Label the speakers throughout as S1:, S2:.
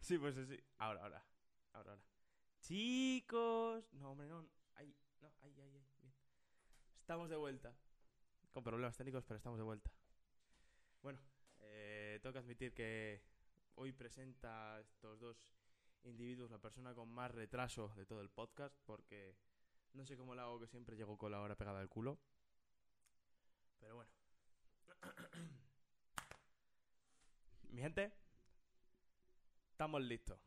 S1: Sí, pues sí. Ahora, ahora. Ahora, ahora. Chicos. No, hombre, no. Ahí, no, ahí, ahí, ahí. Bien. Estamos de vuelta. Con problemas técnicos, pero estamos de vuelta. Bueno, eh, tengo que admitir que hoy presenta estos dos individuos la persona con más retraso de todo el podcast, porque no sé cómo la hago que siempre llego con la hora pegada al culo. Pero bueno. Mi gente, estamos listos.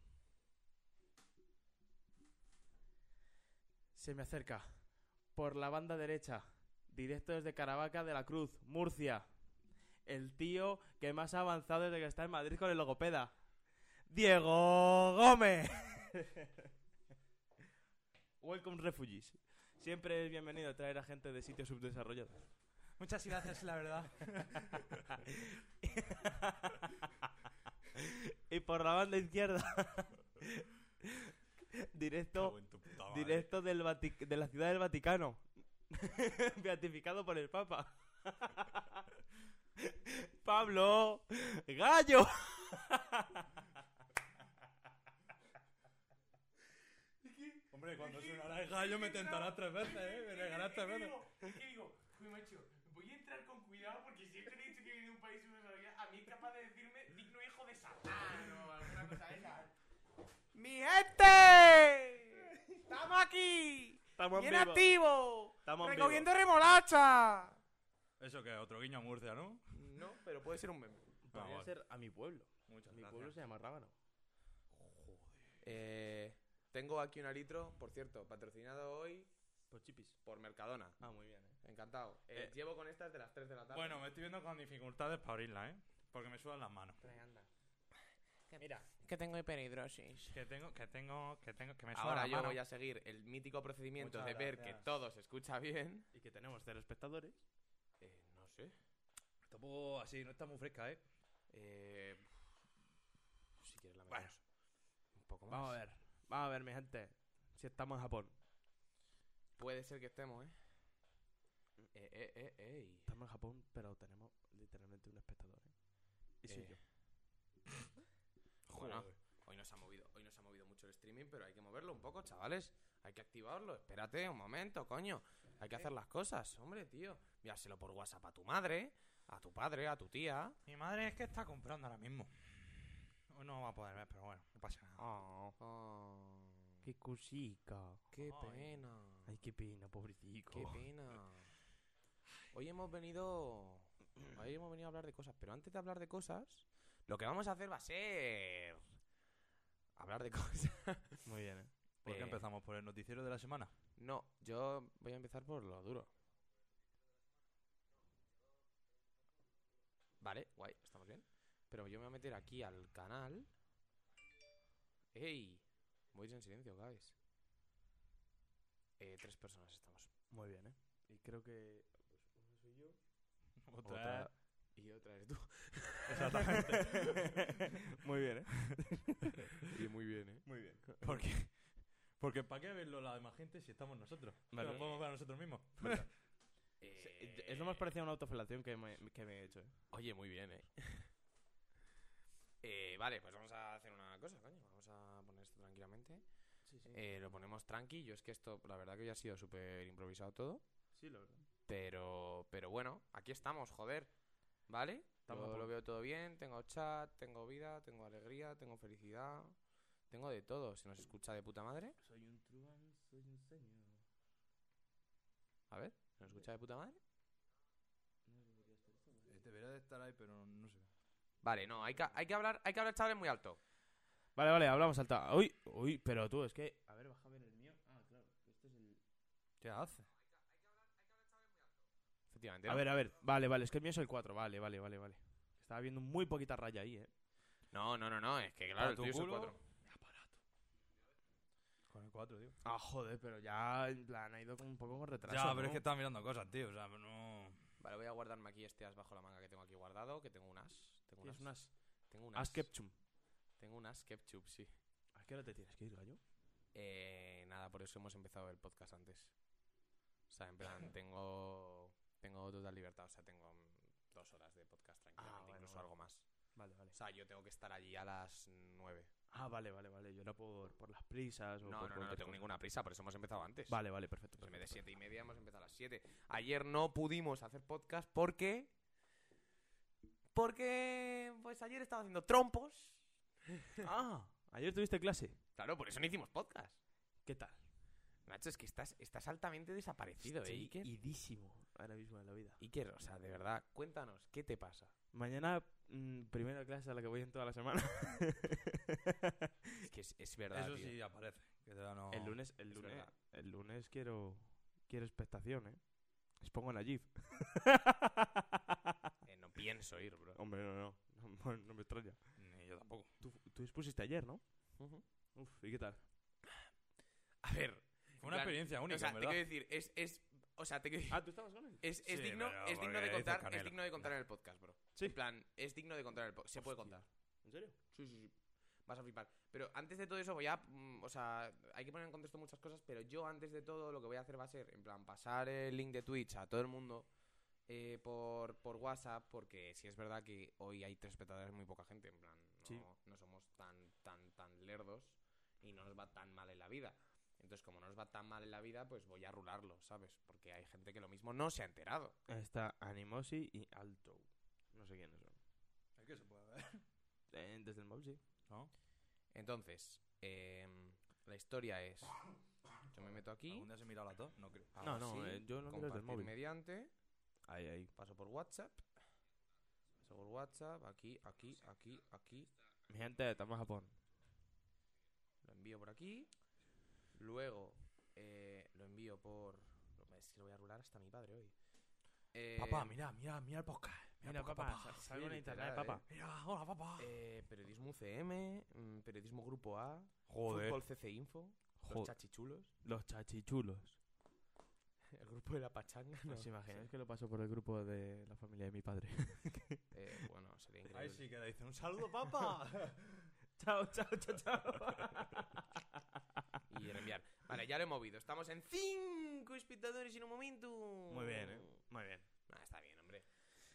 S1: Se me acerca por la banda derecha, directo desde Caravaca de la Cruz, Murcia. El tío que más ha avanzado desde que está en Madrid con el logopeda. Diego Gómez. Welcome refugees. Siempre es bienvenido traer a gente de sitios subdesarrollados.
S2: Muchas gracias, la verdad.
S1: y por la banda izquierda. directo, directo del Vati- de la ciudad del Vaticano. Beatificado por el Papa. Pablo Gallo.
S3: Hombre, cuando sonará el gallo me tentarás tres veces, ¿eh? Me regalarás tres veces.
S4: ¿Qué digo? Uy, macho, voy a entrar con cuidado porque siempre he dicho que viene de un país subdesarrollado. A mí es capaz de decirme digno hijo de Satán o alguna cosa de esa.
S2: ¡Mi gente! ¡Estamos aquí!
S1: Estamos en
S2: ¡Bien
S1: vivo.
S2: activo!
S1: Estamos en
S2: ¡Recogiendo remolacha!
S3: Eso que es otro guiño a Murcia, ¿no?
S2: No, pero puede ser un meme.
S3: Ah,
S1: Podría
S3: vale.
S1: ser a mi pueblo.
S3: Muchas
S1: Mi
S3: gracias.
S1: pueblo se llama Rábano.
S5: Eh, tengo aquí una litro, por cierto, patrocinado hoy
S1: Por chipis.
S5: por Mercadona.
S1: Ah, muy bien, ¿eh?
S5: Encantado. Eh,
S1: Eh.
S5: Llevo con estas de las 3 de la tarde.
S3: Bueno, me estoy viendo con dificultades para abrirla, ¿eh? Porque me sudan las manos.
S2: Mira. Que tengo hiperhidrosis.
S3: Que tengo, que tengo, que tengo, que me sudan
S5: ahora
S3: las
S5: yo
S3: manos.
S5: voy a seguir el mítico procedimiento
S3: Muchas
S5: de ver
S3: gracias.
S5: que todo se escucha bien.
S1: Y que tenemos cero espectadores.
S5: Eh, no sé.
S3: Tampoco así, no está muy fresca, ¿eh?
S5: Eh, si quieres la
S3: Bueno.
S5: metemos. Un poco más.
S1: Vamos a ver. Vamos a ver, mi gente. Si estamos en Japón.
S5: Puede ser que estemos, ¿eh?
S1: Mm.
S5: Eh, eh, eh, ey.
S1: Estamos en Japón, pero tenemos literalmente un espectador, ¿eh? Y soy
S5: Eh.
S1: yo.
S5: Bueno, hoy nos ha movido, hoy nos ha movido mucho el streaming, pero hay que moverlo un poco, chavales. Hay que activarlo. Espérate un momento, coño. Hay que hacer las cosas, hombre, tío. Envíaselo por WhatsApp a tu madre, a tu padre, a tu tía.
S3: Mi madre es que está comprando ahora mismo. Hoy No va a poder ver, pero bueno, no pasa nada.
S5: Oh,
S1: Qué cosica.
S5: qué
S3: Ay.
S5: pena.
S1: Ay, qué pena, pobrecito.
S5: Qué pena. Hoy hemos venido. Hoy hemos venido a hablar de cosas, pero antes de hablar de cosas, lo que vamos a hacer va a ser. Hablar de cosas.
S1: Muy bien, ¿eh?
S3: ¿Por qué
S5: Eh,
S3: empezamos? ¿Por el noticiero de la semana?
S5: No, yo voy a empezar por lo duro. Vale, guay, estamos bien. Pero yo me voy a meter aquí al canal. ¡Ey! Voy en silencio, guys. Eh, tres personas estamos.
S1: Muy bien, ¿eh? Y creo que... pues, uno soy yo.
S5: Otra. Y otra eres tú.
S1: Exactamente. Muy bien, ¿eh?
S5: Y muy bien, ¿eh?
S1: Muy bien.
S3: Porque, porque ¿para qué verlo la demás gente si estamos nosotros?
S1: Vale.
S3: Lo podemos ver a nosotros mismos.
S1: Es lo más parecido a una autofelación que me, que me he hecho, ¿eh?
S5: Oye, muy bien, ¿eh? Eh, vale, pues vamos a hacer una cosa, coño. Vamos a poner esto tranquilamente.
S1: Sí, sí.
S5: Eh, lo ponemos tranqui. Yo es que esto, la verdad que hoy ha sido súper improvisado todo.
S1: sí, la verdad.
S5: Pero, pero bueno, aquí estamos, joder. ¿Vale?
S1: Estamos
S5: Lo,
S1: a
S5: lo
S1: punto.
S5: veo todo bien. Tengo chat, tengo vida, tengo alegría, tengo felicidad. Tengo de todo. Se nos escucha de puta madre.
S1: Soy un truán, soy un señor.
S5: A ver, ¿se nos escucha de puta madre?
S3: Eh, Debería de estar ahí, pero no sé.
S5: Vale, no, hay que, hay que hablar, hay que hablar, chavales, muy alto.
S1: Vale, vale, hablamos alta. Uy, uy, pero tú, es que... A ver, baja a ver el mío. Ah, claro. Este es el...
S3: ¿Qué hace?
S5: Efectivamente.
S1: A
S5: ¿no?
S1: ver, a ver, vale, vale, es que el mío es el 4, vale, vale, vale, vale. Estaba viendo muy poquita raya ahí, eh.
S5: No, no, no, no, es que
S3: Para
S5: claro, el
S3: tu
S5: tuyo es el
S3: culo.
S5: cuatro.
S3: Con el 4, tío.
S1: Ah, joder, pero ya, en plan, ha ido con un poco con retraso.
S3: Ya, pero
S1: ¿no?
S3: es que estaba mirando cosas, tío. O sea, no.
S5: Vale, voy a guardarme aquí este as bajo la manga que tengo aquí guardado, que tengo un as. Tengo un
S1: Tienes
S5: as.
S1: un as.
S5: Tengo un as.
S1: As Ketchum.
S5: Tengo un as Kepchup, sí.
S1: ¿A qué hora te tienes que ir, gallo?
S5: Eh, nada, por eso hemos empezado el podcast antes. O sea, en plan, tengo, tengo total libertad, o sea, tengo mm, dos horas de podcast tranquilamente,
S1: Ah, bueno,
S5: incluso
S1: bueno.
S5: algo más.
S1: Vale, vale.
S5: O sea, yo tengo que estar allí a las 9.
S1: Ah, vale, vale, vale. Yo era por, por las prisas o
S5: No, no,
S1: por
S5: no, no
S1: cualquier
S5: tengo
S1: cosa.
S5: ninguna prisa, por eso hemos empezado antes.
S1: Vale, vale, perfecto.
S5: Pues en vez de
S1: perfecto,
S5: siete y media hemos empezado a las 7. Ayer no pudimos hacer podcast porque... Porque... Pues ayer estaba haciendo trompos. ah,
S1: perfecto. Ayer tuviste clase.
S5: claro, por eso no hicimos podcast.
S1: ¿Qué tal?
S5: Nacho, es que estás, estás altamente desaparecido, ¿eh,
S1: Estoy
S5: Iker?
S1: idísimo ahora mismo en la vida.
S5: Iker, o sea, de verdad, cuéntanos, ¿qué te pasa?
S1: Mañana, mm, primera clase a la que voy en toda la semana.
S5: Es que es, es verdad,
S3: Eso
S5: tío.
S3: sí aparece. que te da no-
S1: el lunes, el
S5: es
S1: lunes,
S5: verdad.
S1: el lunes quiero, quiero expectación, ¿eh? Les pongo en la GIF.
S5: Eh, no pienso ir, bro.
S1: Hombre, no, no. No, no me extraña.
S3: Ni yo tampoco.
S1: Tú, tú expusiste ayer, ¿no? Uf, ¿y qué tal?
S5: A ver,
S3: Fue una
S5: plan,
S3: experiencia única,
S5: o sea,
S3: en
S5: te
S3: ¿verdad?
S5: quiero decir, es... es o sea, te quiero decir...
S1: Ah, ¿tú estabas con él?
S5: Es, es
S3: Sí,
S5: digno,
S3: pero
S5: es digno
S3: porque
S5: de
S3: dice
S5: contar, es
S3: Canelo.
S5: digno de contar en el podcast, bro.
S1: Sí.
S5: En plan, es digno de contar en el podcast. Se puede
S1: Hostia.
S5: contar.
S1: ¿En serio?
S5: Sí, sí, sí. Vas a flipar. Pero antes de todo eso voy a... mm, o sea, hay que poner en contexto muchas cosas, pero yo antes de todo lo que voy a hacer va a ser, en plan, pasar el link de Twitch a todo el mundo eh, por, por WhatsApp, porque sí es verdad que hoy hay tres espectadores muy poca gente, en plan, no,
S1: Sí.
S5: no somos tan, tan, tan lerdos y no nos va tan mal en la vida. Entonces, como no nos va tan mal en la vida, pues voy a rularlo, ¿sabes? Porque hay gente que lo mismo no se ha enterado.
S1: Está Animosi y Alto. No sé quiénes son.
S3: Es que se puede ver.
S1: Eh, desde el móvil, sí.
S5: Entonces, em, la historia es... Yo me meto aquí.
S3: ¿Algún día se mira la tos? No creo.
S5: hago
S1: No, no,
S5: así,
S1: eh, yo no miro desde
S5: compartir
S1: el móvil.
S5: mediante,
S1: Ahí, ahí.
S5: paso por WhatsApp, paso por WhatsApp, aquí, aquí, aquí, aquí,
S1: Mi gente, estamos a Japón.
S5: lo envío por aquí, luego eh, lo envío por... lo- Es que lo voy a rular hasta mi padre hoy. Eh,
S3: mira, mira, mira el podcast.
S1: Mira,
S3: poca
S1: papá,
S3: papa.
S1: salgo en
S5: Sí,
S1: internet,
S5: literal,
S1: papá.
S3: Mira, hola, papá.
S5: eh, periodismo UCM, mm, periodismo Grupo A,
S3: Joder.
S5: fútbol CC Info, los
S1: Joder.
S5: chachichulos,
S1: Los chachichulos.
S5: el grupo de la pachanga, no
S1: ¿Os
S5: sé.
S1: imagináis que lo paso por el grupo de la familia de mi padre?
S5: Eh, bueno, sería increíble.
S3: Ahí sí que le dice un saludo, papá.
S1: chao, chao, chao, chao.
S5: Y reenviar. Vale, ya lo he movido. Estamos en 5 espectadores en un momento.
S1: Muy bien, eh. Muy bien.
S5: Ah, está bien, hombre.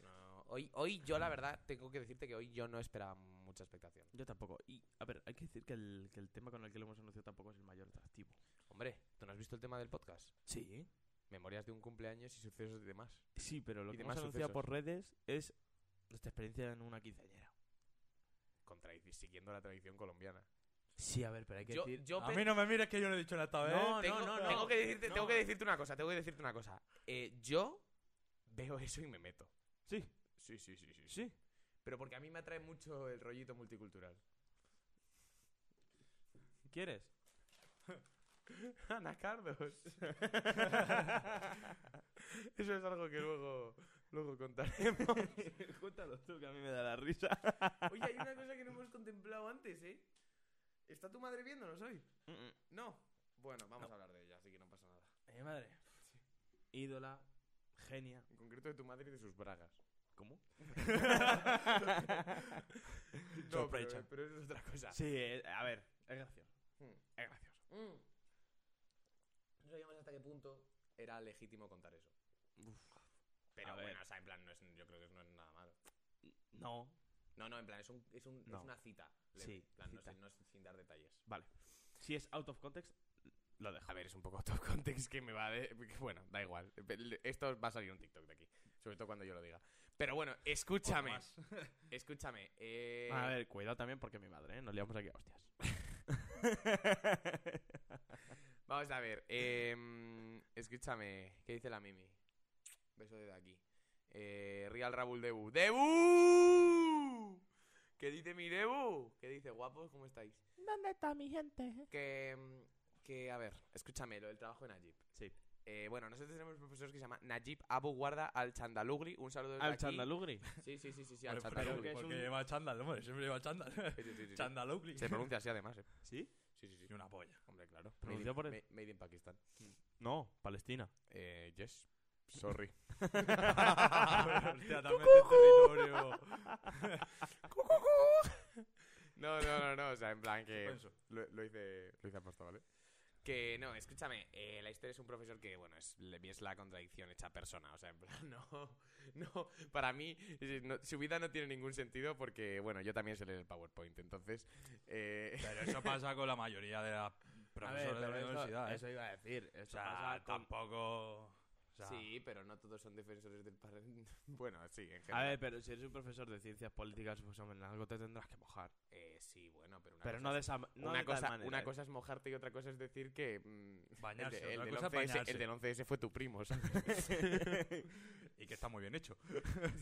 S5: No, hoy, hoy yo, la verdad, tengo que decirte que hoy yo no esperaba mucha expectación.
S1: Yo tampoco. Y, a ver, hay que decir que el, que el tema con el que lo hemos anunciado tampoco es el mayor atractivo.
S5: Hombre, ¿tú no has visto el tema del podcast?
S1: Sí.
S5: Memorias de un cumpleaños y sucesos y demás.
S1: Sí, pero lo
S5: Y
S1: que
S5: demás
S1: hemos anunciado
S5: sucesos.
S1: por redes es nuestra experiencia en una quinceañera.
S5: Con tradi- siguiendo la tradición colombiana.
S1: Sí, a ver, pero hay que
S5: Yo,
S1: decir...
S5: yo
S3: A
S5: pe-
S3: mí no me mires que yo no he dicho nada esta vez.
S1: No,
S5: tengo,
S1: no, no,
S5: tengo
S1: no.
S5: que decirte, tengo
S1: No.
S5: que decirte una cosa, tengo que decirte una cosa. Eh, yo veo eso y me meto.
S1: Sí,
S5: Sí, sí, sí, sí, sí.
S1: sí.
S5: Pero porque a mí me atrae mucho el rollito multicultural.
S1: ¿Quieres?
S5: Ana Cardos. Eso es algo que luego, luego contaremos.
S1: Cuéntalo tú, que a mí me da la risa.
S5: Oye, hay una cosa que no hemos contemplado antes, ¿eh? ¿Está tu madre viéndonos hoy?
S1: Mm,
S5: No. Bueno, vamos a hablar de ella, así que no pasa nada.
S1: Mi madre. Ídola, genia.
S5: En concreto de tu madre y de sus bragas.
S1: ¿Cómo?
S5: No,
S1: Sorpresa.
S5: pero, pero eso es otra cosa.
S1: Sí, eh, a ver, es gracioso.
S5: Hmm.
S1: Es gracioso.
S5: Mm. No sabíamos hasta qué punto era legítimo contar eso. Pero
S1: A ver.
S5: bueno, o sea, en plan, no es, yo creo que no es nada malo.
S1: No.
S5: No, no, en plan, es, un, es, un,
S1: No.
S5: es una cita. leve,
S1: Sí,
S5: en plan, no
S1: cita.
S5: es- no es sin dar detalles.
S1: Si es out of context, lo dejo.
S5: A ver, es un poco top context que me va de... que, Bueno, da igual. Esto va a salir un TikTok de aquí. Sobre todo cuando yo lo diga. Pero bueno, escúchame. escúchame. eh,
S1: A ver, cuidado también porque mi madre, ¿eh? Nos liamos aquí a hostias.
S5: Vamos a ver. eh, escúchame. ¿Qué dice la Mimi? Beso desde aquí. Eh, Real Rabul Debu. ¡Debu! ¿Qué dice mi Debu? ¿Qué dice, guapos? ¿Cómo estáis?
S2: ¿Dónde está mi gente?
S5: Que, mm, que, a ver, escúchame, lo del trabajo de Najib.
S1: Sí.
S5: Eh, bueno, nosotros tenemos un profesor que se llama Najib Abu Guarda al Chandalugri. Un saludo desde
S1: Al
S5: aquí.
S1: chandalugri.
S5: Sí, sí, sí, sí, sí al
S3: Hombre,
S1: Pero que
S5: Chandalugri.
S1: es
S3: porque, porque
S1: un-
S3: lleva chándal, hombre, siempre lleva chándal.
S5: Sí, sí, sí, sí.
S3: Chandalucli.
S5: Se pronuncia así además, ¿eh?
S1: ¿Sí?
S5: Sí, sí, sí.
S3: Y una polla.
S5: Hombre, claro.
S1: Pronunciado por el-
S5: Ma- made in Pakistan.
S1: No, Palestina.
S5: Eh, yes. Sorry.
S3: Hostia, también es territorio.
S5: no, no, no, no. O sea, en plan que
S3: Suspenso. Pues
S5: lo, lo hice, lo hice aposta, ¿vale? Que no, escúchame, eh, la historia es un profesor que, bueno, es, le- es la contradicción hecha persona, o sea, en plan, no, no, para mí eh, no- su vida no tiene ningún sentido porque, bueno, yo también sé leer el PowerPoint, entonces... eh,
S3: Pero eso pasa con la mayoría de los profesores de la universidad. ¿eh?
S1: eso iba a decir.
S3: o sea, tampoco. o sea,
S5: sí, pero no todos son defensores del... par- bueno, sí, en
S1: A
S5: general.
S1: ver, pero si eres un profesor de ciencias políticas, pues hombre, en algo te tendrás que mojar.
S5: Eh, sí, bueno, pero una
S1: pero
S5: cosa
S1: no de
S5: es-
S1: esa ma- no de
S5: una,
S1: tal
S5: cosa,
S1: manera,
S5: una
S1: ¿eh?
S5: cosa es mojarte y otra cosa es decir que... mm, el,
S3: Bañarse,
S5: de- el
S3: otra
S5: del
S3: cosa es
S5: 11S,
S3: bañarse.
S5: el del 11S fue tu primo, ¿sabes?
S3: Y que está muy bien hecho.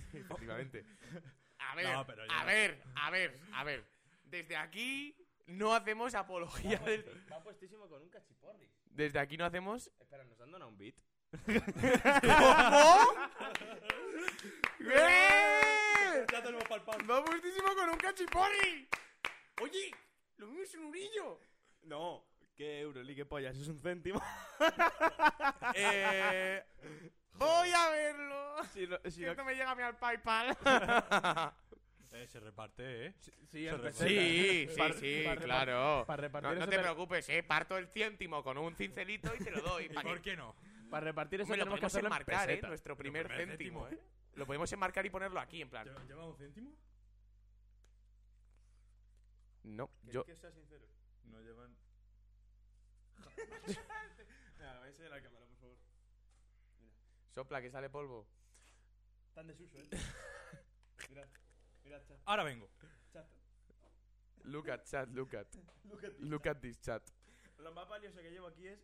S5: Efectivamente. A ver,
S3: No, pero yo
S5: a
S3: no.
S5: ver, a ver, a ver. Desde aquí no hacemos apología del...
S1: Está puestísimo con un cachiporri.
S5: Desde aquí no hacemos...
S1: Espera, nos han donado un beat.
S5: ¿Cómo? ¡Eh!
S3: ya tenemos palpado.
S5: ¡Va puestísimo con un cachiporri! Oye, lo mío es un urillo.
S1: No, qué Euroliga qué pollas, es un céntimo.
S5: Eh, voy a verlo.
S1: si no- si
S5: Si
S1: no-
S5: esto me llega a mí al PayPal.
S3: Eh, se reparte, ¿eh?
S1: sí,
S3: se
S1: en
S3: recuerda.
S5: Sí, sí,
S1: Para-
S5: sí,
S1: para-
S5: claro.
S1: Para repartir,
S5: No, no
S1: eso
S5: te
S1: te-
S5: preocupes, eh. Parto el céntimo con un cincelito y te lo doy.
S3: ¿Y
S5: pa' que-
S3: por qué no?
S1: para repartir eso
S5: Hombre, lo
S1: tenemos que
S5: podemos
S1: hacerlo en
S5: enmarcar, eh.
S1: pesetas.
S5: Nuestro primer
S3: primer
S5: céntimo, eh.
S3: céntimo.
S5: Lo podemos enmarcar y ponerlo aquí, en plan.
S3: ¿Lle- ¿Lleva un céntimo?
S5: No, yo.
S1: sea sincero.
S3: No llevan.
S1: Venga, vais a ir a la cámara, por favor.
S5: Sopla, que sale polvo.
S1: Tan desuso, eh. Mirad, mirad, chat,
S3: Ahora vengo.
S1: chat.
S5: Look at chat, look at.
S1: Look at this
S5: Look at this chat.
S1: chat. Lo más valioso que llevo aquí es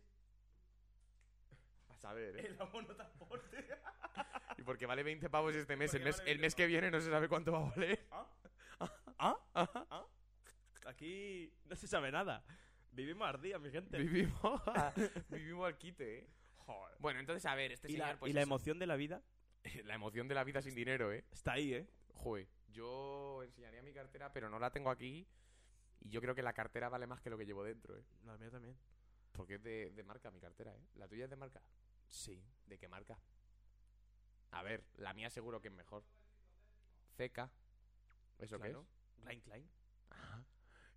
S5: A saber, eh.
S1: el abono transporte.
S5: Y porque vale 20 pavos este mes. El
S1: porque
S5: mes,
S1: vale
S5: el
S1: 20
S5: mes que viene no se sabe cuánto va a valer.
S1: Aquí no se sabe nada. Vivimos al día, mi gente.
S5: Vivimos, a- vivimos al quite, eh. Bueno, entonces, a ver, este
S1: y
S5: señor.
S1: la,
S5: pues,
S1: y la
S5: es-
S1: emoción de la vida
S5: la emoción de la vida sin dinero, eh.
S1: está ahí, ¿eh?
S5: Joder, yo enseñaría mi cartera, pero no la tengo aquí. Y yo creo que la cartera vale más que lo que llevo dentro, ¿eh?
S1: La mía también.
S5: Porque es de, de marca mi cartera, ¿eh? ¿La tuya es de marca? Sí. ¿De qué marca? A ver, la mía seguro que es mejor. Ceca. ¿Eso qué
S1: Claro. Klein Klein.
S5: es? Ah,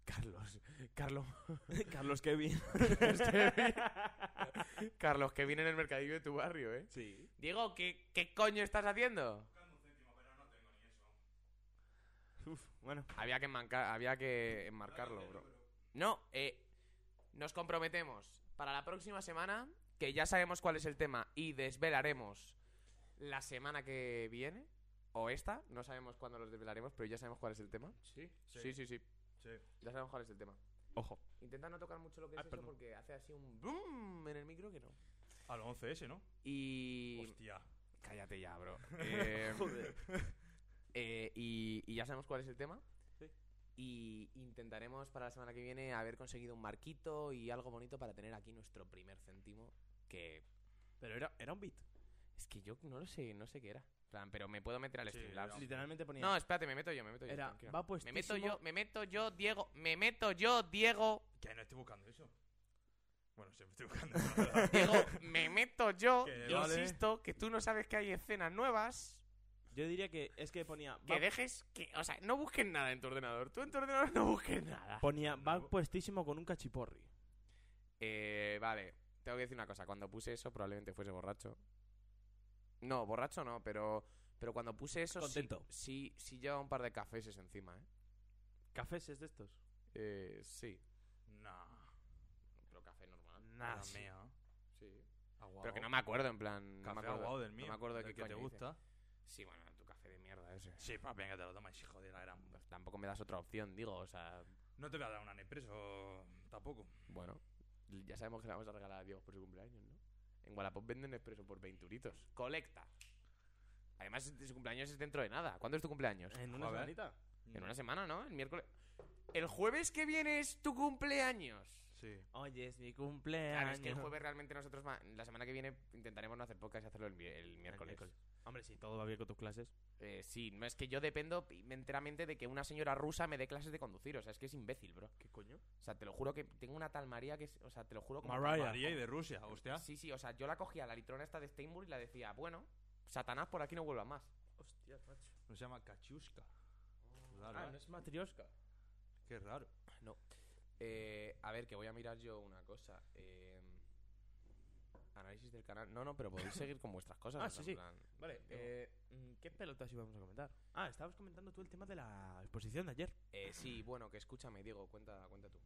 S5: Carlos. Carlos.
S1: Carlos Kevin.
S5: Carlos Kevin. Carlos, que viene en el mercadillo de tu barrio, ¿eh?
S1: Sí.
S5: Diego, ¿qué, qué coño estás haciendo?
S1: Uf, bueno.
S5: Había que, manca- había que enmarcarlo, bro. No, eh, nos comprometemos para la próxima semana, que ya sabemos cuál es el tema y desvelaremos la semana que viene, o esta, no sabemos cuándo los desvelaremos, pero ya sabemos cuál es el tema.
S3: Sí,
S5: Sí, sí, sí,
S3: sí.
S5: ya sabemos cuál es el tema.
S1: Ojo.
S5: Intenta no tocar mucho lo que
S1: Ay,
S5: es eso
S1: perdón.
S5: porque hace así un boom en el micro que no.
S3: A los 11S, ¿no?
S5: Y...
S3: Hostia.
S5: Cállate ya, bro. Eh,
S1: Joder.
S5: Eh, y, y ya sabemos cuál es el tema.
S1: Sí.
S5: Y intentaremos para la semana que viene haber conseguido un marquito y algo bonito para tener aquí nuestro primer céntimo. Que
S1: Pero era, era un beat.
S5: es que yo no lo sé, no sé qué era. En plan, pero me puedo meter al
S3: Sí,
S5: Streamlabs.
S3: era
S1: Literalmente ponía.
S5: No, espérate, me meto yo, me meto yo.
S1: era, va
S5: tranquilo. me meto
S1: puestísimo.
S5: yo, me meto yo, Diego. Me meto yo, Diego.
S3: Que no estoy buscando eso. Bueno, siempre estoy buscando eso. la verdad.
S5: Diego, me meto yo.
S3: Que
S5: Yo
S3: vale.
S5: insisto que tú no sabes que hay escenas nuevas.
S1: Yo diría que es que ponía.
S5: Que
S1: Va,
S5: dejes que. O sea, no busques nada en tu ordenador. Tú en tu ordenador no busques nada.
S1: ponía, va puestísimo con un cachiporri.
S5: Eh, vale, tengo que decir una cosa. Cuando puse eso, probablemente fuese borracho. No, borracho no, pero, pero cuando puse eso, sí-
S1: Contento.
S5: Sí, sí, llevaba un par de cafeses encima, ¿eh?
S1: ¿Cafés es de estos?
S5: Eh, sí.
S3: Nah.
S5: Pero café normal.
S1: Nah,
S3: la
S1: sí.
S3: mía.
S5: Sí.
S3: Aguado.
S5: Pero que no me acuerdo, en plan. Ah, no me
S3: Café
S5: acuerdo.
S3: aguado del mío.
S5: No me acuerdo de
S3: del
S5: qué
S3: que te
S5: coño hice.
S3: gusta.
S5: Sí, bueno, tu café de mierda ese.
S3: Sí, pues venga, te lo tomas, hijo de la gran. puta.
S5: Pues tampoco me das otra opción, digo, o sea.
S3: No te voy a dar una Nespresso tampoco.
S5: Bueno, ya sabemos que le vamos a regalar a Diego por su cumpleaños, ¿no? En Wallapop venden expreso por 20 euritos. Colecta. Además, su cumpleaños es dentro de nada. ¿Cuándo es tu cumpleaños?
S1: ¿En una
S3: Joder.
S1: semanita?
S5: En una semana, ¿no? El miércoles. El jueves que viene es tu cumpleaños.
S3: Sí.
S1: Oye, es mi cumpleaños.
S5: Claro, es que el jueves realmente nosotros. ma- La semana que viene intentaremos no hacer podcast y hacerlo el, mi- el miércoles.
S1: miércoles. Hombre, si todo va bien con tus clases.
S5: Eh, sí, no es que yo dependo pi- enteramente de que una señora rusa me dé clases de conducir. O sea, es que es imbécil, bro.
S1: ¿Qué coño?
S5: O sea, te lo juro que tengo una tal María que es. O sea, te lo juro como.
S1: Mariah.
S3: María y de Rusia, hostia.
S5: Sí, sí, o sea, yo la cogía la litrona esta de Steinburg y la decía, bueno, Satanás por aquí no vuelva más.
S1: Hostia, macho.
S3: No se
S5: Oh.
S3: llama Kachuska. Raro,
S1: Ah,
S3: ¿eh?
S1: no es matrioska.
S3: Qué raro.
S5: No. Eh, a ver, que voy a mirar yo una cosa. Eh, análisis del canal. No, no, pero podéis seguir con vuestras cosas.
S1: Ah,
S5: en
S1: sí, sí.
S5: plan,
S1: Vale,
S5: Diego.
S1: eh, mm, ¿qué pelotas íbamos a comentar? Ah, estabas comentando tú el tema de la exposición de ayer.
S5: Eh, sí, bueno, que escúchame, Diego, cuenta, cuenta tú.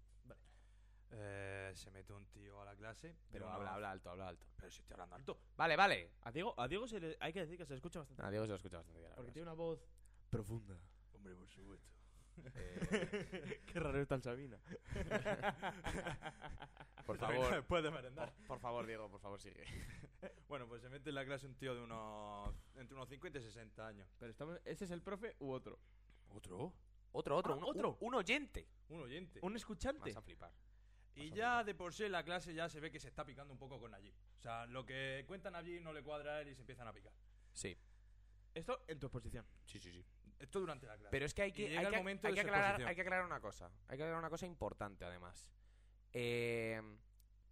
S3: Eh, se mete un tío a la clase.
S5: Pero
S3: de una
S5: habla,
S3: banda-
S5: habla alto, habla alto.
S3: Pero si estoy hablando alto.
S5: Vale, vale.
S1: A Diego, a Diego se le- hay que decir que se le escucha bastante.
S5: A Diego se lo escucha bastante bien. la
S1: porque
S5: verdad,
S1: tiene una voz profunda.
S3: Hombre, por supuesto.
S5: sí. Eh,
S1: Qué raro está el Sabina.
S5: por favor,
S3: Después de merendar.
S5: por, por favor, Diego, por favor, sigue.
S3: Bueno, pues se mete en la clase un tío de unos. entre unos 50 y 60 años.
S1: Pero estamos, ¿ese es el profe u otro?
S3: ¿Otro?
S5: Otro, otro,
S1: Ah,
S5: un,
S1: otro.
S5: Un, un oyente.
S3: Un oyente.
S1: ¿Un escuchante?
S5: Vas a flipar.
S3: Y
S5: Vas a
S3: ya de por sí en la clase ya se ve que se está picando un poco con Nayib. O sea, lo que cuentan allí no le cuadra a él y se empiezan a picar.
S5: Sí,
S1: Esto en tu exposición.
S5: sí, sí, sí.
S3: Esto durante la clase.
S5: Pero es que hay
S3: Y
S5: que,
S3: llega
S5: hay
S3: el
S5: que,
S3: momento
S5: hay
S3: de
S5: que
S3: su
S5: aclarar,
S3: exposición.
S5: hay que aclarar una cosa. Hay que aclarar una cosa importante, además. Eh,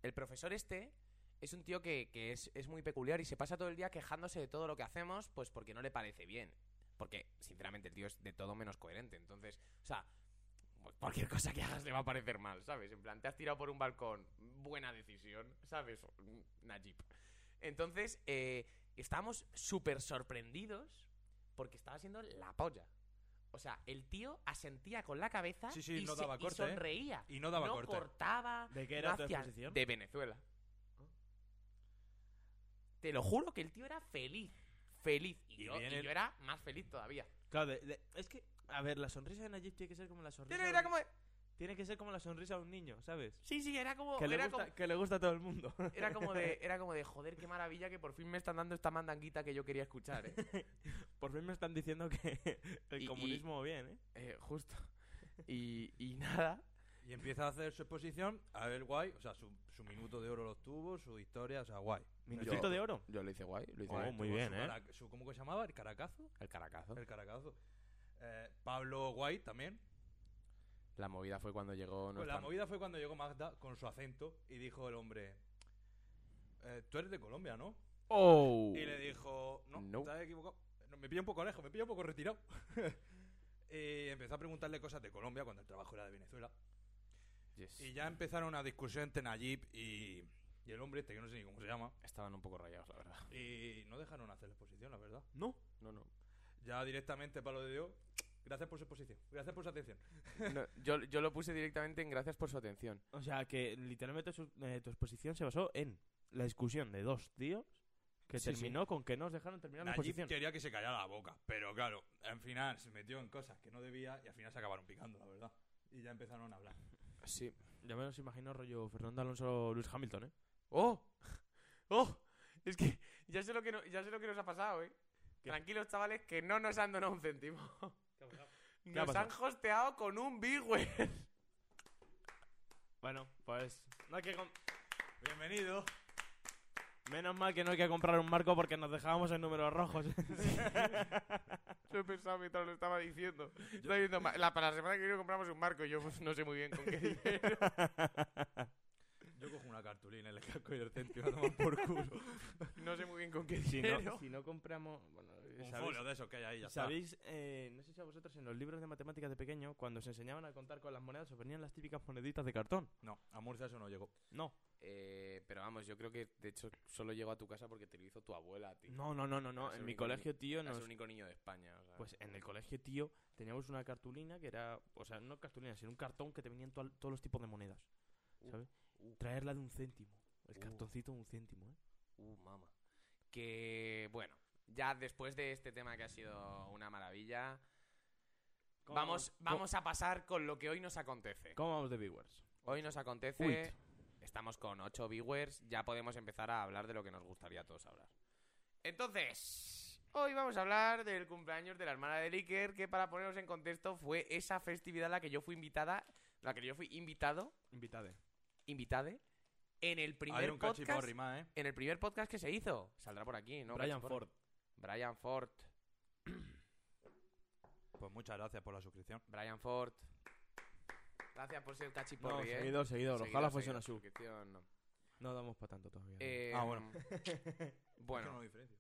S5: el profesor este es un tío que, que es, es muy peculiar y se pasa todo el día quejándose de todo lo que hacemos, pues porque no le parece bien. Porque, sinceramente, el tío es de todo menos coherente. Entonces, o sea, cu- Pues cualquier cosa que hagas le va a parecer mal, ¿sabes? En plan, te has tirado por un balcón. Buena decisión, ¿sabes? Mm, Najib. Entonces, eh, estábamos súper sorprendidos porque estaba siendo la polla. O sea, el tío asentía con la cabeza
S3: Sí, sí,
S5: y,
S3: no
S5: se-
S3: daba
S5: y
S3: corte, ¿eh?
S5: sonreía.
S3: Y no daba
S5: no
S3: corte.
S5: cortaba.
S1: ¿De qué
S5: no
S1: era tu
S5: hacía-
S1: exposición?
S5: De Venezuela. Te lo juro que el tío era feliz. Feliz. Y,
S3: Y
S5: yo, y
S3: viene-
S5: yo era más feliz todavía.
S1: Claro, de- de- es que, a ver, la sonrisa de Najib tiene que ser como la sonrisa.
S5: Pero
S1: de
S5: era
S1: un-
S5: como...
S1: Tiene que ser como la sonrisa de un niño, ¿sabes?
S5: Sí, sí, era como...
S1: Que le,
S5: era
S1: gusta,
S5: como...
S1: que le gusta a todo el mundo.
S5: Era como, de, era como de, joder, qué maravilla que por fin me están dando esta mandanguita que yo quería escuchar. ¿eh?
S1: Por fin me están diciendo que el
S5: Y- y-
S1: comunismo bien, ¿eh?
S5: Eh, justo. Y, y nada.
S3: Y empieza a hacer su exposición, a ver, guay. O sea, su, su minuto de oro los tuvo, su historia, o sea, guay.
S1: Minutito de oro.
S5: Yo lo hice guay, lo hice
S1: Oh,
S3: Guay,
S1: muy
S3: tuvo
S1: bien,
S3: su
S1: ¿eh?
S3: cara- su- ¿Cómo que se llamaba? ¿El caracazo?
S5: El caracazo.
S3: El caracazo. Eh, Pablo Guay también.
S5: La movida fue cuando llegó
S3: Pues
S5: nuestra...
S3: la movida fue cuando llegó Magda con su acento y dijo el hombre, "Eh, tú eres de Colombia, ¿no?
S5: ¡Oh!
S3: Y le dijo, no,
S5: No.
S3: estás equivocado. No, me pilla un poco lejos, me pilla un poco retirado. y empezó a preguntarle cosas de Colombia cuando el trabajo era de Venezuela.
S5: Yes.
S3: Y ya empezaron una discusión entre Nayib y, y el hombre este, que no sé ni cómo se llama.
S5: Estaban un poco rayados, la verdad.
S3: Y no dejaron hacer la exposición, la verdad.
S1: No.
S5: No, no.
S3: Ya directamente, palo de Dios, gracias por su exposición, gracias por su atención.
S5: yo, yo lo puse directamente en gracias por su atención.
S1: O sea, que literalmente su- eh, tu exposición se basó en la discusión de dos tíos que
S5: Sí, sí.
S1: terminó con que no os dejaron terminar la
S3: Nayib
S1: exposición.
S3: quería que se callara la boca, pero claro, al final se metió en cosas que no debía y al final se acabaron picando, la verdad. Y ya empezaron a hablar.
S5: Sí.
S1: Ya me los imagino rollo Fernando Alonso Luis Hamilton, ¿eh?
S5: ¡Oh! ¡Oh! Es que ya sé lo que, no- ya sé lo que nos ha pasado, ¿eh?
S1: ¿Qué?
S5: Tranquilos, chavales, que no nos han donado un céntimo.
S1: ha
S5: Nos
S1: pasado?
S5: han hosteado con un bigware.
S1: Bueno, pues... no hay que com-
S3: Bienvenido.
S1: Menos mal que no hay que comprar un marco porque nos dejábamos en números rojos.
S5: Lo he pensado mientras lo estaba diciendo. Estaba diciendo, "Ma- la, para la semana que viene compramos un marco. y Yo pues, no sé muy bien con qué dinero.
S3: Yo cojo una cartulina, le casco y el céntimo a tomar por culo.
S5: No sé muy bien con qué
S1: si,
S5: dinero.
S1: no, si no compramos... Bueno, eh,
S3: Un
S1: ¿sabéis?
S3: folio de esos que hay ahí, ya está.
S1: ¿Sabéis? eh, no sé si a vosotros en los libros de matemáticas de pequeño, cuando os enseñaban a contar con las monedas, os venían las típicas moneditas de cartón.
S3: No, a Murcia eso no llegó.
S1: No.
S5: Eh, pero vamos, yo creo que de hecho solo llegó a tu casa porque te lo hizo tu abuela a ti.
S1: No, no, no, no,
S5: Eras
S1: no.
S5: el
S1: En mi
S5: único
S1: colegio, tío,
S5: Eras
S1: nos...
S5: el único niño de España. o sea.
S1: Pues en el colegio, tío, teníamos una cartulina que era... O sea, no cartulina, sino un cartón que te venían toal- todos los tipos de monedas.
S5: Uh,
S1: ¿Sabes?
S5: uh.
S1: Traerla de un céntimo. El
S5: Uh.
S1: cartoncito de un céntimo, ¿eh?
S5: Uh, mama. Que bueno, ya después de este tema que ha sido una maravilla, vamos, vamos a pasar con lo que hoy nos acontece.
S1: ¿Cómo vamos de viewers?
S5: Hoy nos acontece. Estamos con 8 viewers. Ya podemos empezar a hablar de lo que nos gustaría a todos hablar. Entonces, hoy vamos a hablar del cumpleaños de la hermana de Licker, que para ponernos en contexto fue esa festividad a la que yo fui invitada, la que yo fui invitado,
S1: Invitade.
S5: invitade, en el
S3: Hay
S5: primer
S3: un
S5: podcast.
S3: cachiporrima, ¿eh?
S5: En el primer podcast que se hizo. Saldrá por aquí, ¿no?
S1: Brian
S5: Cachiporra?
S1: Ford.
S5: Brian Ford.
S3: Pues muchas gracias por la suscripción.
S5: Brian Ford. Gracias por ser cachiporri, ¿eh?
S1: seguidor, seguidor.
S5: Seguidor,
S1: Ojalá
S5: seguidor,
S1: fuese una sub.
S5: suscripción, no.
S1: No damos para tanto todavía.
S5: Eh,
S3: Ah, bueno. Es que no
S5: Em, bueno,
S3: lo diferencio.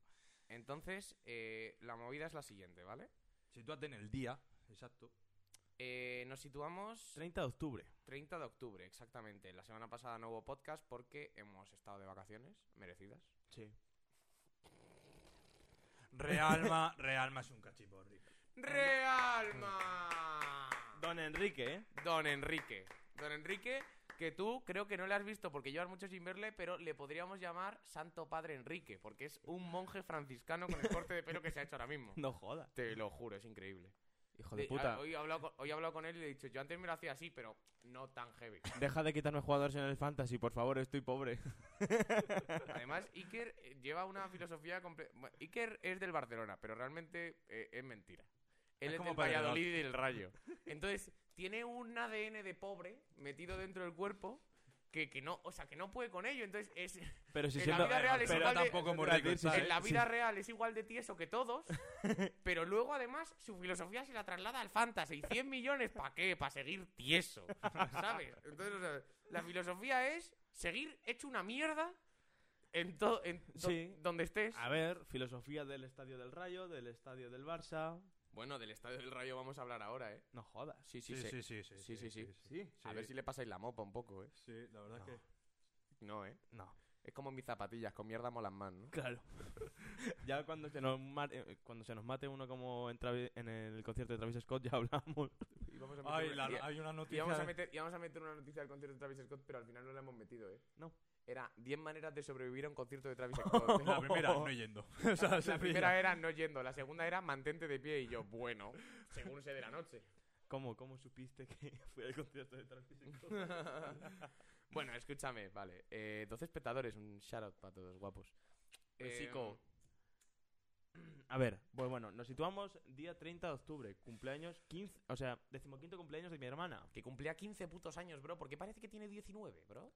S5: entonces eh, la movida es la siguiente, ¿vale?
S3: Sitúate en el día, exacto.
S5: Eh, nos situamos
S1: 30 de octubre.
S5: 30 de octubre, exactamente. La semana pasada no hubo podcast porque hemos estado de vacaciones merecidas.
S1: Sí.
S3: Realma, Realma es un cachiporri.
S5: ¡Realma!
S1: Don Enrique, ¿eh?
S5: Mm. Don Enrique. Don Enrique, que tú creo que no le has visto porque llevas mucho sin verle, pero le podríamos llamar Santo Padre Enrique, porque es un monje franciscano con el corte de pelo que se ha hecho ahora mismo.
S1: No jodas.
S5: Te lo juro, es increíble.
S1: Hijo de
S5: Eh,
S1: puta.
S5: a- Hoy he, hablado con, hoy he hablado con él y le he dicho, yo antes me lo hacía así, pero no tan heavy.
S1: Deja de quitarme jugadores en el fantasy, por favor, estoy pobre.
S5: Además, Iker eh, lleva una filosofía comple- bueno, Iker es del Barcelona, pero realmente eh, es mentira. Él
S3: Es
S5: es,
S3: como
S5: del
S3: Pedrerol.
S5: Valladolid y del Rayo. Entonces, tiene un ADN de pobre metido dentro del cuerpo que, que no, o sea, que no puede con ello. Entonces, es,
S1: Pero si
S5: En la
S1: siendo...
S5: vida real es
S1: pero
S5: igual de-
S3: tampoco muy rico,
S1: decir, si
S3: ¿sabes?
S5: en la
S1: sí.
S5: vida real es igual de tieso que todos, pero luego además su filosofía se la traslada al fantasy. ¿100 millones para qué? Para seguir tieso, ¿sabes? Entonces, o sea, la filosofía es seguir hecho una mierda en todo en do-
S1: Sí.
S5: donde estés.
S1: A ver, filosofía del estadio del Rayo, del estadio del Barça.
S5: Bueno, del estadio del Rayo vamos a hablar ahora, ¿eh?
S1: No jodas.
S5: Sí,
S3: Sí, sí, sí. Sí,
S5: Sí, sí, sí.
S1: Sí.
S5: A ver si le pasáis la mopa un poco, ¿eh?
S3: Sí, la verdad es que.
S5: No, ¿eh?
S1: No.
S5: Es como mis zapatillas, con mierda molan más, ¿no?
S1: Claro. ya cuando se, nos mate, eh, cuando se nos mate uno como en, Travi- en el concierto de Travis Scott ya hablamos.
S5: Y vamos a meter
S3: Ay,
S5: una-
S3: la-
S5: y-
S3: hay una
S5: y
S3: noticia.
S5: vamos a
S3: de-
S5: meter, y vamos a meter una noticia del concierto de Travis Scott, pero al final no la hemos metido, ¿eh?
S1: No.
S5: Era 10 maneras de sobrevivir a un concierto de Travis Scott.
S3: La primera, no yendo. O sea,
S5: La
S3: sencilla.
S5: primera era no yendo, la segunda era mantente de pie y yo, bueno, según se de la noche.
S1: ¿Cómo, cómo supiste que fui al concierto de Travis Scott?
S5: bueno, escúchame, vale. Eh, 12 espectadores, un shoutout para todos, guapos.
S3: Pues
S5: Eh,
S1: Besico. A ver, pues bueno, nos situamos día 30 de octubre, cumpleaños 15, o sea, decimoquinto cumpleaños de mi hermana.
S5: que cumplía 15 putos años, bro, porque parece que tiene 19, bro.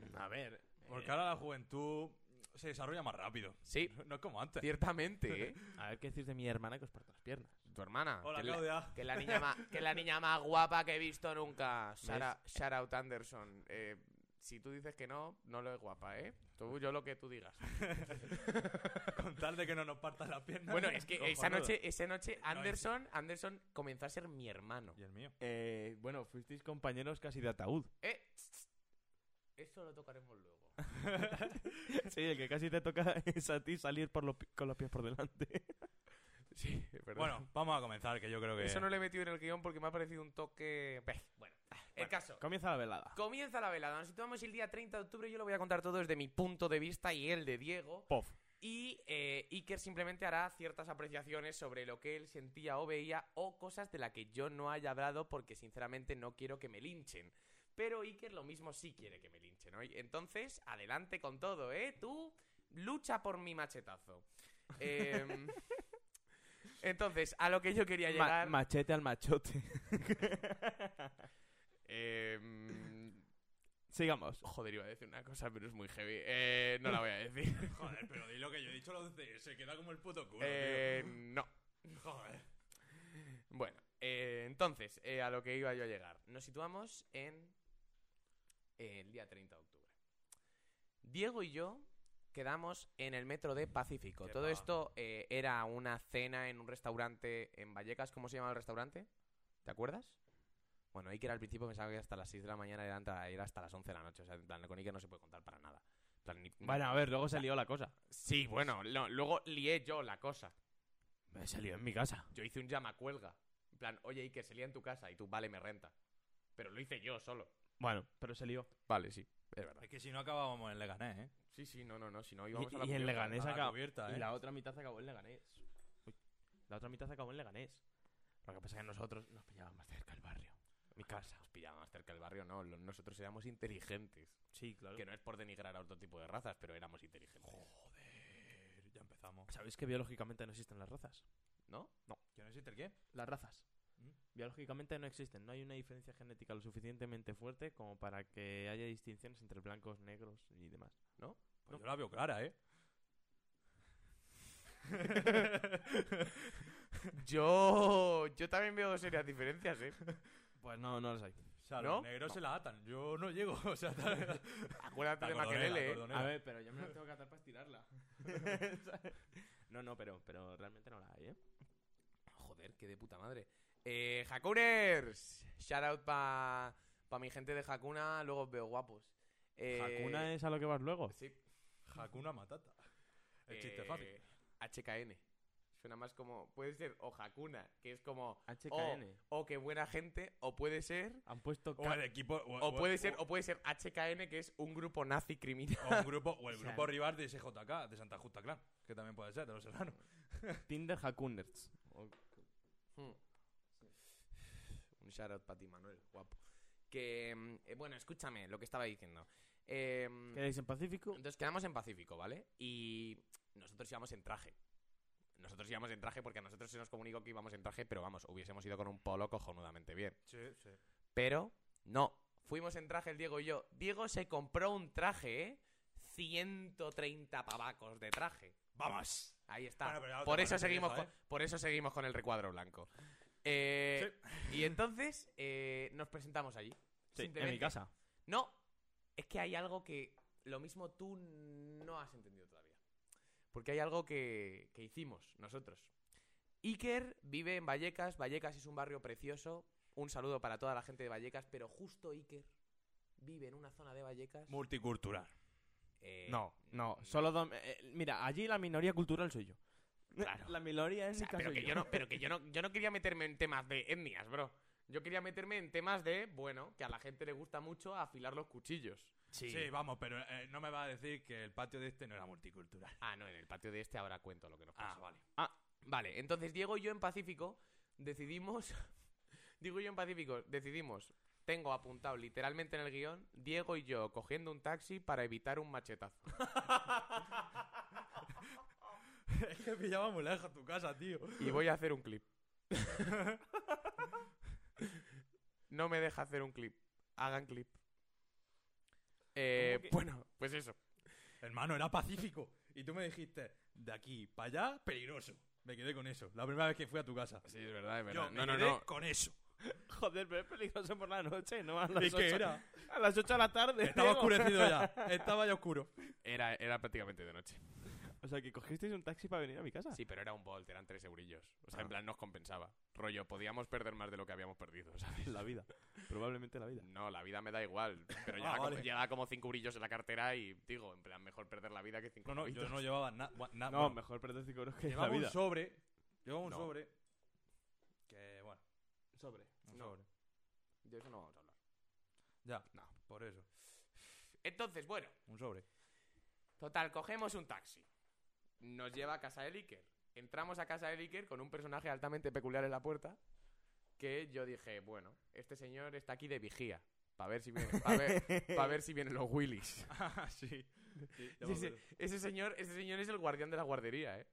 S5: Eh,
S1: A ver,
S3: Porque ahora la juventud se desarrolla más rápido.
S5: Sí,
S3: No es como antes.
S5: ciertamente, ¿eh?
S1: a ver qué decís de mi hermana que os parto las piernas.
S5: Tu hermana.
S3: Hola,
S5: que, es la,
S3: Claudia.
S5: que es la niña más, que es la niña más guapa que he visto nunca. Sara, shoutout Anderson. Eh, si tú dices que no, no lo es guapa, ¿eh? Tú, yo lo que tú digas.
S3: Con tal de que no nos partan las piernas. Oh.
S5: Bueno, es que esa
S3: Cojonudo.
S5: noche, esa noche
S3: No, es-
S5: Anderson, Anderson comenzó a ser mi hermano.
S3: Y el mío.
S1: Eh, bueno, fuisteis compañeros casi de ataúd.
S5: Eh, tss, tss. Eso lo tocaremos luego.
S1: Sí, el que casi te toca es a ti salir por los pi- con los pies por delante.
S5: Sí, es verdad.
S3: Bueno, vamos a comenzar, que yo creo que.
S5: eso no lo he metido en el guión porque me ha parecido un toque. Beh, Bueno, el caso.
S1: Comienza la velada.
S5: Comienza la velada. Nos situamos el día 30 de octubre. Yo lo voy a contar todo desde mi punto de vista y el de Diego.
S1: Pof.
S5: Y eh, Iker simplemente hará ciertas apreciaciones sobre lo que él sentía o veía o cosas de las que yo no haya hablado porque sinceramente no quiero que me linchen. Pero Iker lo mismo sí quiere que me linchen hoy. Entonces, adelante con todo, ¿eh? Tú lucha por mi machetazo. Em, entonces, a lo que yo quería
S1: Ma-
S5: llegar...
S1: machete al machote.
S5: em,
S1: Sigamos.
S5: joder, iba a decir una cosa, pero es muy heavy. Eh, no la voy a decir.
S3: Joder, pero di lo que yo he dicho, lo de- se queda como el puto culo.
S5: Eh, no.
S3: tío. Joder.
S5: Bueno, eh, entonces, eh, a lo que iba yo a llegar. Nos situamos en eh, el día 30 de octubre. Diego y yo quedamos en el metro de Pacífico.
S3: Qué
S5: Todo
S3: va.
S5: esto eh, era una cena en un restaurante en Vallecas. ¿Cómo se llamaba el restaurante? ¿Te acuerdas? Bueno, Iker al principio pensaba que hasta las 6 de la mañana era, hasta- era hasta las 11 de la noche. O sea, en plan, con Iker no se puede contar para nada. En plan, ni-
S1: Bueno, a ver, luego salió la cosa.
S5: Sí, bueno, no, luego lié yo la cosa.
S1: Me salió en mi casa.
S5: Yo hice un llama cuelga. En plan, oye, Iker, se lía en tu casa y tú, vale, me renta. Pero lo hice yo solo.
S1: Bueno, pero se lió.
S5: Vale, sí, es verdad.
S3: Es que si no acabábamos en Leganés, ¿eh?
S5: Sí, sí, no, no, no, si no
S1: Y,
S5: íbamos a la
S1: y el
S5: cubierta.
S1: Leganés
S3: A la
S1: acabó.
S3: cubierta, ¿eh?
S1: Y la otra mitad se acabó en Leganés. Uy, La otra mitad se acabó en Leganés. Lo que pasa es que nosotros nos pillaban más cerca el barrio. Mi casa.
S5: Nos pillaba más cerca del barrio, no. lo- Nosotros éramos inteligentes.
S1: Sí, claro.
S5: Que no es por denigrar a otro tipo de razas, pero éramos inteligentes.
S3: Joder, Eh, ya empezamos.
S1: ¿Sabéis que biológicamente no existen las razas?
S5: ¿No?
S3: ¿Que no existe el qué?
S1: Las razas.
S3: ¿Mm?
S1: Biológicamente no existen. No hay una diferencia genética lo suficientemente fuerte como para que haya distinciones entre blancos, negros y demás.
S3: Pues yo la veo clara, ¿eh?
S5: Yo. Yo también veo serias diferencias, ¿eh?
S1: Pues no, no las hay.
S3: O sea,
S5: ¿No?
S3: los negros se la atan. Yo no llego. O sea, tal- la
S5: Acuérdate de
S3: cordonera, la
S5: Maquelele, ¿eh?
S3: cordonera.
S1: A ver, pero yo me las tengo que atar para estirarla. no, no, pero, pero realmente no la hay, ¿eh?
S5: Joder, qué de puta madre. Eh, Hakuners. Shout out para pa mi gente de Hakuna, luego os veo guapos. Eh,
S1: ¿Hakuna es a lo que vas luego?
S5: Sí.
S3: Hakuna Matata. El chiste
S5: eh,
S3: fácil.
S5: HKN. Suena más como. Puede ser o Hakuna, que es como.
S3: Ah.
S1: HKN.
S5: O qué buena gente, o puede ser.
S1: Oh. Han puesto
S3: O el
S1: K.
S3: equipo. O,
S5: O puede ser,
S3: O,
S5: o puede ser HKN, que es un grupo nazi criminal.
S3: o un grupo, o el
S1: O sea,
S3: grupo rival de SJK, de Santa Justa Clan. Que también puede ser, de los hermanos.
S1: Tinder Hakuners. O-
S5: Hmm. Un shout out para ti, Manuel, guapo. Que. mm, eh, bueno, escúchame lo que estaba diciendo. Em,
S1: ¿Queréis en Pacífico?
S5: Entonces quedamos en Pacífico, ¿vale? Y nosotros íbamos en traje. Nosotros íbamos en traje porque a nosotros se nos comunicó que íbamos en traje, pero vamos, hubiésemos ido con un polo cojonudamente bien.
S3: Sí, sí.
S5: Pero no, fuimos en traje el Diego y yo. Diego se compró un traje, ¿eh? 130 pavacos de traje.
S3: ¡Vamos!
S5: Ahí está.
S3: Bueno, pero ya
S5: por,
S3: otra
S5: eso
S3: vez se
S5: seguimos
S3: deja,
S5: con, por eso seguimos con el recuadro blanco. Eh, Y entonces eh, nos presentamos allí.
S1: en mi
S5: Simplemente-
S1: casa.
S5: no, es que hay algo que lo mismo tú no has entendido todavía. Porque hay algo que, que hicimos nosotros. Iker vive en Vallecas. Vallecas es un barrio precioso. Un saludo para toda la gente de Vallecas. Pero justo Iker vive en una zona de Vallecas.
S3: Multicultural.
S5: eh,
S1: No, no, solo... dom- eh, mira, allí la minoría cultural soy yo.
S5: Claro.
S1: La minoría
S5: O
S1: es
S5: sea, pero que yo no, pero que yo no, yo no quería meterme en temas de etnias, bro. Yo quería meterme en temas de, bueno, que a la gente le gusta mucho afilar los cuchillos.
S3: Sí. vamos, pero eh, no me va a decir que el patio de este no era multicultural.
S5: Ah, no, en el patio de este ahora cuento lo que nos
S3: Ah,
S5: pasó.
S3: vale.
S5: Ah, vale. Entonces, Diego y yo en Pacífico decidimos. Diego y yo en Pacífico decidimos. Tengo apuntado literalmente en el guión Diego y yo cogiendo un taxi para evitar un machetazo.
S3: es que pillaba muy lejos tu casa, tío.
S5: Y voy a hacer un clip. no me deja hacer un clip. Hagan clip. Eh,
S1: ¿Cómo que-
S5: Bueno, pues eso.
S3: Hermano, era pacífico. Y tú me dijiste, de aquí para allá, peligroso. Me quedé con eso. La primera vez que fui a tu casa.
S5: Sí, es verdad, es
S3: Yo
S5: verdad.
S3: me
S5: no, no,
S3: quedé
S5: no.
S3: con eso.
S1: Joder, pero es peligroso por la noche, ¿no? A las,
S3: ¿Y
S1: 8,
S3: qué era?
S1: A las 8 de la tarde.
S3: Estaba
S1: Diego.
S3: oscurecido ya. Estaba ya oscuro.
S5: Era, era prácticamente de noche.
S1: O sea, que cogisteis un taxi para venir a mi casa.
S5: Sí, pero era un volt, eran tres eurillos. O sea,
S1: Ah.
S5: en plan nos compensaba. Rollo, podíamos perder más de lo que habíamos perdido, ¿sabes?
S1: La vida. Probablemente la vida.
S5: No, la vida me da igual. Pero
S3: Ah,
S5: lleva, como,
S3: vale.
S5: lleva como cinco brillos en la cartera y digo, en plan, mejor perder la vida que cinco
S3: No, no, yo
S5: euros.
S3: no llevaba nada.
S1: No, mejor perder 5 euros que la
S3: Llevaba
S1: vida.
S3: un sobre. Llevaba un
S5: No.
S3: sobre. Que bueno. Sobre. Un
S5: No.
S3: sobre.
S5: De eso no vamos a hablar.
S3: Ya.
S5: No.
S3: Por eso.
S5: Entonces, bueno,
S3: Un sobre.
S5: total, cogemos un taxi. Nos lleva a casa de Iker. Entramos a casa de Iker con un personaje altamente peculiar en la puerta. Que yo dije, bueno, este señor está aquí de vigía. Para ver, si viene- pa' ver, pa' ver si vienen los Willys.
S3: Ah, sí.
S5: Y ese, ese señor, ese señor es el guardián de la guardería, ¿eh?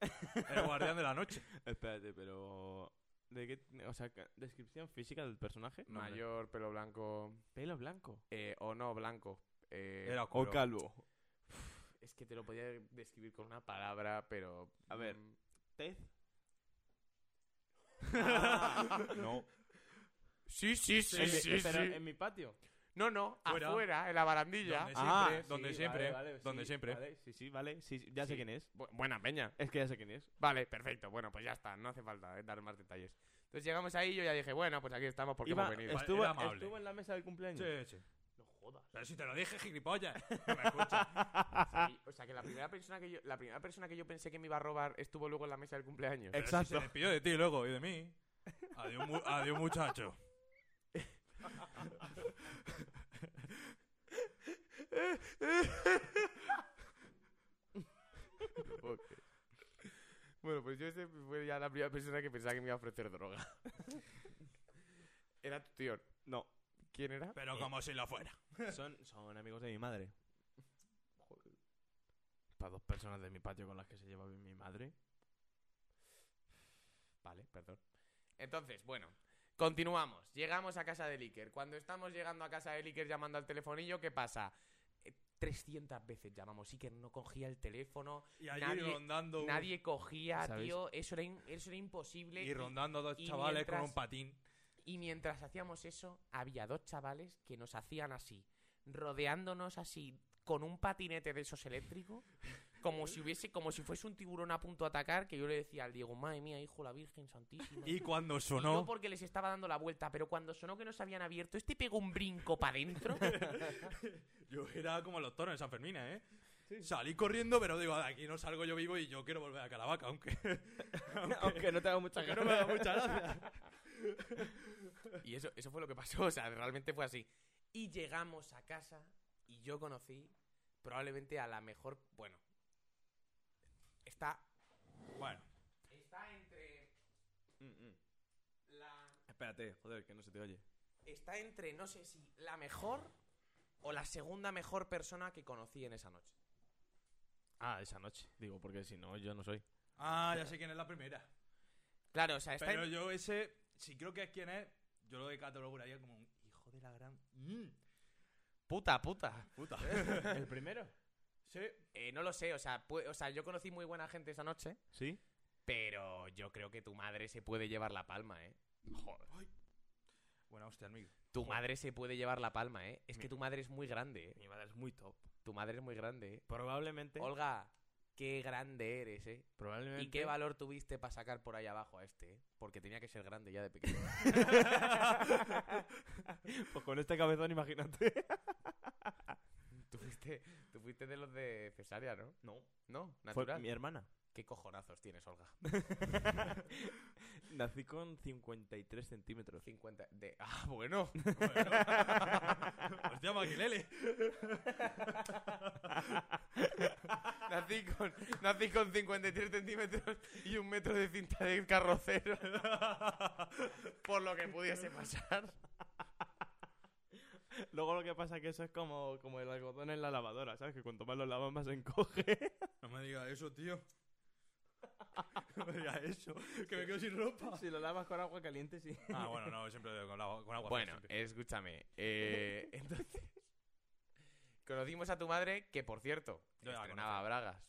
S3: El guardián de la noche.
S1: Espérate, pero... ¿De qué? O sea, ca- descripción física del personaje.
S3: No, hombre.
S5: Mayor, pelo blanco.
S1: Pelo blanco.
S5: eh, o no, blanco. eh,
S3: Era
S1: O
S3: oscuro.
S1: calvo.
S5: Es que te lo podía describir con una palabra, pero.
S1: A ver.
S5: mm,
S1: Tez.
S3: no.
S5: Sí, sí, sí,
S1: Ah. En mi-
S5: sí. sí,
S1: pero en mi patio.
S5: No, no,
S3: Fuera.
S5: afuera, en la barandilla.
S3: Donde
S1: Ah,
S3: siempre, donde
S1: sí,
S3: siempre,
S1: vale, vale,
S3: donde
S1: sí,
S3: siempre.
S1: vale, sí, sí, vale. sí, sí, ya sé
S5: Sí.
S1: quién es.
S5: Bu- buena peña.
S1: Es que ya sé quién es.
S5: Vale, perfecto. Bueno, pues ya está, no hace falta eh, dar más detalles. Entonces llegamos ahí y yo ya dije, bueno, pues aquí estamos porque
S1: Iba-
S5: hemos venido.
S3: es-
S1: estuvo,
S3: Era amable.
S1: estuvo en la mesa del cumpleaños.
S3: Sí, sí.
S5: No jodas.
S3: Pero si te lo dije, gilipollas. No me escuchas.
S5: O
S3: Ah.
S5: sea, y- o sea, que la primera persona que yo, la primera persona que yo pensé que me iba a robar estuvo luego en la mesa del cumpleaños.
S3: Pero si
S1: Exacto.
S3: se despidió de ti luego y de mí. Adiós, mu- adiós muchacho.
S5: Ok. Bueno, pues yo ese fue ya la primera persona que pensaba que me iba a ofrecer droga. Era tu tío.
S1: No.
S5: ¿Quién era?
S3: Pero como si lo fuera.
S1: Son, son amigos de mi madre. Para dos personas de mi patio con las que se lleva bien mi madre.
S5: Vale, perdón. Entonces, bueno, continuamos. Llegamos a casa de Iker. Cuando estamos llegando a casa de Iker llamando al telefonillo, ¿qué pasa? Eh, 300 veces llamamos. Iker no cogía el teléfono.
S3: Y allí
S5: Nadie-
S3: rondando. un-
S5: Nadie cogía,
S1: ¿Sabes?
S5: tío. Eso era, in- eso era imposible.
S3: Y rondando dos
S5: y
S3: chavales
S5: mientras-
S3: con un patín.
S5: Y mientras hacíamos eso, había dos chavales que nos hacían así, rodeándonos así con un patinete de esos eléctricos, como si hubiese, como si fuese un tiburón a punto de atacar, que yo le decía al Diego, madre mía, hijo, la Virgen Santísima.
S3: Y cuando
S5: Y yo
S3: sonó,
S5: porque les estaba dando la vuelta, pero cuando sonó que nos habían abierto, este pegó un brinco para adentro.
S3: yo era como los toros en San Fermín, ¿eh? Salí corriendo, pero digo, de aquí no salgo yo vivo y yo quiero volver a Caravaca, aunque, aunque,
S1: Aunque no te haga mucha
S3: aunque no me
S1: gracia.
S3: da mucha gracia.
S5: Y eso, eso fue lo que pasó, o sea, realmente fue así. Y llegamos a casa y yo conocí probablemente a la mejor, bueno, está,
S3: Bueno,
S5: está entre la,
S1: Espérate, joder, que no se te oye.
S5: está entre no sé si la mejor o la segunda mejor persona que conocí en esa noche.
S1: Ah, esa noche. Digo, porque si no, yo no soy.
S3: ah, ya sé quién es la primera.
S5: Claro, o sea, está
S3: Pero
S5: en-
S3: yo ese, si creo que es quien es, yo lo catalogaría como un hijo de la gran... Mm,
S5: puta puta.
S3: puta.
S1: ¿El primero?
S3: sí.
S5: Eh, no lo sé, o sea, pu- o sea, yo conocí muy buena gente esa noche,
S1: ¿Sí?
S5: pero yo creo que tu madre se puede llevar la palma, ¿eh? Joder.
S3: Buena hostia, amigo.
S5: Tu madre se puede llevar la palma, ¿eh? Es que tu madre es muy grande, ¿eh?
S1: Mi madre es muy top.
S5: Tu madre es muy grande, ¿eh?
S1: Probablemente.
S5: Olga, qué grande eres, ¿eh?
S1: Probablemente.
S5: Y qué valor tuviste para sacar por ahí abajo a este, ¿eh? Porque tenía que ser grande ya de pequeño.
S1: Pues con este cabezón, imagínate.
S5: tú, fuiste, tú fuiste de los de cesárea, ¿no?
S1: No.
S5: No,
S1: Fue
S5: natural.
S1: mi hermana.
S5: ¿Qué cojonazos tienes, Olga?
S1: Nací con 53 centímetros.
S5: 50 de... Ah, bueno.
S3: Bueno. hostia, Maquilele.
S5: Nací con, nací con 53 centímetros y un metro de cinta de carrocero. Por lo que pudiese pasar.
S1: Luego lo que pasa es que eso es como, como el algodón en la lavadora, ¿sabes? Que cuanto más lo lavas, más se encoge.
S3: No me digas eso, tío. No me digas eso. Que me quedo sin ropa.
S1: si lo lavas con agua caliente, sí.
S3: Ah, bueno, no, siempre con agua. Con agua
S5: Bueno,
S3: siempre.
S5: escúchame. eh, entonces, conocimos a tu madre, que por cierto,
S3: Yo ya la
S5: estrenaba
S3: conocía.
S5: bragas.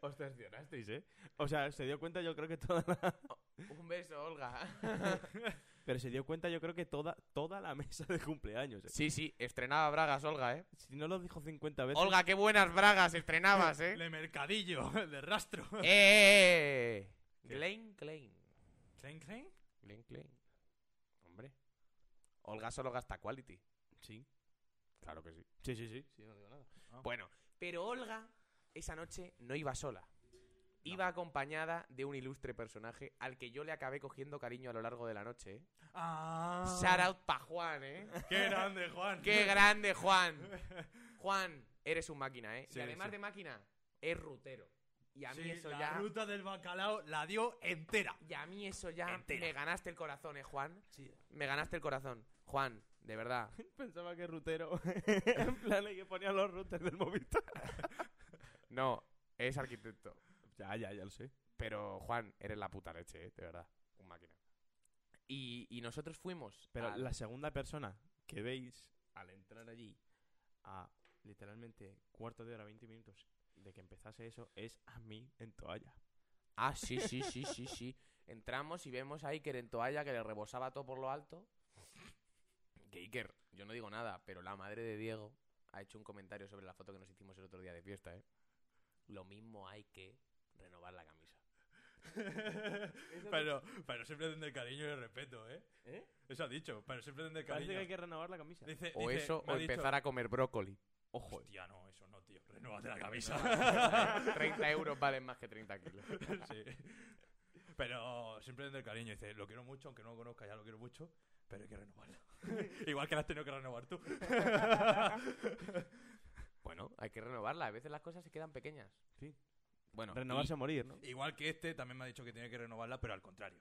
S1: Os traicionasteis, ¿eh? O sea, se dio cuenta yo creo que toda la...
S5: Un beso, Olga.
S1: Pero se dio cuenta yo creo que toda, toda la mesa de cumpleaños, ¿eh?
S5: sí, sí, estrenaba bragas, Olga, ¿eh?
S1: Si no lo dijo 50 veces...
S5: Olga, qué buenas bragas estrenabas, ¿eh?
S3: Le mercadillo, el de rastro.
S5: ¡Eh! eh, eh! Glenn Klein.
S3: ¿Clen, clen?
S5: Glenn Klein. Hombre. Olga solo gasta quality.
S1: Sí.
S5: Claro que sí.
S1: Sí, sí, sí.
S5: Sí, no digo nada.
S3: Ah.
S5: Bueno, pero Olga esa noche no iba sola. Iba acompañada de un ilustre personaje al que yo le acabé cogiendo cariño a lo largo de la noche. ¿eh?
S3: Ah.
S5: Shout out pa' Juan, ¿eh?
S3: Qué grande, Juan.
S5: ¡Qué grande, Juan! Juan, eres un máquina, ¿eh?
S3: Sí,
S5: y además
S3: sí.
S5: de máquina, es rutero. Y a mí
S3: Sí,
S5: eso
S3: la
S5: ya...
S3: ruta del bacalao la dio entera.
S5: Y a mí eso ya...
S3: Entera.
S5: Me ganaste el corazón, ¿eh, Juan?
S3: Sí.
S5: Me ganaste el corazón. Juan, de verdad.
S1: Pensaba que rutero. en plan, el que ponía los routers del Movistar.
S5: No, es arquitecto.
S1: Ya, ya, ya lo sé.
S5: Pero, Juan, eres la puta leche, ¿eh? De verdad. Un máquina. Y, y nosotros fuimos...
S1: Pero
S5: a-
S1: la segunda persona que veis al entrar allí a literalmente cuarto de hora, 20 minutos de que empezase eso es a mí en toalla.
S5: Ah, sí, sí, sí, sí, sí. Entramos y vemos a Iker en toalla que le rebosaba todo por lo alto. Que Iker, yo no digo nada, pero la madre de Diego ha hecho un comentario sobre la foto que nos hicimos el otro día de fiesta, ¿eh? Lo mismo hay que renovar la camisa.
S3: pero, pero siempre desde el cariño y el respeto, ¿eh?
S1: ¿Eh?
S3: Eso ha dicho, pero siempre desde el
S1: Parece que
S3: cariño.
S1: hay que renovar la camisa.
S3: Dice,
S5: O
S3: dice-
S5: eso,
S3: me
S5: o
S3: ha dicho,
S5: empezar a comer brócoli.
S1: Ojo,
S3: Hostia, no, eso no, tío. Renuévate la camisa.
S5: 30 euros valen más que 30 kilos.
S3: Sí. Pero siempre desde el cariño. Dice, lo quiero mucho, aunque no lo conozca, ya lo quiero mucho, pero hay que renovarlo. Igual que la has tenido que renovar tú.
S5: Bueno, hay que renovarla. A veces las cosas se quedan pequeñas.
S1: Sí.
S5: Bueno,
S1: renovarse a morir, ¿no?
S3: Igual que este también me ha dicho que tiene que renovarla, pero al contrario.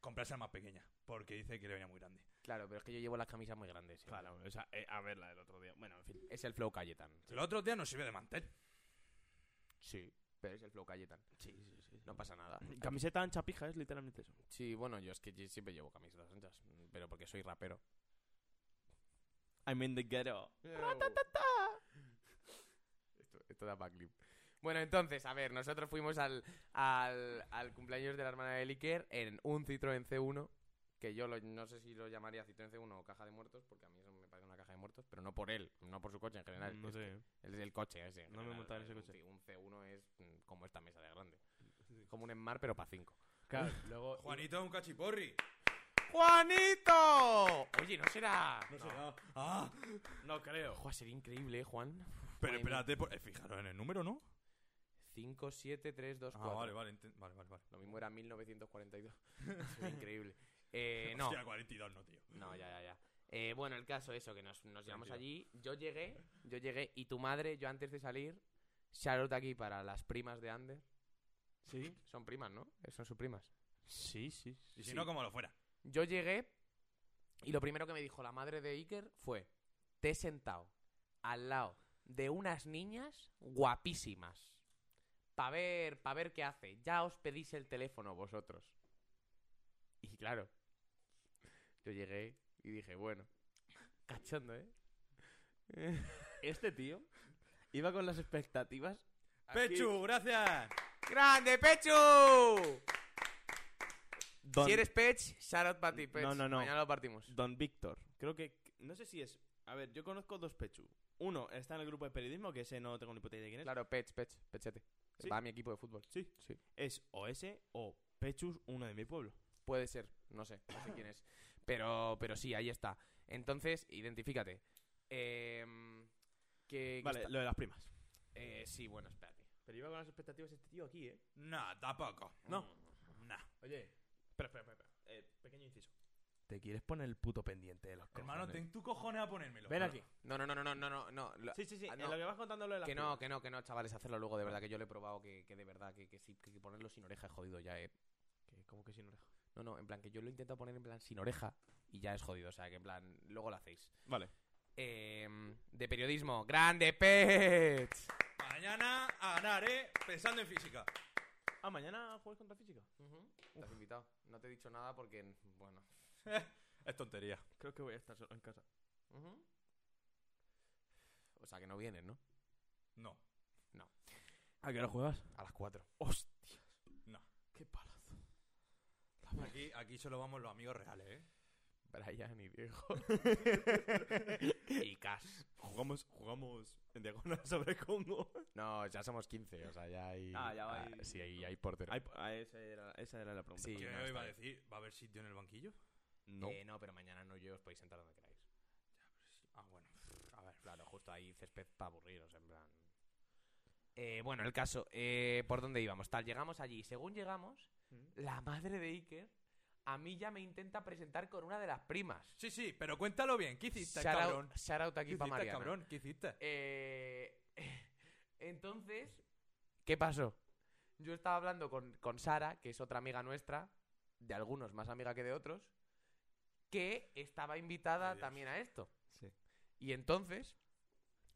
S3: Comprarse la más pequeña, porque dice que le venía muy grande.
S5: y- claro, pero es que yo llevo las camisas muy grandes. siempre.
S1: Claro, o sea, eh, a ver la del otro día. Bueno, en fin.
S5: Es el Flow Cayetan.
S3: El otro día nos sirve de mantel.
S5: Sí. Pero es el Flow Cayetan.
S1: Sí, sí, sí.
S5: No pasa nada.
S1: Camiseta ancha pija es literalmente eso.
S5: Sí, bueno, yo es que yo siempre llevo camisetas anchas, mm, pero porque soy rapero.
S1: I'm in the ghetto.
S5: Esto, esto da pa' clip. Bueno, entonces, a ver, nosotros fuimos al, al, al cumpleaños de la hermana de Liker en un Citroën C1, que yo lo- no sé si lo llamaría Citroën C1 o caja de muertos, porque a mí eso me parece una caja de muertos, pero no por él, no por su coche en general.
S1: Mm, No
S5: es
S1: sé.
S5: El del coche ese. en
S1: No me he
S5: general,
S1: montado en ese
S5: un
S1: coche.
S5: C- Un C1 es mm, como esta mesa de grande. Como un Enmar, pero para 5.
S1: Claro, luego.
S3: Juanito es un cachiporri.
S5: ¡Juanito! Oye, no será.
S3: No sé. ah, Ah,
S1: No creo.
S5: Juan, sería increíble, ¿eh, Juan.
S3: pero espérate, por- eh, fijaros en el número, ¿no?
S5: 5, 7, 3, 2,
S3: Ah,
S5: 4.
S3: vale, vale, enten- vale, vale, vale.
S5: Lo mismo era 1942. Sería increíble. Eh, no,
S3: Hostia, 42 no, tío.
S5: no, ya, ya, ya. Eh, bueno, el caso eso, que nos, nos llevamos
S3: Tranquilo.
S5: allí. Yo llegué, yo llegué, y tu madre, yo antes de salir, Charlotte aquí para las primas de Ander.
S1: Sí.
S5: Son primas, ¿no? Son sus primas.
S1: Sí, sí.
S3: Y si
S5: Sí.
S3: no, como lo fuera.
S5: Yo llegué y lo primero que me dijo la madre de Iker fue, te he sentado al lado de unas niñas guapísimas. Pa' ver, pa' ver qué hace. Ya os pedís el teléfono vosotros. Y claro, yo llegué y dije, bueno, cachondo, ¿eh?
S1: Este tío iba con las expectativas. aquí.
S3: ¡Pechu, gracias!
S5: ¡Grande, Pechu!
S1: Don,
S5: Si eres Pech, shout para ti, Pech.
S1: No, no, no.
S5: Mañana lo partimos.
S1: Don Víctor. Creo que. No sé si es. A ver, yo conozco dos Pechu. Uno está en el grupo de periodismo, que ese no tengo ni puta idea de quién es.
S5: Claro, Pech, Pech, Pechete.
S1: ¿Eh? Sí.
S5: Va a mi equipo de fútbol.
S1: Sí.
S5: Sí.
S1: Es o ese o Pechus, uno de mi pueblo.
S5: Puede ser, no sé, no sé quién es. Pero, pero sí, ahí está. Entonces, identifícate. Em, que, que
S1: Vale,
S5: está-
S1: lo de las primas.
S5: eh, sí, bueno, espérate.
S1: Pero iba con las expectativas este tío aquí, ¿eh?
S3: Nah, tampoco. No. Nah.
S1: Oye, espera, espera, espera. pequeño inciso. ¿Te quieres poner el puto pendiente de los cojones?
S3: Hermano, ten tu cojones a ponérmelo.
S1: Ven
S3: No,
S1: aquí.
S5: No, no, no, no, no, no, no. no, lo-
S1: Sí, sí, sí.
S5: Ah,
S1: en
S5: no.
S1: lo que vas contando lo de las
S5: Que no,
S1: primas.
S5: que no, que no, chavales, hacerlo luego, de verdad, que yo lo he probado, que, que de verdad, que, que sí, que ponerlo sin oreja es jodido ya, eh.
S1: Que- ¿Cómo que sin oreja?
S5: No, no, en plan, que yo lo he intentado poner en plan sin oreja y ya es jodido, o sea, que en plan, luego lo hacéis.
S1: Vale.
S5: Em, de periodismo, grande pets.
S3: no. Mañana a ganar, ¿eh? Pensando en física.
S1: Ah, mañana juegas contra física.
S5: Estás invitado. No te he dicho nada porque, bueno.
S3: Es tontería.
S1: Creo que voy a estar solo en casa.
S5: O sea, que no vienes, ¿no?
S3: No.
S1: ¿A qué hora juegas?
S5: A las 4.
S1: Hostias.
S3: No.
S1: Qué palazo.
S3: Aquí, aquí solo vamos los amigos reales, ¿eh?
S5: Brian y Diego. y Cas.
S1: Jugamos, jugamos en diagonal sobre Congo.
S5: No, ya somos 15, o sea, ya hay.
S1: Ah, ya va ahí.
S5: sí, ahí hay portero.
S1: Ay, ah, esa, era, esa era la pregunta.
S5: Sí.
S3: Yo
S5: no,
S3: iba
S5: está
S3: a
S5: bien.
S3: decir, ¿va a haber sitio en el banquillo?
S1: No.
S5: Eh, no, pero mañana no yo os podéis sentar donde queráis.
S3: Ah, bueno.
S5: A ver, claro, justo ahí césped para aburriros, en plan. Eh, bueno, el caso, eh, ¿por dónde íbamos? Tal, llegamos allí. Según llegamos, la madre de Iker a mí ya me intenta presentar con una de las primas.
S3: Sí, sí, pero cuéntalo bien. ¿Qué hiciste,
S5: Shout out-
S3: cabrón?
S5: shout out
S3: ¿Qué
S5: aquí para
S3: hiciste,
S5: Mariana.
S3: cabrón? ¿Qué hiciste?
S5: Eh, entonces, ¿qué pasó? Yo estaba hablando con, con Sara, que es otra amiga nuestra, de algunos más amiga que de otros, que estaba invitada
S3: Ay, Dios.
S5: también a esto.
S1: Sí.
S5: Y entonces,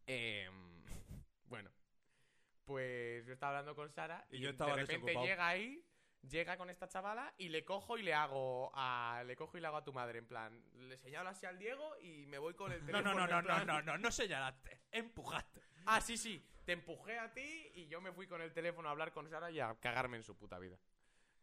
S5: em, bueno, pues yo estaba hablando con Sara
S3: Y yo estaba
S5: de repente
S3: desocupado.
S5: llega ahí, llega con esta chavala y le cojo y le hago a, le cojo y le hago a tu madre, en plan, le señalo así al Diego y me voy con el
S3: No,
S5: teléfono.
S3: no, no,
S5: en
S3: no, no,
S5: plan-
S3: no, no, no señalaste. Empujaste.
S5: Ah, sí, sí. Te empujé a ti y yo me fui con el teléfono a hablar con Sara y a cagarme en su puta vida.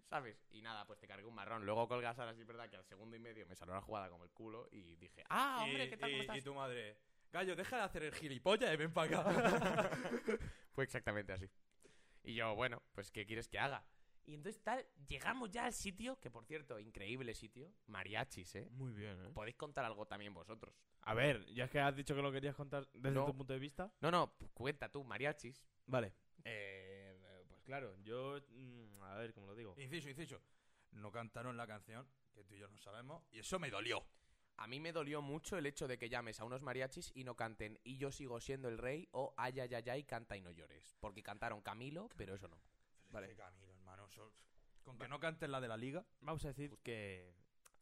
S5: ¿Sabes? Y nada, pues te cargué un marrón. Luego colga a Sara, sí, es verdad que al segundo y medio me salió la jugada como el culo y dije, ah, hombre,
S3: y,
S5: ¿qué tal? ¿Cómo
S3: y-
S5: estás?
S3: y tu madre, Gallo, deja de hacer el gilipollas y ven para acá.
S5: Fue exactamente así. Y yo, bueno, pues ¿qué quieres que haga? Y entonces tal, llegamos ya al sitio, que por cierto, increíble sitio, mariachis, ¿eh?
S1: Muy bien, ¿eh?
S5: Podéis contar algo también vosotros.
S1: A ver, ya es que has dicho que lo querías contar desde
S5: No.
S1: tu punto de vista.
S5: No, no, cuenta tú, mariachis.
S1: Vale. pues claro, yo. mm, A ver, ¿cómo lo digo?
S3: Eh, inciso, inciso. No cantaron la canción, que tú y yo no sabemos, y eso me dolió.
S5: A mí me dolió mucho el hecho de que llames a unos mariachis y no canten Y yo sigo siendo el rey o Ay, ay, ay, ay, canta y no llores. Porque cantaron Camilo, pero eso no.
S3: Vale. Camilo, hermano, eso- con que no cantes la de la liga.
S1: Vamos a decir que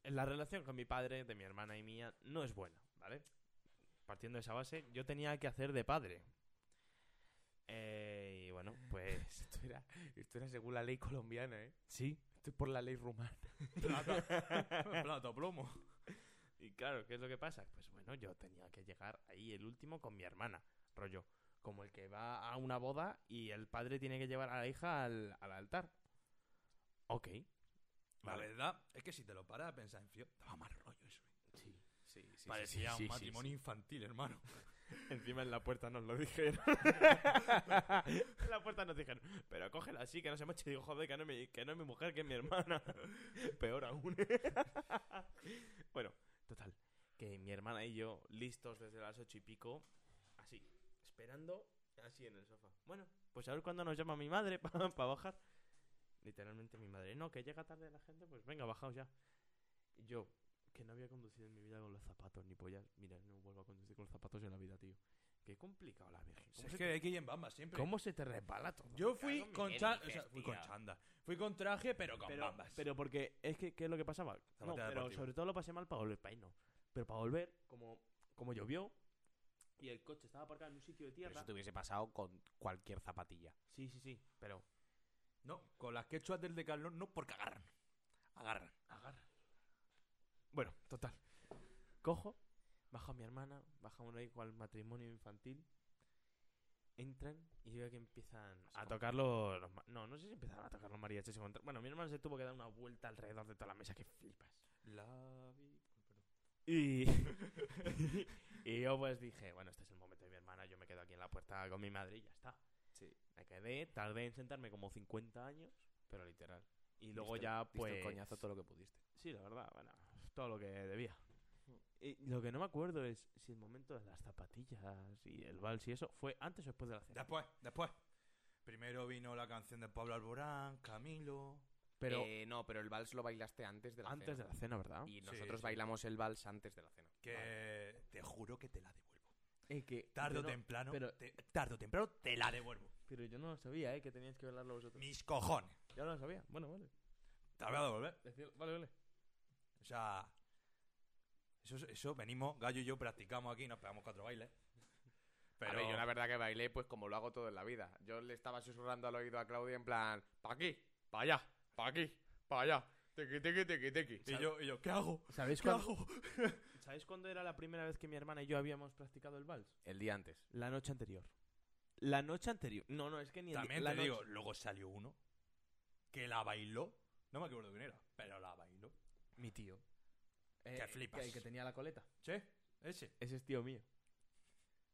S1: la relación con mi padre, de mi hermana y mía, no es buena, ¿vale? Partiendo de esa base, yo tenía que hacer de padre. Eh, y bueno, pues.
S5: Esto era, esto era según la ley colombiana, ¿eh?
S1: Sí.
S5: Esto es por la ley rumana.
S3: Plata, plata, plomo.
S1: Y claro, ¿qué es lo que pasa? Pues bueno, yo tenía que llegar ahí el último con mi hermana, rollo. Como el que va a una boda y el padre tiene que llevar a la hija al, al altar. Ok.
S3: La verdad es que si te lo paras a pensar en fío, te va mal rollo eso. ¿eh?
S5: Sí, sí, sí,
S3: Parecía
S5: sí, sí,
S3: un
S5: sí,
S3: matrimonio infantil, hermano.
S1: Encima en la puerta nos lo dijeron. en la puerta nos dijeron, pero cógela así, que no se moche. Y digo, joder, que no, es mi, que no es mi mujer, que es mi hermana. Peor aún. bueno, total. Que mi hermana y yo, listos desde las ocho y pico, así, esperando, así en el sofá. Bueno, pues a ver cuándo nos llama mi madre para bajar. Literalmente mi madre, no, que llega tarde la gente, pues venga, bajaos ya. Y yo, que no había conducido en mi vida con los zapatos ni pollas. Mira, no vuelvo a conducir con los zapatos en la vida, tío. Qué complicado la virgen.
S3: Si es
S1: se
S3: que
S1: te-
S3: hay que ir en bamba siempre.
S1: ¿Cómo se te resbala todo?
S3: Yo
S5: Me
S3: fui
S5: cago en
S3: con,
S5: mi
S3: chan-
S5: narices,
S3: o sea, fui
S5: tío.
S3: con chanda. Fui con traje, pero con
S1: pero,
S3: bambas.
S1: pero porque es que, ¿qué es lo que pasaba? No,
S3: Zapatilla
S1: pero
S3: deportiva.
S1: sobre todo lo pasé mal para volver, para ir no. Pero para volver, como, como llovió y el coche estaba aparcado en un sitio de
S5: Pero eso
S1: tierra.
S5: te hubiese pasado con cualquier zapatilla.
S1: Sí, sí, sí, pero
S3: No, con las quechuas del Decathlon no, porque agarran. Agarran. Agarran.
S1: Bueno, total. Cojo, bajo a mi hermana, bajamos ahí al matrimonio infantil. Entran y veo que empiezan a tocar los. los ma- no, no sé si empezaron a tocar los mariachis. o entra- Bueno, mi hermana se tuvo que dar una vuelta alrededor de toda la mesa que flipas.
S3: La vi-
S1: Y. y yo pues dije, bueno, este es el momento de mi hermana, yo me quedo aquí en la puerta con mi madre y ya está.
S5: Sí.
S1: Me quedé, tardé en sentarme como 50 años, pero literal. Y luego
S5: Diste-
S1: ya
S5: diste
S1: pues.
S5: el coñazo todo lo que pudiste.
S1: Sí, la verdad, bueno, todo lo que debía. Y lo que no me acuerdo es si el momento de las zapatillas y el vals y eso fue antes o después de la cena.
S3: Después, después. Primero vino la canción de Pablo Alborán, Camilo.
S1: Pero
S5: Eh, no, pero el vals lo bailaste antes de la
S1: antes
S5: cena.
S1: de la cena, ¿verdad?
S5: Y
S3: Sí,
S5: nosotros
S3: sí.
S5: bailamos el vals antes de la cena.
S3: Que te juro que te la devuelvo.
S1: Eh, que, pero,
S3: Tardo o
S1: no-
S3: temprano.
S1: pero-
S3: te- tarde o temprano te la devuelvo.
S1: pero yo no lo sabía, ¿eh? Que teníais que velarlo vosotros.
S3: Mis cojones.
S1: Yo no lo sabía. Bueno, vale.
S3: Te la voy a devolver.
S1: Decir- vale, vale.
S3: O sea. Eso, eso venimos, Gallo y yo practicamos aquí, nos pegamos cuatro bailes. Pero.
S5: A ver, yo la verdad que bailé pues como lo hago todo en la vida. Yo le estaba susurrando al oído a Claudia en plan, pa' aquí, pa' allá, pa' aquí, pa' allá, tequi, tequi, tequi, tequi.
S3: y, yo, y yo, ¿qué hago?
S1: ¿Sabéis
S3: ¿Qué
S1: cuándo,
S3: hago?
S1: ¿Sabéis cuándo era la primera vez que mi hermana y yo habíamos practicado el vals?
S5: El día antes.
S1: La noche anterior. La noche anterior. No, no, es que ni el
S3: También
S1: la
S3: te
S1: noche-
S3: digo, luego salió uno que la bailó. No me acuerdo quién era, pero la bailó.
S1: Mi tío. Eh,
S3: Que flipas.
S1: El que tenía la coleta.
S3: ¿Sí? Ese.
S1: Ese es tío mío.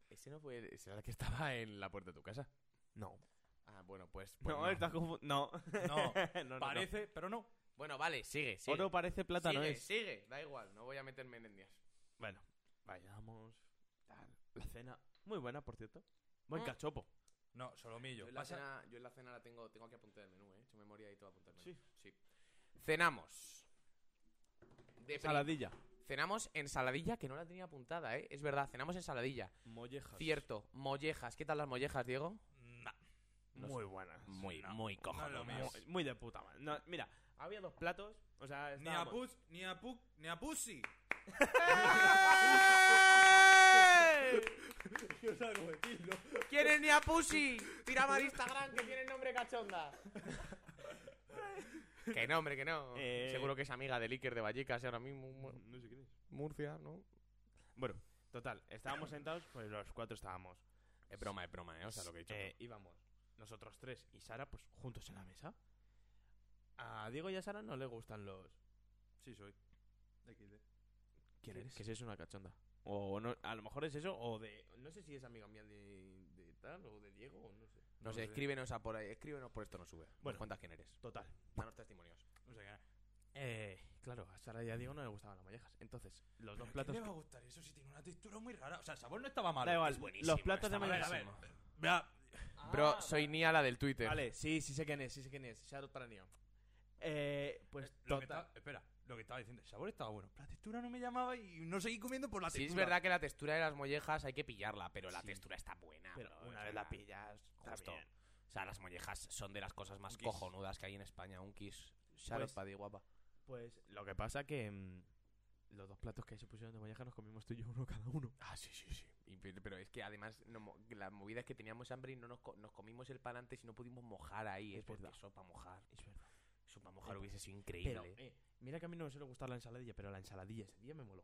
S5: Ese no fue, ese era el que estaba en la puerta de tu casa.
S1: No.
S5: Ah, bueno, pues... pues
S1: No, estás confu- No.
S3: No,
S1: No, no, no.
S3: parece, pero no.
S5: Bueno, vale, sigue, sigue.
S1: Oro parece plata, no
S5: sigue,
S1: es.
S5: sigue, da igual, no voy a meterme en endias.
S1: Bueno, bailamos. tal. La cena, muy buena, por cierto. Buen
S3: Ah,
S5: Mm.
S1: cachopo.
S3: No, solomillo.
S5: Yo en, la
S3: Pasa-
S5: cena, yo en la cena la tengo, tengo que apuntar el menú, ¿eh? He hecho memoria y todo apuntar el menú.
S1: Sí.
S5: Sí. Cenamos. De pri-
S1: Saladilla.
S5: Cenamos ensaladilla, que no la tenía apuntada, ¿eh? Es verdad, cenamos ensaladilla.
S1: Mollejas.
S5: Cierto, mollejas. ¿Qué tal las mollejas, Diego?
S3: Nah,
S1: Muy buenas.
S5: Muy,
S3: No,
S5: muy
S3: no es lo mío.
S1: Muy, muy de puta madre. No, mira, había dos platos. O sea,
S3: Ni a
S1: estábamos-
S3: pus, ni a pu, ni a pussy. ¡Eh! Yo no sabía cómo decirlo.
S5: ¿Quién es Niapusi? Tírame al Instagram que tiene nombre cachonda. que no, hombre, que no.
S1: Eh.
S5: Seguro que es amiga del Iker de Vallecas y ahora mismo Mu-
S1: No sé quién es.
S5: Murcia, ¿no?
S1: Bueno, total, estábamos sentados, pues los cuatro estábamos.
S5: Es broma, es broma, ¿eh? O sea, lo que he dicho.
S1: Eh, íbamos nosotros tres y Sara, pues juntos en la mesa. A Diego y a Sara no le gustan los.
S3: Sí, soy. XD.
S1: ¿Quién eres? Que si es una cachonda. O no, a lo mejor es eso, o de. No sé si es amiga mía de, de tal, o de Diego, o no sé.
S5: no sé, escríbenos a por ahí, escríbenos por esto no sube. Nos
S1: Bueno.
S5: cuentas quién eres.
S1: Total.
S5: Danos testimonios.
S3: No sé qué era.
S1: Eh, claro, a Sara y a Diego no le gustaban las mollejas. Entonces, los
S3: ¿Pero
S1: dos
S3: a
S1: platos.
S3: quién le va a gustar eso si tiene una textura muy rara? O sea, el sabor no estaba malo.
S1: Da igual,
S3: Es buenísimo.
S1: los platos de
S3: está
S1: mollejas.
S3: buenísimo. Vea, Ah,
S5: Bro, soy Nia la del Twitter.
S1: Vale, sí, sí sé quién es, sí sé quién es. Shout para Neo. Eh, pues
S3: lo que
S1: total.
S3: estaba- espera, lo que estaba diciendo, el sabor estaba bueno. pero La textura no me llamaba y no seguí comiendo por la
S5: Si es
S3: textura.
S5: verdad que la textura de las mollejas hay que pillarla, pero la
S1: Sí.
S5: textura está buena.
S1: Pero una
S5: bro, o
S1: vez
S5: sea,
S1: la pillas, está
S5: justo.
S1: bien.
S5: O sea, las mollejas son de las cosas más
S3: Un kiss.
S5: cojonudas que hay en España. Un kiss. Shout
S1: Pues-
S5: out pa' ti, guapa.
S1: Pues lo que pasa que mm, los dos platos que ahí se pusieron de molleja nos comimos tú y yo uno cada uno.
S5: Ah, sí, sí, sí. Y pe- pero es que además no mo- la movida es que teníamos hambre y no nos, co- nos comimos el pan antes y no pudimos mojar ahí.
S1: Es
S5: Es porque
S1: verdad.
S5: eso para mojar.
S1: Es verdad.
S5: Eso para mojar
S1: Eh,
S5: hubiese sido
S1: Pero,
S5: increíble.
S1: eh, mira que a mí no me suele gustar la ensaladilla, pero la ensaladilla ese día me moló.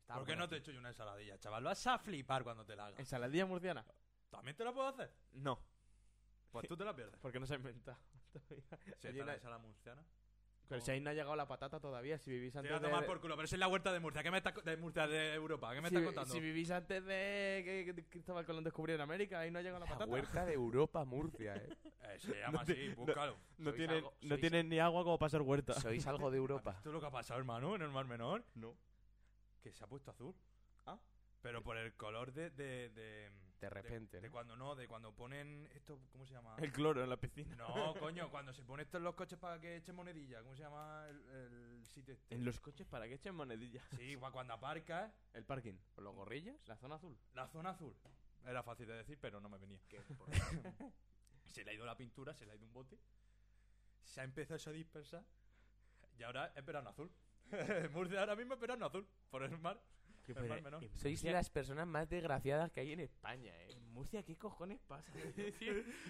S5: Estaba
S3: ¿Por qué
S5: bueno,
S3: no te he
S5: tío.
S3: hecho yo una ensaladilla, chaval? Vas a flipar cuando te la hagas.
S1: ¿Ensaladilla murciana?
S3: ¿También te la puedo hacer?
S1: No,
S3: Pues tú te la pierdes.
S1: porque no se ha inventado. todavía.
S3: Si
S1: Oye,
S3: está la
S1: la-
S3: ensalada murciana.
S1: Pero si ahí no ha llegado la patata todavía, si vivís
S3: Te
S1: antes
S3: voy a
S1: de...
S3: tomar por culo, pero si es la huerta de Murcia, ¿qué me está, de Murcia de Europa? ¿Qué me
S1: si,
S3: estás contando?
S1: si vivís antes de que que Cristóbal Colón descubriera América, ahí no ha llegado la, patata.
S5: de Europa, Murcia, ¿eh?
S3: Eh, se llama así, búscalo.
S1: No
S5: Sois
S1: tienen,
S5: algo-
S1: no
S5: sois-
S1: tienen ni agua como para ser huerta.
S5: Sois algo de Europa.
S3: ¿Esto es lo que ha pasado, hermano, en el mar menor?
S1: No.
S3: Que se ha puesto azul.
S1: Ah.
S3: Pero por el color de. de, de
S5: De repente,
S3: de
S5: ¿no?
S3: cuando no, de cuando ponen esto, ¿cómo se llama?
S1: El cloro en la piscina.
S3: No, coño, cuando se pone esto en los coches para que echen monedilla, ¿cómo se llama el, el sitio este?
S1: En los coches, ¿para qué echen monedillas?
S3: Sí, cua- cuando aparcas,
S1: El parking.
S5: ¿Con los gorrillos?
S1: La zona azul.
S3: la zona azul. Era fácil de decir, pero no me venía.
S5: Que por-
S3: Se le ha ido la pintura, se le ha ido un bote. Se ha empezado eso a dispersar. Y ahora es verano azul. Murcia ahora mismo es verano azul. Por el mar. El mar menor.
S1: en
S5: Sois
S1: Murcia-
S5: las personas más desgraciadas que hay en España, ¿eh?
S1: en Murcia, ¿qué cojones pasa?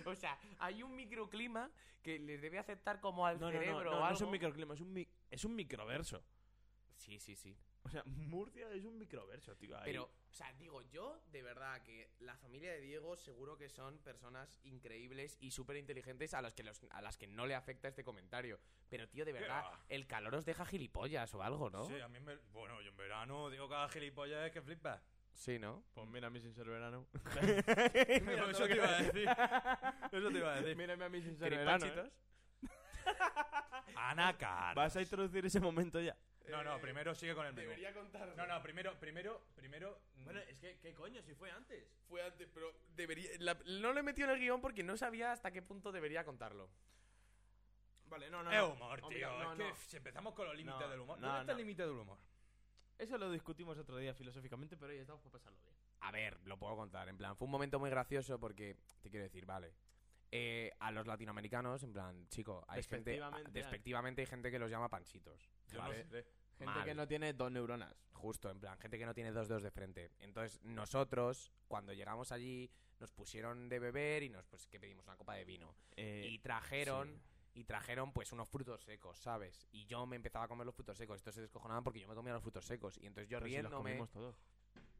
S5: o sea, hay un microclima que les debe aceptar como al
S1: No, no, no,
S5: cerebro
S1: no,
S5: o
S1: no
S5: algo.
S1: es un microclima, es un, mi- es un microverso.
S5: Sí, sí, sí.
S1: O sea, Murcia es un microverso, tío. ahí.
S5: Pero, o sea, digo yo, de verdad, que la familia de Diego seguro que son personas increíbles y súper inteligentes a las, que los- a las que no le afecta este comentario. Pero, tío, de verdad,
S3: Ya.
S5: el calor os deja gilipollas o algo, ¿no?
S3: Sí, a mí me... Bueno, yo en verano digo cada gilipollas es que flipas.
S5: Sí, ¿no?
S1: Pues mira a mí sin ser verano.
S3: Pero eso te iba a decir. Eso te iba a decir.
S1: Mírame a mí sin ser
S5: ¿Queréis
S1: verano.
S5: panchitos?
S1: ¿eh?
S3: Anacar.
S1: Vas a introducir ese momento ya.
S3: No, no, primero sigue con el menú.
S4: Debería contarlo.
S3: No, no, primero, primero, primero.
S5: Bueno, es que, ¿qué coño? Si fue antes.
S4: Fue antes, pero debería.
S5: La- no lo he metido en el guión porque no sabía hasta qué punto debería contarlo.
S1: Vale, no,
S3: es humor,
S1: Hombre,
S3: tío.
S1: no,
S3: es que
S1: no.
S3: si empezamos con los límites
S1: No,
S3: del humor.
S1: no,
S3: ¿Dónde está el
S1: no.
S3: límite del humor?
S1: Eso lo discutimos otro día filosóficamente, pero hoy estamos para pasarlo bien.
S5: A ver, lo puedo contar. En plan, fue un momento muy gracioso porque, te quiero decir, vale. eh, a los latinoamericanos, en plan, chico, hay gente.
S1: Despectivamente,
S5: a- Despectivamente hay gente que los llama panchitos.
S3: Yo
S5: ¿vale?
S3: no sé.
S1: Gente
S5: Mal.
S1: que no tiene dos neuronas.
S5: Justo, en plan, gente que no tiene dos dedos de frente. Entonces, nosotros, cuando llegamos allí, nos pusieron de beber y nos, pues, que pedimos una copa de vino.
S1: Eh,
S5: y trajeron. Y trajeron, pues, unos frutos secos, ¿sabes? Y yo me empezaba a comer los frutos secos. Estos se descojonaban porque yo me comía los frutos secos. Y entonces yo
S1: Pero si los
S5: riéndome.
S1: comimos todos.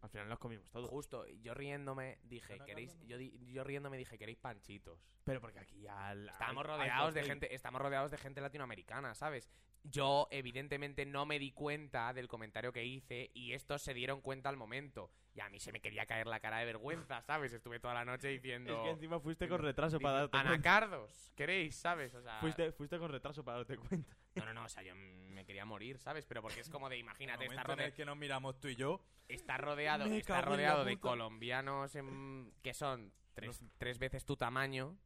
S1: Al final los comimos todos.
S5: Justo, y yo riéndome dije,
S3: Pero no,
S5: queréis,
S3: no, no.
S5: yo, di- yo riéndome dije, queréis panchitos.
S1: Pero porque aquí ya... la-
S5: Estamos
S1: hay- hay
S5: rodeados de
S1: cóctel.
S5: gente, estamos rodeados de gente latinoamericana, ¿sabes? Yo evidentemente no me di cuenta del comentario que hice y estos se dieron cuenta al momento. Y a mí se me quería caer la cara de vergüenza, ¿sabes? Estuve toda la noche diciendo
S1: Es que encima fuiste con
S5: Diciendo-
S1: retraso para darte cuenta.
S5: Anacardos, ¿queréis? ¿Sabes? O sea,
S1: Fuiste, fuiste con retraso para darte cuenta.
S5: no, no, no, o sea, yo me quería morir, ¿sabes? Pero porque es como de,
S3: El
S5: imagínate,
S3: momento
S5: estar,
S3: en
S5: rode-
S3: el que nos miramos tú y yo.
S5: Está rodeado,
S1: Me
S5: está
S1: cago en la
S5: rodeado de
S1: puta.
S5: colombianos en- que son tres, tres veces tu tamaño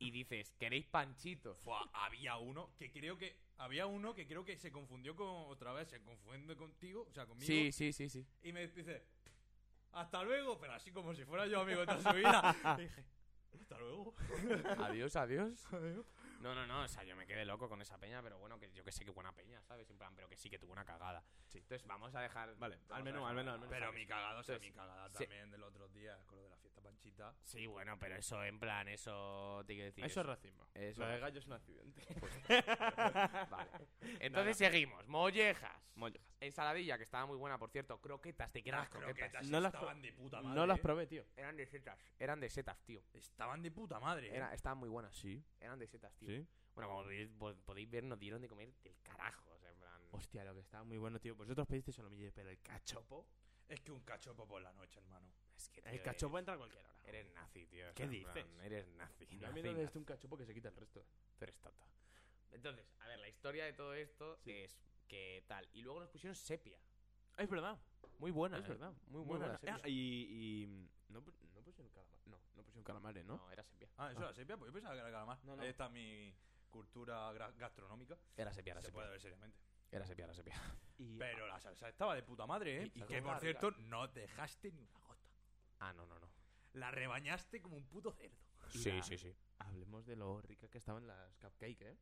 S5: y dices, ¿queréis panchitos?
S3: Fua, había uno que creo que. Había uno que creo que se confundió con otra vez. Se confunde contigo, o sea, conmigo.
S5: Sí, sí, sí, sí.
S3: Y me dice, hasta luego, pero así como si fuera yo amigo de toda su vida. Y dije, hasta luego.
S5: Adiós, adiós. No, no, no, o sea, yo me quedé loco con esa peña, pero bueno, que yo que sé que buena peña, ¿sabes? En plan, pero que sí que tuvo una cagada. Entonces vamos a dejar...
S1: Vale,
S5: vamos
S1: al
S5: a
S1: menú,
S5: dejar-
S1: al menú, al menú.
S3: Pero
S5: ¿sabes?
S3: mi cagada, o sea,
S5: Entonces,
S3: mi cagada
S5: sí.
S3: también del otro día, con lo de la fiesta panchita.
S5: Sí, bueno, pero eso en plan, eso... Te quiero decir...
S1: Eso Pues, es racismo.
S5: Eso
S1: Lo de
S5: es-
S1: gallo es un accidente.
S5: Vale. Entonces seguimos. Mollejas.
S1: Mollejas.
S5: Ensaladilla, que estaba muy buena, por cierto. Croquetas, te quedas
S3: Las
S5: croquetas.
S3: croquetas
S1: No las
S3: estaban de puta madre.
S1: No las
S3: eh.
S1: probé, tío.
S5: Eran de setas. Eran de setas, tío.
S3: Estaban de puta madre. eh.
S5: Era- estaban muy buenas.
S1: Sí,
S5: Eran de setas, tío. Bueno, como podéis, po- podéis ver, nos dieron de comer del carajo. O sea, en plan...
S1: Hostia, lo que estaba muy bueno, tío. Vosotros pedisteis solomillo, pero el cachopo...
S3: Es que un cachopo por la noche, hermano.
S5: Es que, tío,
S1: El cachopo entra a cualquier hora.
S5: Eres, eres nazi, tío. o
S1: ¿Qué
S5: sea, en plan,
S1: dices?
S5: Eres nazi.
S1: No, a
S5: nazi,
S1: mí no
S5: nazi.
S1: un cachopo que se quita el resto.
S5: Tú eres tonto. Entonces, a ver, la historia de todo esto es que tal. Y luego nos pusieron sepia.
S1: Es verdad.
S5: Muy buena,
S1: Es
S5: eh.
S1: verdad.
S5: Muy buena, la
S1: Ah,
S5: sepia.
S1: Y, y- No, pu- no pusieron calamares. No, no pusieron calamares, ¿eh? ¿no?
S5: No, era sepia.
S3: Ah, eso era sepia, pues yo pensaba que era calamar.
S1: No, no.
S3: Esta es mi cultura gra- gastronómica.
S5: Era sepia, era
S3: se
S5: sepia.
S3: puede ver seriamente.
S5: Era sepia, era sepia.
S1: Y-
S3: Pero la salsa estaba de puta madre, ¿eh?
S5: Y-
S3: Y, que,
S5: y como
S3: por
S5: una
S3: cierto, no dejaste ni una gota.
S5: Ah, no, no, no.
S3: La rebañaste como un puto cerdo.
S1: Y
S5: Sí,
S1: la-
S5: sí, sí.
S1: Hablemos de lo rica que estaban las cupcakes, ¿eh?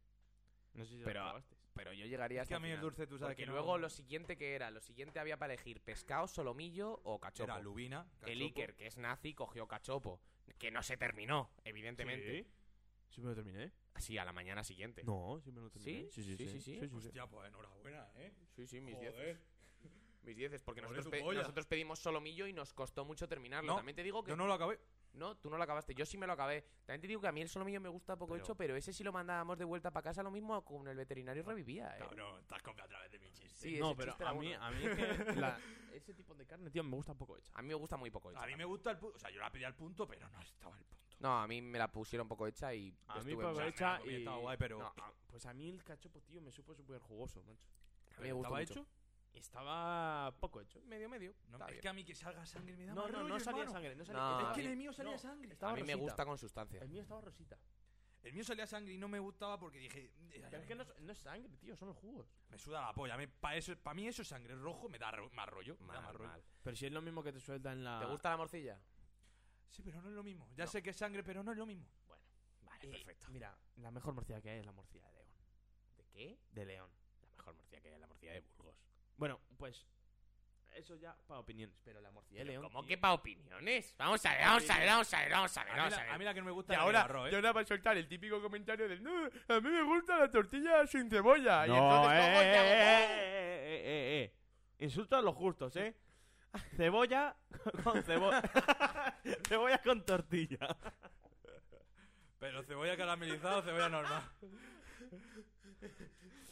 S1: No sé si
S5: Pero-
S1: las probasteis.
S5: Pero yo llegaría
S3: Es que
S5: hasta
S3: a mí
S5: el
S3: el
S5: final.
S3: dulce, tú sabes
S5: Porque
S3: que no-
S5: luego lo siguiente que era, lo siguiente había para elegir pescado, solomillo o cachopo.
S3: Era lubina,
S5: El
S3: cachopo.
S5: Iker, que es nazi, cogió cachopo, que no se terminó, evidentemente.
S1: ¿Sí? ¿Sí me lo terminé?
S5: ¿Sí? a la mañana siguiente.
S1: No, sí me lo
S5: terminé.
S1: Sí, sí, sí.
S5: Sí, sí, sí.
S3: Hostia, pues enhorabuena, ¿eh?
S5: Sí, sí, mis dieces.
S3: Joder.
S5: Mis dieces, porque
S3: Ole
S5: nosotros,
S3: tu
S5: pe-
S3: polla.
S5: nosotros pedimos solomillo y nos costó mucho terminarlo.
S3: No,
S5: También te digo que...
S3: Yo no lo acabé.
S5: No, tú no lo acabaste. Yo sí me lo acabé. También te digo que a mí el solomillo me gusta poco
S3: Pero-
S5: hecho, pero ese sí lo mandábamos de vuelta para casa, lo mismo con el veterinario revivía, eh.
S3: Cabrón, estás copiando a través de mi chiste.
S5: Sí,
S1: no,
S5: ese
S1: pero
S5: chiste era
S1: a mí,
S5: bueno.
S1: a mí es que la- ese tipo de carne, tío, me gusta poco hecha.
S5: A mí me gusta muy poco hecha.
S3: A mí me gusta el punto. O sea, yo la pedí al punto, pero no estaba el punto.
S5: No, a mí me la pusieron poco hecha y
S1: A mí
S5: estuve
S1: poco
S5: mucho-
S1: hecha.
S3: me la comí,
S1: y-
S3: estaba guay, pero.
S1: No, a- pues a mí el cachopo, tío, me supo súper jugoso, macho.
S5: a mí me gustó
S3: ¿Estaba
S5: mucho.
S3: hecho?
S1: Estaba poco hecho.
S5: Medio, medio.
S3: No,
S5: Está
S3: es
S5: bien.
S3: que a mí que salga sangre me da
S1: No, no,
S3: mal
S1: no,
S3: rollo,
S1: salía
S3: hermano.
S1: sangre, no salía
S5: No,
S1: estaba
S3: Es que en
S1: bien.
S3: el mío salía
S1: No,
S3: sangre.
S1: estaba
S5: a mí me
S1: rosita.
S5: gusta con sustancia.
S1: El mío estaba rosita.
S3: El mío salía sangre y no me gustaba porque dije.
S1: Pero es que no, es- no es sangre, tío, son los jugos.
S3: Me suda la polla. A mí, para eso, pa' mí eso es sangre rojo me da ro- más rollo. me da
S5: Mal,
S3: más rollo.
S5: mal.
S1: Pero si es lo mismo que te suelta en la.
S5: ¿Te gusta la morcilla?
S3: Sí, pero no es lo mismo. Ya sé que es sangre, pero no es lo mismo.
S1: Eh,
S5: Vale, perfecto.
S1: Mira, la mejor morcilla que hay es la morcilla de León. ¿De qué? De León. La mejor morcilla que hay es la morcilla de Burgos. Bueno, pues. Eso ya para opiniones, pero la morcilla de
S5: Pero
S1: León.
S5: ¿Cómo
S1: tío,
S5: que para opiniones? Vamos a ver, vamos a ver, vamos a ver, vamos a ver.
S3: A mí,
S5: Vamos a
S3: la, a
S5: ver.
S3: mí la que no me gusta
S5: Y
S3: es la de
S5: ahora,
S3: arroz, ¿eh?
S5: yo no va a soltar el típico comentario del no, a mí me gusta la tortilla sin cebolla. y
S1: No,
S5: entonces,
S1: eh,
S5: ¿cómo te
S1: eh,
S5: hago?
S1: eh, eh, eh, eh, eh. Insultos a los justos, ¿eh? Cebolla con cebolla. cebolla con tortilla.
S3: Pero cebolla caramelizada o cebolla normal.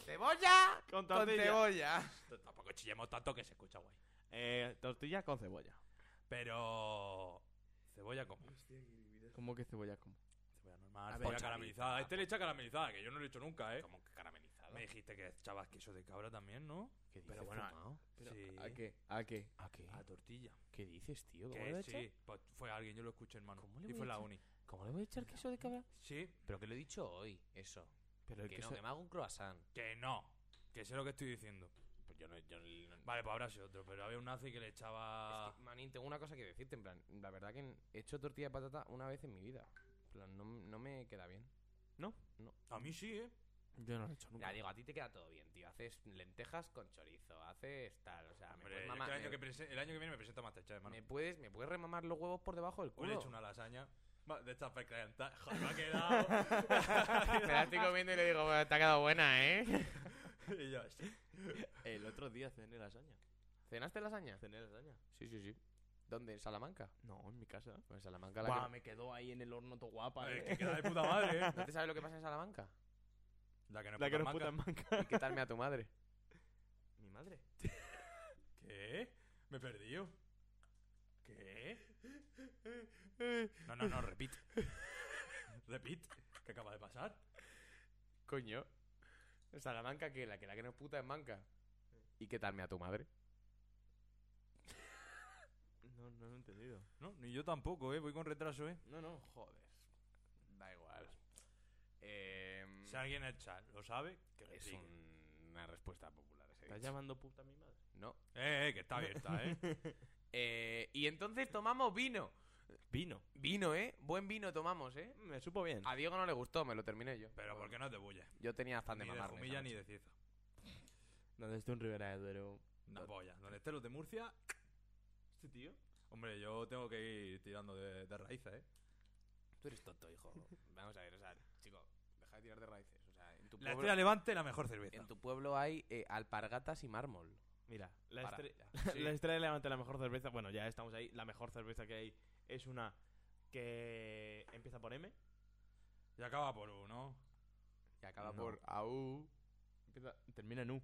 S5: Cebolla
S1: Con
S5: con
S1: tortilla.
S5: cebolla.
S3: T- Tampoco chillemos tanto que se escucha guay.
S1: eh, tortilla con cebolla.
S3: Pero. Cebolla como.
S1: ¿Cómo que cebolla con?
S3: Cebolla normal,
S5: A ver,
S3: cebolla
S5: pocha.
S3: caramelizada. Este le echa caramelizada, que yo no lo he hecho nunca, ¿eh?
S5: Como que caramelizado.
S3: Me dijiste que echabas queso de cabra también, ¿no?
S5: Pero bueno,
S3: sí.
S1: ¿A qué? ¿A qué?
S5: ¿a qué?
S3: A tortilla.
S5: ¿Qué dices, tío? ¿Cómo
S3: Que
S5: le, voy a echar?
S3: sí, pues fue alguien, yo lo escuché, hermano.
S5: ¿Cómo le
S3: Y
S5: voy
S3: fue
S5: a
S3: la
S5: echar?
S3: uni.
S5: ¿Cómo le voy a echar queso de cabra?
S3: Sí,
S5: Pero que lo he dicho hoy, eso.
S1: Pero el
S5: que
S1: queso-
S5: no, que me hago un croissant.
S3: que no. Que sé lo que estoy diciendo.
S5: Pues yo no, yo no-
S3: Vale, pues habrá sido otro, pero había un nazi que le echaba.
S5: Es que, manín, tengo una cosa que decirte, en plan, la verdad que he hecho tortilla de patata una vez en mi vida. En plan, no, no me queda bien.
S3: A mí sí, ¿eh?
S1: Yo no lo he hecho nunca.
S5: Ya digo, a ti te queda todo bien, tío. Haces lentejas con chorizo, haces tal, o sea, me
S3: Hombre,
S5: puedes
S3: yo que
S5: mamar-
S3: el, año
S5: me,
S3: que prese- el año que viene pues, eh. me presento a Masterchef, hermano.
S5: me puedes, me puedes remamar los huevos por debajo del
S3: Hoy le he
S5: culo.
S3: hecho una lasaña. Va, De estas precalientadas. Joder, me ha quedado.
S5: Me la estoy comiendo y le digo, "Bueno, te ha quedado buena, ¿eh?
S3: y yo, sí.
S1: El otro día cené lasaña.
S5: ¿Cenaste lasaña?
S1: ¿Cené lasaña?
S5: Sí, sí, sí. ¿Dónde? ¿En Salamanca?
S1: No, en mi casa. Eh,
S5: Pues en Salamanca la que-
S1: me quedó ahí en el horno todo guapa.
S3: Vale, que queda de puta madre, ¿eh?
S5: ¿No te sabes lo que pasa en Salamanca?
S3: La que no es
S1: La que
S3: puta
S1: nos puta
S3: manca.
S1: en manca.
S5: ¿Y qué tal me a tu madre?
S1: Mi madre.
S3: ¿Qué? Me he perdido. ¿Qué? No, no, no, repite. repite. ¿Qué acaba de pasar?
S5: Coño. En Salamanca, ¿qué? La que la que no es puta es manca. ¿Y qué tal me a tu madre?
S1: No, no lo he entendido.
S3: No, ni yo tampoco, ¿eh? Voy con retraso, ¿eh?
S1: No, no, joder.
S5: Da igual. Eh,
S3: Si alguien en el chat lo sabe, que
S5: es
S3: replique.
S5: un- una respuesta popular. ese
S1: ¿Estás
S5: dicho.
S1: llamando puta a mi madre?
S5: No.
S3: Eh, eh, que está abierta, ¿eh?
S5: Eh, y entonces tomamos vino.
S1: Vino. Ah.
S5: Vino, ¿eh? Buen vino tomamos, ¿eh?
S1: Me supo bien.
S5: A Diego no le gustó, me lo terminé yo.
S3: Pero ¿por qué no es de bulla?
S5: Yo tenía afán de
S3: Ni de
S5: mamarme.
S3: Jumilla
S5: esa
S3: ni
S5: noche.
S3: de Cieza.
S1: Donde esté un Rivera de Duero.
S3: Una polla. Donde estén los de Murcia,
S1: ¿Este tío?
S3: hombre, yo tengo que ir tirando de, de raíces, ¿eh?
S5: Tú eres tonto, hijo. Vamos a ver, o sea, chico, deja de tirar de raíces. O sea, en tu
S3: La
S5: pueblo,
S3: estrella levante, la mejor cerveza.
S5: en tu pueblo hay eh, alpargatas y mármol.
S1: Mira, la,
S5: Para.
S1: estre-
S5: Sí.
S1: la estrella de levante la mejor cerveza. Bueno, ya estamos ahí. La mejor cerveza que hay es una que empieza por M.
S3: Y acaba por uno.
S5: Y acaba
S1: No.
S5: por AU.
S1: Empieza- termina en U.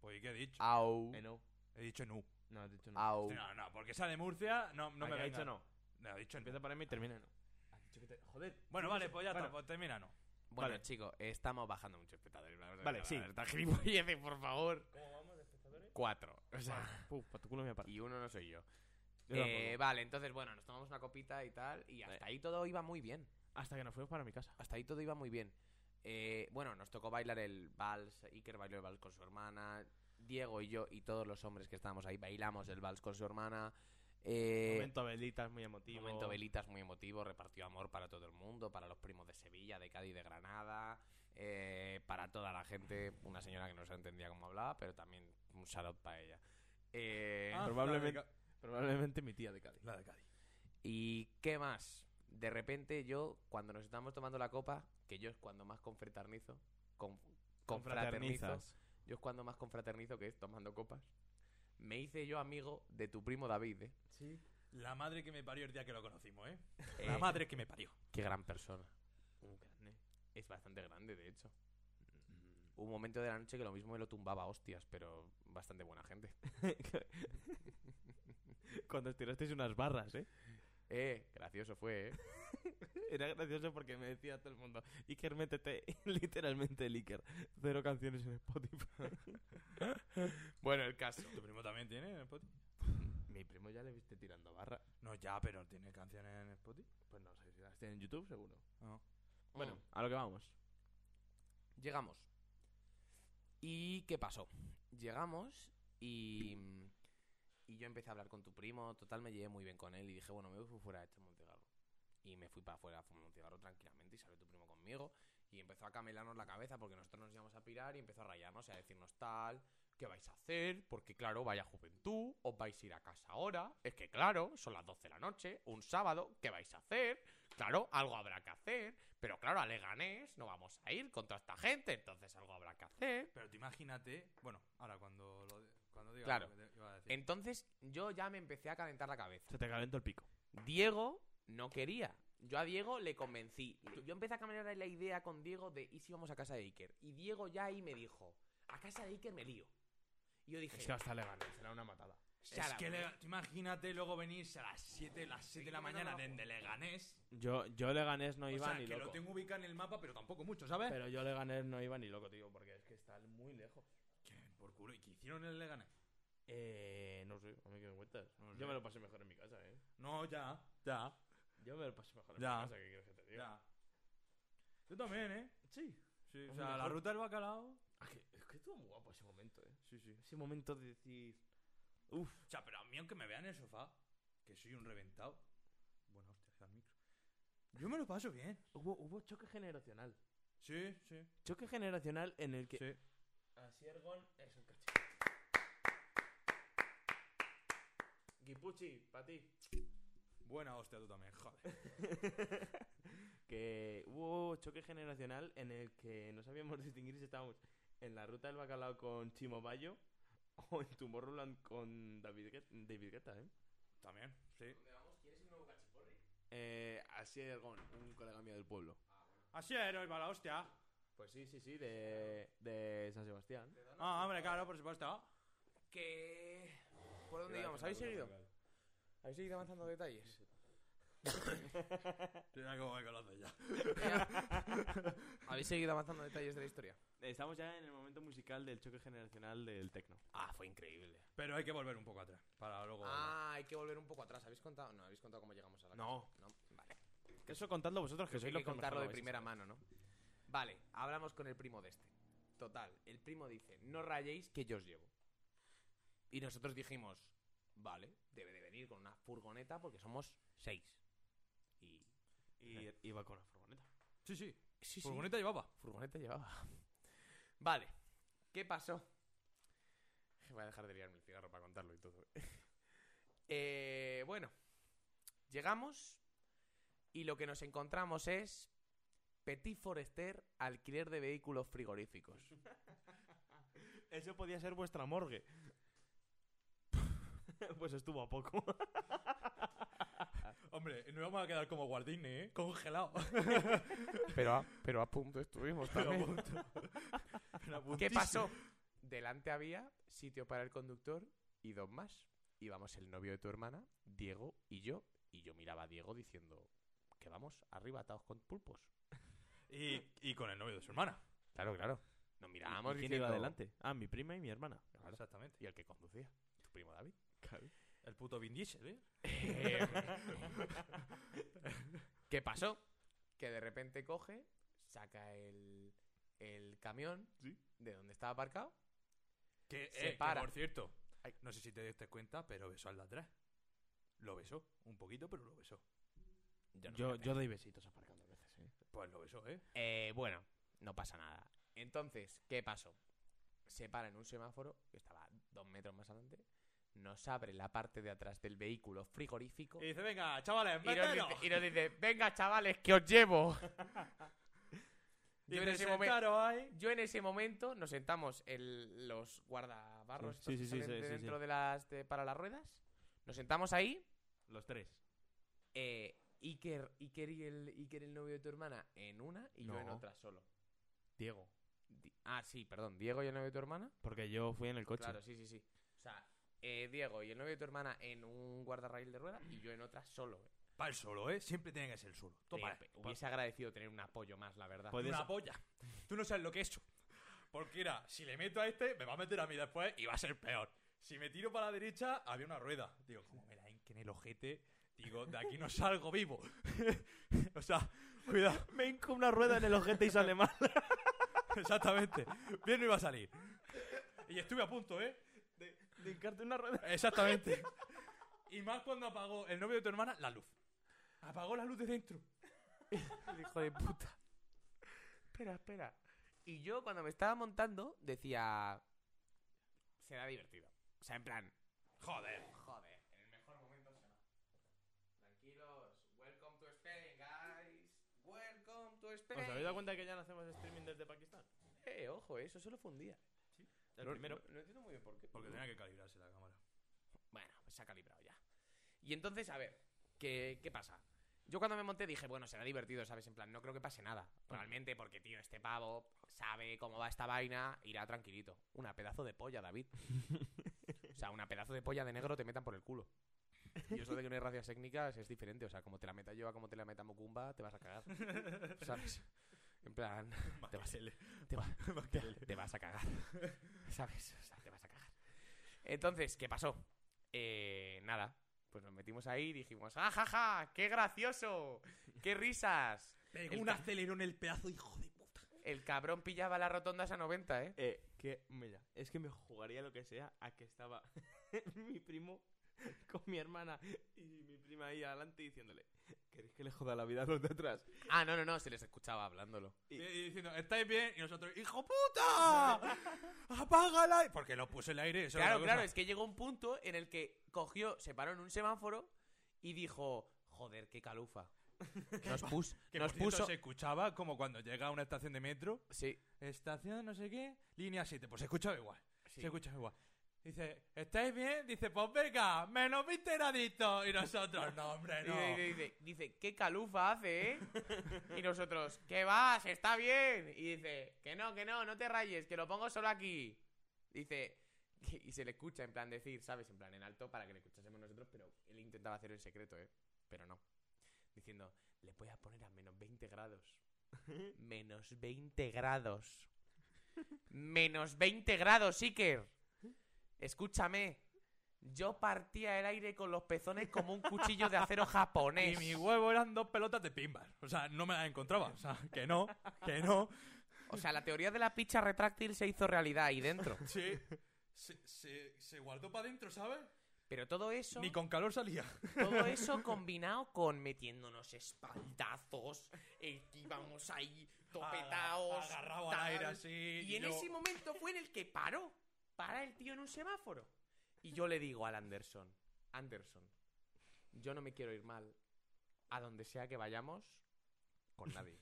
S3: Pues, ¿y qué he
S5: Ah.
S3: dicho?
S5: AU.
S1: En O.
S3: He dicho no.
S1: No, has dicho no.
S5: AU.
S3: No, no, porque sale Murcia, no, no
S1: Ah,
S3: me
S1: que ha
S3: venga.
S1: dicho no.
S3: No, he dicho no.
S1: Empieza por M y termina en O. Has dicho que te- Joder.
S3: Bueno,
S1: tío,
S3: vale,
S1: no sé.
S3: pues ya está,
S1: Bueno, Ah.
S3: pues termina no.
S5: Bueno,
S1: Vale.
S5: chicos, estamos bajando mucho espectadores. la verdad,
S1: Vale,
S5: la
S1: sí.
S5: verdad, Está gilipolleces, por favor.
S1: ¿Cómo vamos de espectadores?
S5: Cuatro. O sea,
S1: Puf, pa' tu culo me aparte.
S5: y uno no soy yo.
S1: Yo
S5: Eh,
S1: tampoco.
S5: vale, entonces, bueno, nos tomamos una copita y tal. Y hasta ahí todo iba muy bien.
S1: Hasta que nos fuimos para mi casa.
S5: Hasta ahí todo iba muy bien. Eh, bueno, nos tocó bailar el vals. Iker bailó el vals con su hermana. Diego y yo y todos los hombres que estábamos ahí bailamos el vals con su hermana. Eh,
S1: Momento velitas muy emotivo.
S5: Momento velitas muy emotivo, repartió amor para todo el mundo, para los primos de Sevilla, de Cádiz, de Granada, eh, para toda la gente. Una señora que no se entendía cómo hablaba, pero también un salud para ella. Eh,
S3: Ah,
S1: probablemente-
S3: la de Ca-
S1: Probablemente mi tía de Cádiz.
S3: La de Cádiz.
S5: ¿Y qué más? De repente yo, cuando nos estábamos tomando la copa, que yo es cuando más confraternizo, con, confraternizo,
S1: Confraternizas.
S5: yo es cuando más confraternizo que es tomando copas, me hice yo amigo de tu primo David, ¿eh?
S1: Sí.
S3: La madre que me parió el día que lo conocimos, ¿eh? La madre que me parió.
S5: Qué gran persona. Un grande. Es bastante grande, de hecho. Hubo un momento de la noche que lo mismo me lo tumbaba a hostias, pero bastante buena gente.
S1: Cuando estirasteis unas barras, ¿eh?
S5: Eh, gracioso fue, ¿eh?
S1: Era gracioso porque me decía todo el mundo, Iker, métete. Literalmente el Iker. Cero canciones en Spotify.
S5: Bueno, el caso.
S3: ¿Tu primo también tiene Spotify?
S5: Mi primo ya le viste tirando barra.
S3: No, ya, pero tiene canciones en Spotify.
S5: Pues no sé si las tiene en YouTube, seguro.
S3: No.
S1: Bueno, a lo que vamos.
S5: Llegamos. ¿Y qué pasó? Llegamos y. Y yo empecé a hablar con tu primo. Total, me llevé muy bien con él. Y dije, bueno, me voy fuera de este Montegarro. Y me fui para afuera a fumar un cigarro tranquilamente. Y salió tu primo conmigo. Y empezó a camelarnos la cabeza porque nosotros nos íbamos a pirar. Y empezó a rayarnos y a decirnos tal. ¿Qué vais a hacer? Porque, claro, vaya juventud. Os vais a ir a casa ahora. Es que, claro, son las 12 de la noche. Un sábado. ¿Qué vais a hacer? Claro, algo habrá que hacer. Pero claro, a Leganés no vamos a ir contra esta gente, entonces algo habrá que hacer.
S3: Pero tú imagínate. Bueno, ahora cuando, lo, cuando diga
S5: Claro.
S3: lo que te- que iba a decir.
S5: Entonces yo ya me empecé a calentar la cabeza.
S1: Se te calentó el pico.
S5: Diego no quería. Yo a Diego le convencí. Yo empecé a caminar la idea con Diego de ¿y si vamos a casa de Iker? Y Diego ya ahí me dijo, a casa de Iker me lío. Y yo dije,
S1: Es que hasta Leganés será una matada.
S5: "Shut
S3: Es
S5: up".
S3: que le- tú imagínate luego venirse a las 7, las 7 de la mañana desde Leganés.
S1: Yo, yo Leganés no iba
S3: o sea,
S1: ni
S3: que
S1: loco.
S3: lo tengo ubicado en el mapa, pero tampoco mucho, ¿sabes?
S1: Pero yo Leganés no iba ni loco, tío, porque es que está muy lejos.
S3: Por culo, ¿y qué hicieron en el Leganés?
S1: Eh, no sé, a mí que me cuentas.
S3: No sé.
S1: Yo me lo pasé mejor en mi casa, ¿eh?
S3: No, ya, ya,
S1: Yo me lo pasé mejor en
S3: Ya.
S1: mi casa, ¿qué quieres que te diga?
S3: ya. Yo también, ¿eh? Sí. sí o
S1: Es
S3: sea, la
S1: mejor.
S3: ruta del bacalao.
S1: Ah, que- es que estuvo muy guapo ese momento, ¿eh?
S3: Sí, sí.
S1: Ese momento de decir... Uf,
S3: O sea, pero a mí, aunque me vean en el sofá, que soy un reventado. Bueno, hostia, al micro. Yo me lo paso bien.
S1: hubo, hubo choque generacional.
S3: Sí, sí.
S1: Choque generacional en el que...
S3: Sí.
S1: Así Ergon es un caché. Guipuchi, para ti.
S3: Buena hostia, tú también, joder.
S1: que hubo choque generacional en el que no sabíamos distinguir si estábamos en la ruta del bacalao con Chimo Bayo o en Tomorrowland con David, Guet- David Guetta, ¿eh?
S3: También, sí.
S1: Eh, así Ergon, un colega mío del pueblo.
S3: Así era, iba la hostia.
S1: Pues sí, sí, sí, de, de San Sebastián.
S3: Ah, hombre, claro, por supuesto.
S5: Que... ¿Por dónde íbamos? ¿Habéis seguido? ¿Habéis seguido avanzando detalles?
S3: Mira cómo me conoces ya.
S5: ¿Habéis seguido avanzando detalles de la historia?
S1: Estamos ya en el momento musical del choque generacional del tecno.
S5: Ah, fue increíble.
S3: Pero hay que volver un poco atrás. Para luego.
S5: Ah, hay que volver un poco atrás. ¿Habéis contado? No, habéis contado cómo llegamos a la
S1: No.
S5: casa. No, vale.
S1: Eso contadlo vosotros, que
S5: Pues
S1: sois
S5: hay
S1: los
S5: que
S1: que mejor
S5: contarlo
S1: lo
S5: de
S1: vais a
S5: primera
S1: saber.
S5: mano, ¿no? Vale, hablamos con el primo de este. Total, el primo dice, no rayéis que yo os llevo. Y nosotros dijimos, vale, debe de venir con una furgoneta porque somos seis. Y...
S1: Y iba con la furgoneta.
S3: Sí, sí.
S5: Sí,
S3: Furgoneta llevaba.
S5: Furgoneta llevaba. Vale, ¿qué pasó? Voy a dejar de liarme el cigarro para contarlo y todo. Eh, bueno, llegamos y lo que nos encontramos es Petit Forester, alquiler de vehículos frigoríficos.
S1: Eso podía ser vuestra morgue. pues estuvo a poco.
S3: Hombre, nos vamos a quedar como Guardini, ¿eh? Congelado.
S5: Pero a, pero a punto estuvimos ¿Qué pasó? Delante había sitio para el conductor y dos más. Íbamos el novio de tu hermana, Diego y yo. Y yo miraba a Diego diciendo que vamos, arriba atados con pulpos.
S3: Y, y con el novio de su hermana.
S5: Claro, claro. Nos mirábamos
S1: ¿Quién
S5: diciendo...
S1: iba adelante? Ah, mi prima y mi hermana.
S5: Claro.
S3: Exactamente.
S5: Y el que conducía, tu primo David.
S3: El puto Vin Diesel, ¿eh?
S5: Eh, ¿Qué pasó? Que de repente coge, saca el, el camión de donde estaba aparcado.
S3: Que,
S5: Se
S3: eh, que,
S5: para.
S3: por cierto,
S5: Ay.
S3: no sé si te diste cuenta, pero besó al de atrás. Lo besó, un poquito, pero lo besó.
S5: Yo no me
S1: Yo,
S5: la
S1: yo doy besitos aparcando a veces, ¿eh?
S3: Pues lo besó, ¿eh?
S5: Eh, bueno, no pasa nada. Entonces, ¿qué pasó? Se para en un semáforo, que estaba dos metros más adelante, nos abre la parte de atrás del vehículo frigorífico
S3: Y dice, venga, chavales,
S5: y, nos
S3: meteros.
S5: dice, y nos dice, venga chavales, que os llevo.
S3: Y
S5: yo, en ese momen-
S3: presentaros ahí.
S5: yo en ese momento nos sentamos en los guardabarros
S1: Sí,
S5: estos
S1: sí,
S5: que
S1: sí,
S5: salen
S1: sí,
S5: de
S1: sí,
S5: dentro de las de- para las ruedas. Nos sentamos ahí
S1: Los tres.
S5: Eh, Iker, Iker, y el, Iker el novio de tu hermana en una y yo en
S1: No.
S5: otra solo.
S1: Diego.
S5: Di- ah, sí, perdón. Diego y el novio de tu hermana.
S1: Porque yo fui en el coche.
S5: Claro, sí, sí, sí. O sea, eh, Diego y el novio de tu hermana en un guardarraíl de rueda y yo en otra solo. eh.
S3: Para el solo, ¿eh? Siempre tiene que ser el solo. Toma,
S5: Eh,
S1: pues
S5: hubiese agradecido tener un apoyo más, la verdad.
S1: Podías-
S3: una polla. Tú no sabes lo que he hecho. Porque era, si le meto a este, me va a meter a mí después y va a ser peor. Si me tiro para la derecha, había una rueda. Digo, como me la hinque en el ojete, digo, de aquí no salgo vivo. o sea, cuidado,
S1: Me hinco una rueda en el ojete y sale mal.
S3: exactamente. Bien no iba a salir. Y estuve a punto, ¿eh?
S1: De hincarte una rueda.
S3: Exactamente. Y más cuando apagó el novio de tu hermana la luz. Apagó la luz de dentro.
S5: hijo de puta. espera, espera. Y yo cuando me estaba montando decía... Será divertido. O sea, en plan...
S3: Joder.
S5: Joder, en el mejor momento será. Tranquilos. Welcome to Spain, guys. Welcome to Spain.
S1: ¿Os habéis dado cuenta que ya no hacemos streaming desde Pakistán?
S5: Eh, ojo, eh, eso solo fue un día.
S1: El
S5: No-
S1: primero.
S5: No, no entiendo muy bien por qué.
S3: Porque tenía que calibrarse la cámara.
S5: Bueno, pues se ha calibrado ya. Y entonces, a ver, ¿qué, qué pasa? Yo cuando me monté dije, bueno, será divertido, ¿sabes? En plan, no creo que pase nada. Realmente, porque, tío, este pavo sabe cómo va esta vaina, irá tranquilito. Una pedazo de polla, David. o sea, una pedazo de polla de negro te metan por el culo. Y eso de que no hay racias técnicas es diferente. O sea, como te la meta yo a como te la meta Mocumba, te vas a cagar. ¿Sabes? En plan, te vas, te va- te- te vas a cagar. ¿Sabes? O sea, te vas a cagar. Entonces, ¿qué pasó? Eh, nada, pues nos metimos ahí y dijimos, ¡ah, ja, ja! ¡Qué gracioso! ¡Qué risas!
S3: Pegó
S5: El
S3: un
S5: ca-
S3: acelerón el pedazo, hijo de puta.
S5: El cabrón pillaba las rotondas a 90, ¿eh?
S1: Eh, que, mira, es que me jugaría lo que sea a que estaba mi primo con mi hermana y mi prima ahí adelante diciéndole, ¿queréis que le joda la vida a los de atrás?
S5: Ah, no, no, no, se les escuchaba hablándolo.
S3: Y, y diciendo, estáis bien, y nosotros, ¡hijo puta! ¡Apágala! Porque lo puso en el aire. eso era
S5: claro,
S3: una
S5: claro,
S3: cosa.
S5: es que llegó un punto en el que cogió, se paró en un semáforo y dijo, joder, qué calufa. Nos, pus-
S3: Que
S5: nos
S3: por cierto,
S5: puso...
S3: se escuchaba como cuando llega a una estación de metro,
S5: Sí,
S3: estación no sé qué, línea 7, pues se escuchaba igual,
S5: sí.
S3: se escuchaba igual. Dice, ¿estáis bien? Dice, pues venga, menos 20 graditos. Y nosotros, no, hombre, no.
S5: Dice, dice- dice, ¿qué calufa hace, eh? y nosotros, ¿qué vas? Está bien. Y dice, que no, que no, no te rayes, que lo pongo solo aquí. Dice, y se le escucha en plan decir, ¿sabes? En plan en alto para que le escuchásemos nosotros, pero él intentaba hacerlo en secreto, ¿eh? Pero no. Diciendo, le voy a poner a menos 20 grados. menos 20 grados. menos 20 grados, Iker. Escúchame. Yo partía el aire con los pezones como un cuchillo de acero
S3: Y
S5: japonés.
S3: mi huevo eran dos pelotas de pinball. O sea, no me las encontraba. O sea, que no, que no.
S5: O sea, la teoría de la picha retráctil se hizo realidad ahí dentro.
S3: Sí, se, se, se guardó para adentro, ¿sabes?
S5: Pero todo eso...
S3: Ni con calor salía.
S5: Todo eso combinado con metiéndonos espaldazos, eh, que íbamos ahí topetaos.
S3: Agarrado al aire
S5: tal.
S3: así.
S5: Y en
S3: yo-
S5: ese momento fue en el que paró. Para el tío en un semáforo. Y yo le digo al Anderson, Anderson, yo no me quiero ir mal a donde sea que vayamos con nadie.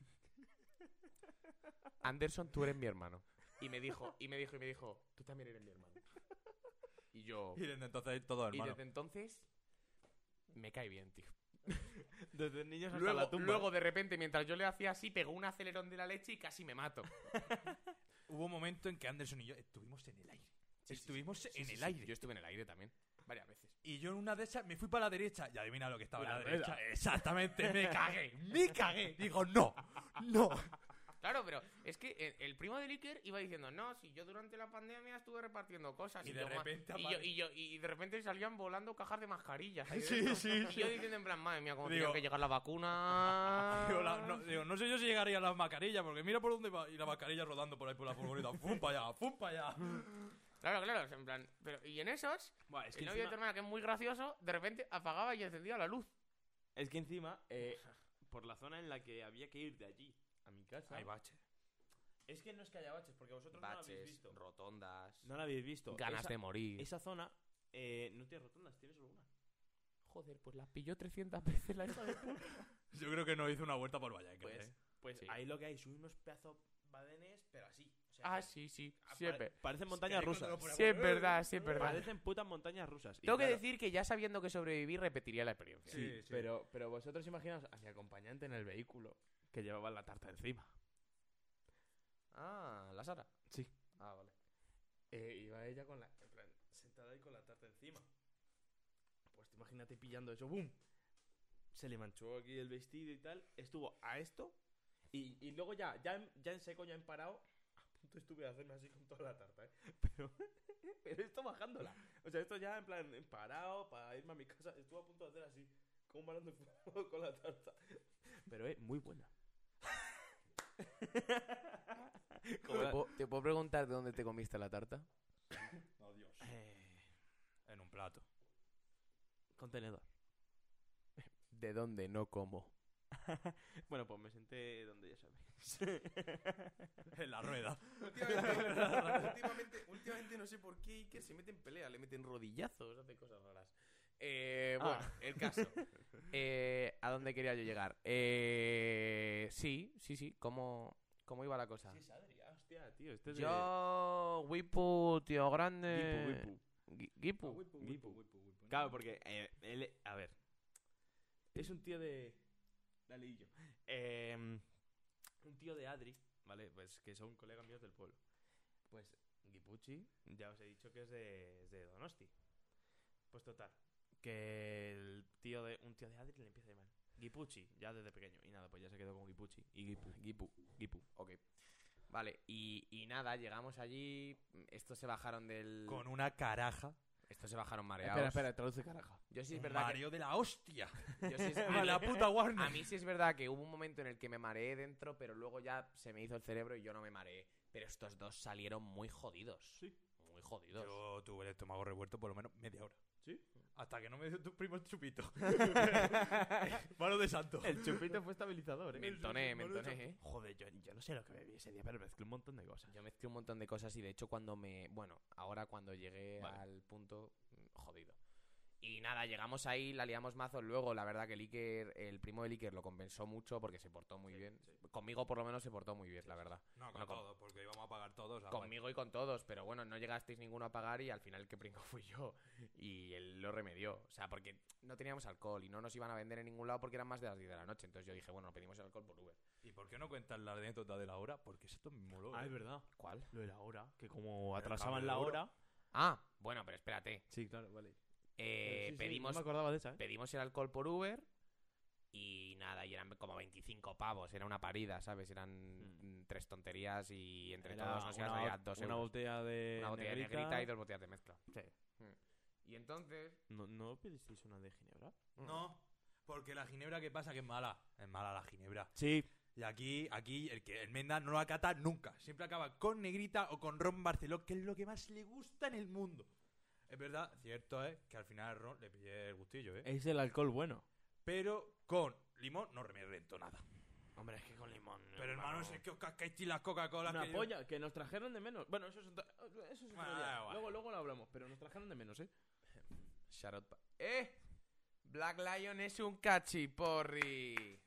S5: Anderson, tú eres mi hermano. Y me dijo, y me dijo, y me dijo, tú también eres mi hermano. Y yo...
S3: Y desde entonces todo
S5: Y
S3: hermano.
S5: desde entonces me cae bien, tío.
S1: Desde niños hasta la
S5: Luego,
S1: tumba.
S5: luego, de repente, mientras yo le hacía así, pegó un acelerón de la leche y casi me mato.
S3: Hubo un momento en que Anderson y yo estuvimos en el aire.
S5: Sí, sí,
S3: estuvimos
S5: sí, sí,
S3: en
S5: sí,
S3: el
S5: sí.
S3: aire.
S5: Yo estuve en el aire también, varias veces.
S3: Y yo en una de esas me fui para la derecha. Y adivina lo que estaba en
S1: La
S3: la
S1: rueda.
S3: derecha. Exactamente, me cagué, me cagué. Digo, no, no.
S5: Claro, pero es que el, el primo de Iker iba diciendo, no, si yo durante la pandemia estuve repartiendo cosas.
S3: Y de
S5: yo, ma-
S3: repente
S5: y, yo,
S3: apare-
S5: y, yo- y de repente salían volando cajas de mascarillas. ahí
S3: Sí,
S5: dentro.
S3: sí,
S5: Y
S3: sí.
S5: yo diciendo en plan, madre mía, cómo
S3: Digo-
S5: tiene que llegar la vacuna.
S3: Digo, la- no, digo, no sé yo si llegaría a las mascarillas, porque mira por dónde va. Y la mascarilla rodando por ahí por la furgoneta. ¡Fum para allá! ¡Fum para allá!
S5: Claro, claro, o sea, en plan, pero, y en esos,
S1: Buah, es, que
S5: el novio de tu
S1: encima,
S5: hermana, que es muy gracioso, de repente apagaba y encendía la luz.
S1: es que encima, eh, por la zona en la que había que ir de allí a mi casa.
S3: Hay bache.
S1: Es que no es que haya baches, porque vosotros no lo habéis visto.
S5: rotondas,
S1: No lo habéis visto.
S5: ganas
S1: esa,
S5: de morir.
S1: Esa zona eh, no tiene rotondas, tiene solo una.
S5: Joder, pues las pilló 300 veces la hija de puta.
S3: Yo creo que no hizo una vuelta por Vallecas,
S1: Pues,
S3: ¿eh?
S1: pues
S5: Sí.
S1: ahí lo que hay son unos pedazos badenes, pero así. O
S4: sea,
S5: Ah, sí, sí,
S3: Ah,
S5: siempre.
S1: Parecen
S3: montañas
S1: montañas rusas.
S5: Sí, es verdad, sí, es verdad.
S1: Parecen putas montañas rusas. Y
S5: Tengo que
S1: claro,
S5: decir que ya sabiendo que sobreviví, repetiría la experiencia.
S1: Sí,
S3: Sí, sí.
S1: Pero, pero vosotros imaginaos a mi acompañante en el vehículo que llevaba la tarta encima.
S5: Ah, la Sara.
S1: Sí.
S5: Ah, vale.
S1: Eh, iba ella con la, en plan, sentada ahí con la tarta encima. Pues tú imagínate pillando eso, ¡boom! Se le manchó aquí el vestido y tal. Estuvo a esto. Y, y luego ya, ya, en- ya en seco, ya en parado, a punto estuve de hacerme así con toda la tarta, ¿eh? Pero, pero esto bajándola. O sea, esto ya en plan, en parado, para irme a mi casa, estuve a punto de hacer así, con un balón de fútbol con la tarta. Pero es muy buena. Como
S5: ¿Te
S1: la-
S5: puedo, te puedo preguntar de dónde te comiste la tarta?
S3: No, Oh, Dios.
S1: Eh,
S3: En un plato.
S1: Contenedor.
S5: ¿De dónde no como?
S1: Bueno, pues me senté donde ya sabéis.
S3: En la rueda.
S5: Últimamente, últimamente- últimamente no sé por qué Iker se mete en pelea, le meten rodillazos, hace cosas raras. Eh, bueno,
S1: Ah.
S5: el caso. Eh, ¿A dónde quería yo llegar? Eh, sí, sí, sí. ¿Cómo, cómo iba la cosa?
S1: Sí, es Adri, ah, hostia, tío, este es de-
S5: Yo, Wipu, tío
S1: Wipu,
S5: grande.
S1: Wipu.
S5: Gui- Guipu.
S1: Wipu. Claro, porque eh, él, a ver, es un tío de... Dale, y yo. Eh, un tío de Adri, ¿vale? Pues que son colegas míos del pueblo. Pues Guipuchi, ya os he dicho que es de, es de Donosti. Pues total, que el tío de, un tío de Adri le empieza a llamar Guipuchi, ya desde pequeño. Y nada, pues ya se quedó con Guipuchi. Y Guipu, Guipu, Guipu.
S5: Ok. Vale, y, y nada, llegamos allí. Estos se bajaron del.
S3: Con una caraja.
S5: Estos se bajaron mareados.
S1: traduce caraja.
S5: Yo sí es
S3: un
S5: verdad que-
S3: mareo de la hostia.
S5: yo sí es-
S3: A la puta
S5: A
S3: Warner.
S5: mí sí es verdad que hubo un momento en el que me mareé dentro, pero luego ya se me hizo el cerebro y yo no me mareé. Pero estos dos salieron muy jodidos. Muy jodidos.
S3: Yo tuve el estómago revuelto por lo menos media hora.
S1: ¿Sí?
S3: Hasta que no me dio tu primo el chupito. Mano de santo.
S1: El chupito fue estabilizador, ¿eh?
S5: Me entoné, me entoné, ¿eh?
S1: Joder, yo, yo no sé lo que bebí ese día, pero mezclé un montón de cosas.
S5: Yo mezclé un montón de cosas y de hecho cuando me... Bueno, ahora cuando llegué
S1: Vale.
S5: al punto... mm, Jodido. Y nada, llegamos ahí, la liamos mazos. Luego, la verdad que el Iker, el primo del Iker lo compensó mucho porque se portó muy bien. Conmigo por lo menos se portó muy bien, la verdad.
S3: No, con
S5: Bueno, con-
S3: todo, porque íbamos a pagar todos. pues, a
S5: Conmigo y con todos, pero bueno, no llegasteis ninguno a pagar y al final el que pringó fui yo. Y él lo remedió. O sea, porque no teníamos alcohol y no nos iban a vender en ningún lado porque eran más de las 10 de la noche. Entonces yo dije, bueno, pedimos el alcohol por Uber.
S3: ¿Y por qué no cuentas la anécdota de la hora? Porque esto me moló.
S1: Ah,
S3: eh.
S1: es verdad.
S5: ¿Cuál?
S1: Lo de la hora, que como
S3: El
S1: atrasaban
S3: cable
S1: la
S3: de oro.
S1: hora.
S5: Ah, bueno, pero espérate.
S1: Sí, claro, vale.
S5: Eh,
S1: pedimos.
S5: pedimos,
S1: no me acordaba de esa, ¿eh?
S5: pedimos el alcohol por Uber y nada, y eran como 25 pavos. Era una parida, ¿sabes? Eran mm, tres tonterías y entre
S1: Era
S5: todos nos iban a
S1: una,
S5: salir dos
S1: una
S5: euros.
S1: botella de.
S5: Una botella de negrita y dos botellas de mezcla.
S1: Sí.
S5: Mm. Y entonces...
S1: ¿No, ¿No pedisteis una de Ginebra?
S3: No, porque la ginebra, ¿qué pasa? Que es mala. Es mala la ginebra.
S1: Sí.
S3: Y aquí, aquí el que el Menda no lo acata nunca. Siempre acaba con negrita o con ron Barceló, que es lo que más le gusta en el mundo. Es verdad, cierto es que al final el ron le pillé el gustillo, ¿eh?
S1: Es el alcohol bueno.
S3: Pero con limón no me rento nada.
S1: Hombre, es que con limón.
S3: Pero hermano, es que os cascáis las Coca-Cola.
S1: Una
S3: que yo-
S1: polla, que Ah, nos trajeron de menos. Bueno, eso es otro, eso es otro
S3: Bueno,
S1: día.
S3: da igual.
S1: Luego, luego lo hablamos, pero nos trajeron de menos, ¿eh?
S5: Shout out pa- ¡Eh! Black Lion es un cachiporri.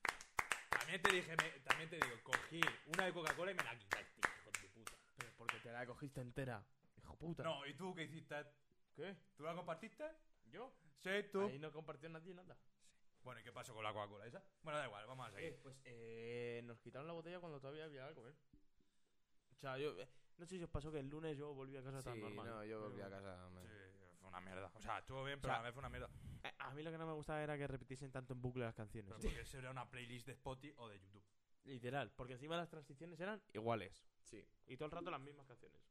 S3: También te dije, me- también te digo, cogí una de Coca-Cola y me la quitaste, hijo de puta.
S1: Pero porque te la cogiste entera. Hijo puta.
S3: No, ¿y tú qué hiciste?
S1: ¿Qué?
S3: ¿Tú la compartiste?
S1: ¿Yo?
S3: Sí, tú.
S1: Ahí no compartió nadie nada.
S3: Bueno, ¿y qué pasó con la Coca-Cola esa? Bueno, da igual, vamos a seguir.
S1: Eh, pues eh, nos quitaron la botella cuando todavía había algo, ¿eh? O sea, yo. eh, no sé si os pasó que el lunes yo volví a casa tan normal.
S5: no, yo volví
S1: Pero
S5: a casa. me-
S3: Sí, fue una mierda. O sea, estuvo bien, pero
S1: O sea,
S3: a la vez fue una mierda.
S1: bueno. Eh, A mí lo que no me gustaba era que repitiesen tanto en bucle las canciones.
S3: Pero
S1: ¿eh?
S3: porque eso era una playlist de Spotify o de YouTube.
S1: Literal, porque encima las transiciones eran iguales.
S5: Sí.
S1: Y todo el rato las mismas canciones.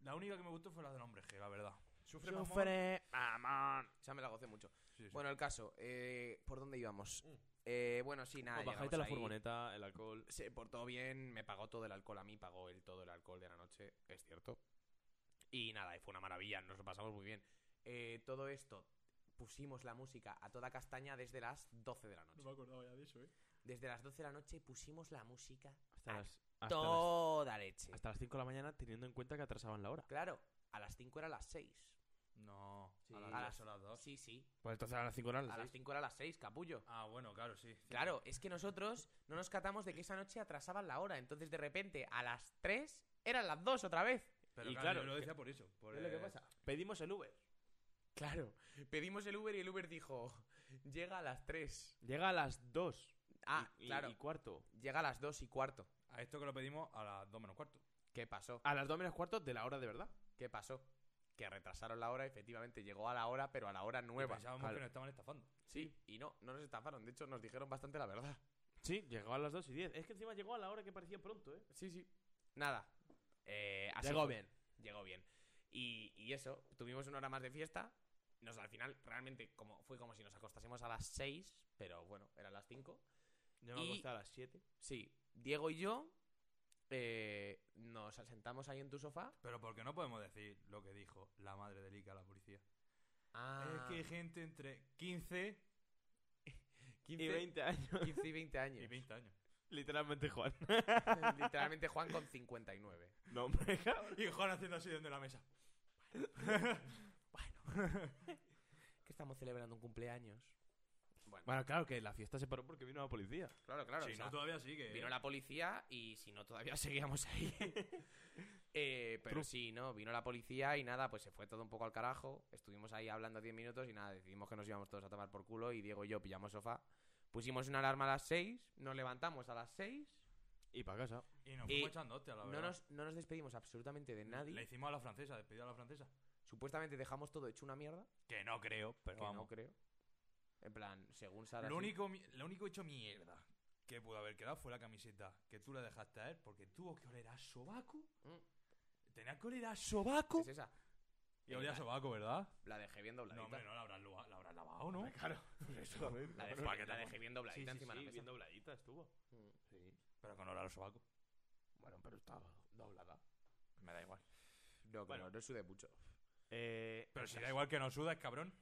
S3: La única que me gustó fue la del hombre G, la verdad. Sufre, mamón.
S1: Sufre, mamón.
S5: Esa me la gocé mucho.
S3: Sí, sí.
S5: Bueno, el caso. eh, ¿Por dónde íbamos?
S3: Mm.
S5: Eh, bueno, sí, nada.
S1: Pues bajáis de la
S5: llegamos ahí,
S1: furgoneta, el alcohol.
S5: Se portó bien, me pagó todo el alcohol a mí, pagó él todo el alcohol de la noche, es cierto. Y nada, y fue una maravilla, nos lo pasamos muy bien. Eh, todo esto, pusimos la música a toda castaña desde las 12 de la noche.
S3: acordaba ya de eso, eh.
S5: Desde las 12 de la noche pusimos la música
S1: Hasta
S5: a
S1: las, hasta, las,
S5: toda leche.
S1: hasta las 5 de la mañana, teniendo en cuenta que atrasaban la hora.
S5: Claro, a las 5 era las 6.
S3: No,
S5: Sí.
S3: a,
S5: A
S3: las
S5: las-
S3: dos, a las dos.
S5: Sí, sí.
S1: Pues entonces a las 5 horas.
S5: A las 5 era las 6, capullo.
S3: Ah, bueno, claro, sí. cierto.
S5: Claro, es que nosotros no nos catamos de que esa noche atrasaban la hora. Entonces, de repente, a las 3 eran las 2 otra vez.
S3: Pero
S1: Y
S3: claro,
S1: claro,
S3: yo lo
S1: que-
S3: decía por eso. Por,
S5: ¿Ves lo que
S3: eh,
S5: pasa?
S1: Pedimos el Uber.
S5: Claro. Pedimos el Uber y el Uber dijo: Llega a las 3.
S1: Llega a las 2.
S5: Ah,
S1: y, y-
S5: claro.
S1: Y cuarto.
S5: Llega a las 2 y cuarto.
S3: A esto que lo pedimos a las dos menos cuarto.
S5: ¿Qué pasó?
S1: A las 2 menos cuarto Ah, de la hora de verdad.
S5: ¿Qué pasó? Que retrasaron la hora, efectivamente llegó a la hora, pero a la hora
S3: Y
S5: nueva.
S3: Pensábamos que nos estaban estafando.
S5: Sí, y no, no nos estafaron. De hecho, nos dijeron bastante la verdad.
S1: Sí, llegó a las 2 y 10. Es que encima llegó a la hora que parecía pronto, ¿eh?
S5: Sí, sí. Nada. Eh, así
S1: Llegó
S5: fue.
S1: bien.
S5: Llegó bien. Y, y eso, tuvimos una hora más de fiesta. Nos, al final, realmente, como, fue como si nos acostásemos a las 6, pero bueno, eran las 5.
S1: Yo
S5: Y-
S1: me acosté a las 7.
S5: Sí, Diego y yo eh, nos sentamos ahí en tu sofá.
S3: Pero porque no podemos decir lo que dijo la madre de Lika a la policía. Es
S5: Ah,
S3: que hay gente entre 15
S1: Y 20 años.
S5: 15 y 20 años.
S3: y 20 años.
S1: Literalmente, Juan.
S5: Literalmente Juan con 59.
S1: No, me cago.
S3: Y Juan haciendo así dentro de la mesa.
S5: Bueno, que estamos celebrando un cumpleaños. Bueno,
S1: Bueno, claro que la fiesta se paró porque vino la policía.
S5: claro, claro.
S3: si
S5: o sea,
S3: no, todavía sigue.
S5: vino
S3: ¿eh?
S5: la policía y si no, todavía seguíamos ahí. Eh, pero
S1: True.
S5: sí, ¿no? Vino la policía y nada, pues se fue todo un poco al carajo. Estuvimos ahí hablando 10 minutos y nada, decidimos que nos íbamos todos a tomar por culo y Diego y yo pillamos sofá. Pusimos una alarma a las 6, nos levantamos a las 6.
S1: Y para casa.
S3: Y nos
S5: Y
S3: fuimos echando hostia, la
S5: No
S3: verdad.
S5: nos, no nos despedimos absolutamente de nadie.
S3: Le hicimos a la francesa, despedida a la francesa.
S5: Supuestamente dejamos todo hecho una mierda,
S3: Que no creo, pero
S5: que no
S3: vamos.
S5: creo. En plan, según Sara...
S3: lo,
S5: sí.
S3: único, mi- lo único hecho mierda que pudo haber quedado fue la camiseta que tú la dejaste a él porque tuvo que oler a sobaco. Tenía que oler a sobaco.
S5: Es esa.
S3: Y olía a sobaco, ¿verdad?
S5: La dejé bien dobladita.
S3: No, hombre, no la habrás, lo- la habrás lavado, ¿no?
S1: Claro. Eso.
S5: La dejé,
S3: Para que
S5: la
S3: te-
S5: dejé bien dobladita encima de la mesa.
S1: dobladita estuvo.
S5: Mm.
S1: Sí.
S3: Pero con olor a sobaco.
S1: Bueno, pero estaba doblada.
S3: Me da igual.
S5: No,
S1: Bueno.
S5: no, no sude mucho.
S1: Eh,
S3: Pero
S1: el
S3: si
S1: caso.
S3: da igual que no sudas, cabrón.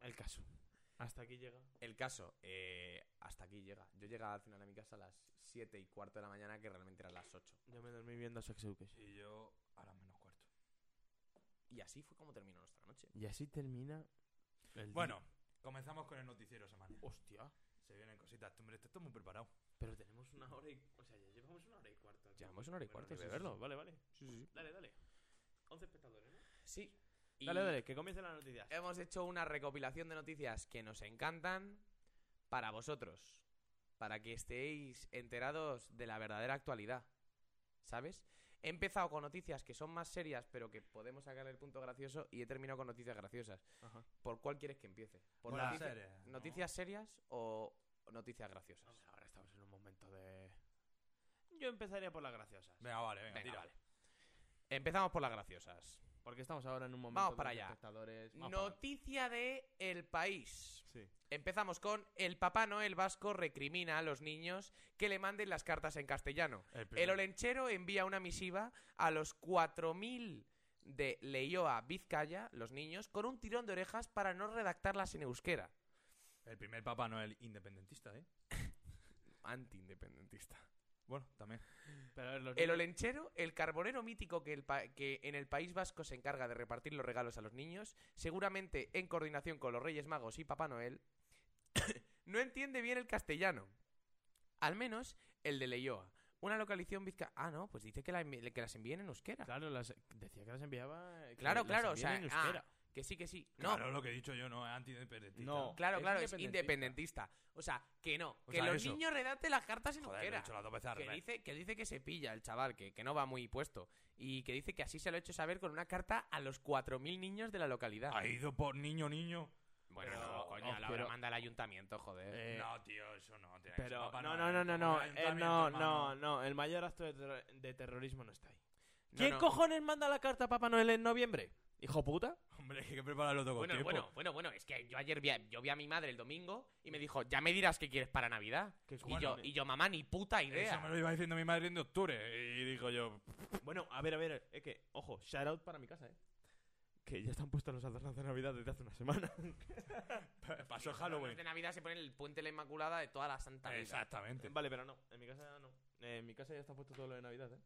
S1: El caso. Hasta aquí llega.
S5: El caso, eh, hasta aquí llega. Yo llegaba al final de mi casa a las 7 y cuarto de la mañana, que realmente eran las 8.
S1: Yo me dormí viendo Sex Education.
S3: Y yo a las menos cuarto.
S5: Y así fue como terminó nuestra noche.
S1: Y así termina. el di-
S3: Bueno, comenzamos con el noticiero semana.
S1: Hostia.
S3: Se vienen cositas. Tú, hombre, estás muy preparado.
S1: Pero tenemos una hora y. O sea, ya llevamos una hora y cuarto. aquí.
S5: Llevamos una hora y
S1: Bueno,
S5: cuarto,
S1: ni
S5: sí, sí,
S1: beberlo. Vale, vale.
S5: Sí, sí, sí.
S1: Dale, dale. 11 espectadores, ¿no? Eh,
S5: Sí. Y
S1: Dale, dale, que comiencen las noticias.
S5: Hemos hecho una recopilación de noticias que nos encantan para vosotros. Para que estéis enterados de la verdadera actualidad. ¿Sabes? He empezado con noticias que son más serias, pero que podemos sacarle el punto gracioso, y he terminado con noticias graciosas.
S1: Ajá.
S5: ¿Por cuál quieres que empiece? ¿Por
S3: Hola.
S5: noticia-
S3: Series, ¿no?
S5: noticias serias o noticias graciosas?
S1: Hombre, ahora estamos en un momento de. Yo empezaría por las graciosas.
S3: Venga, vale, venga,
S5: Venga,
S3: tira.
S5: vale. Empezamos por las graciosas.
S1: Porque estamos ahora en un momento.
S5: Vamos
S1: de
S5: para
S1: muchos
S5: allá.
S1: Espectadores. Vamos para allá.
S5: Noticia de El País.
S1: Sí.
S5: Empezamos con El Papá Noel Vasco recrimina a los niños que le manden las cartas en castellano.
S3: El
S5: El
S3: primero.
S5: Olenchero envía una misiva a los 4.000 de Leioa, Vizcaya, los niños, con un tirón de orejas para no redactarlas en euskera.
S3: El primer Papá Noel independentista, ¿eh?
S5: Antiindependentista.
S3: Bueno, también.
S1: Pero a ver, los
S5: El
S1: niños-
S5: olenchero, el carbonero mítico que, el pa- que en el País Vasco se encarga de repartir los regalos a los niños, seguramente en coordinación con los Reyes Magos y Papá Noel, no entiende bien el castellano. Al menos el de Leioa, una localización vizca... Ah, no, pues dice que, la envi- que las envíen en euskera.
S1: Claro, las... decía que las enviaba. eh, que
S5: Claro,
S1: las
S5: claro, o
S1: envían
S5: sea,
S1: en euskera.
S5: Que sí, que sí. No,
S3: Claro, lo que he dicho yo no es antiindependentista.
S1: No.
S5: claro,
S1: Es
S5: claro, es
S1: independentista.
S5: independentista. O sea, que no,
S3: O
S5: que
S3: sea,
S5: los
S3: eso.
S5: niños redacten las cartas en
S3: Joder, lo he
S5: euskera.
S3: dicho las dos veces al
S5: que
S3: revés.
S5: dice, que dice que se pilla el chaval, que, que no va muy puesto. Y que dice que así se lo ha hecho saber con una carta a los 4.000 niños de la localidad.
S3: Ha ido por niño, niño.
S5: Bueno,
S3: Pero,
S5: no, coño,
S1: os
S5: la
S1: quiero-
S5: hora manda el ayuntamiento, joder.
S1: Eh,
S3: no, tío, eso no. tiene que ser
S1: Pero.
S3: Papá
S1: No, no,
S3: Noel,
S1: no, no,
S3: un
S1: no. eh,
S3: ayuntamiento,
S1: no, no,
S3: hermano.
S1: no. El mayor acto de, terro- de terrorismo no está ahí.
S5: No,
S1: ¿Quién
S5: no.
S1: cojones manda la carta a Papá Noel en noviembre? ¿Hijo puta?
S3: Hombre, hay que prepararlo todo con
S5: Bueno,
S3: tiempo.
S5: bueno, bueno, bueno, es que yo ayer vi a, yo vi a mi madre el domingo y me dijo, ya me dirás qué quieres para Navidad.
S1: Que
S5: Y yo, y yo, mamá, ni puta idea.
S3: eh, Eso me lo iba diciendo mi madre en octubre. Y dijo yo,
S1: Bueno, a ver, a ver. Es que, ojo, shout out para mi casa, eh. Que ya están puestos los adornos de Navidad desde hace una semana.
S5: Los
S3: pasó
S5: adornos
S3: Halloween.
S5: de Navidad se pone el puente de la Inmaculada de toda la santa vida.
S3: Exactamente.
S1: vale, pero no. En mi casa no. Eh, en mi casa ya está puesto todo lo de Navidad, eh.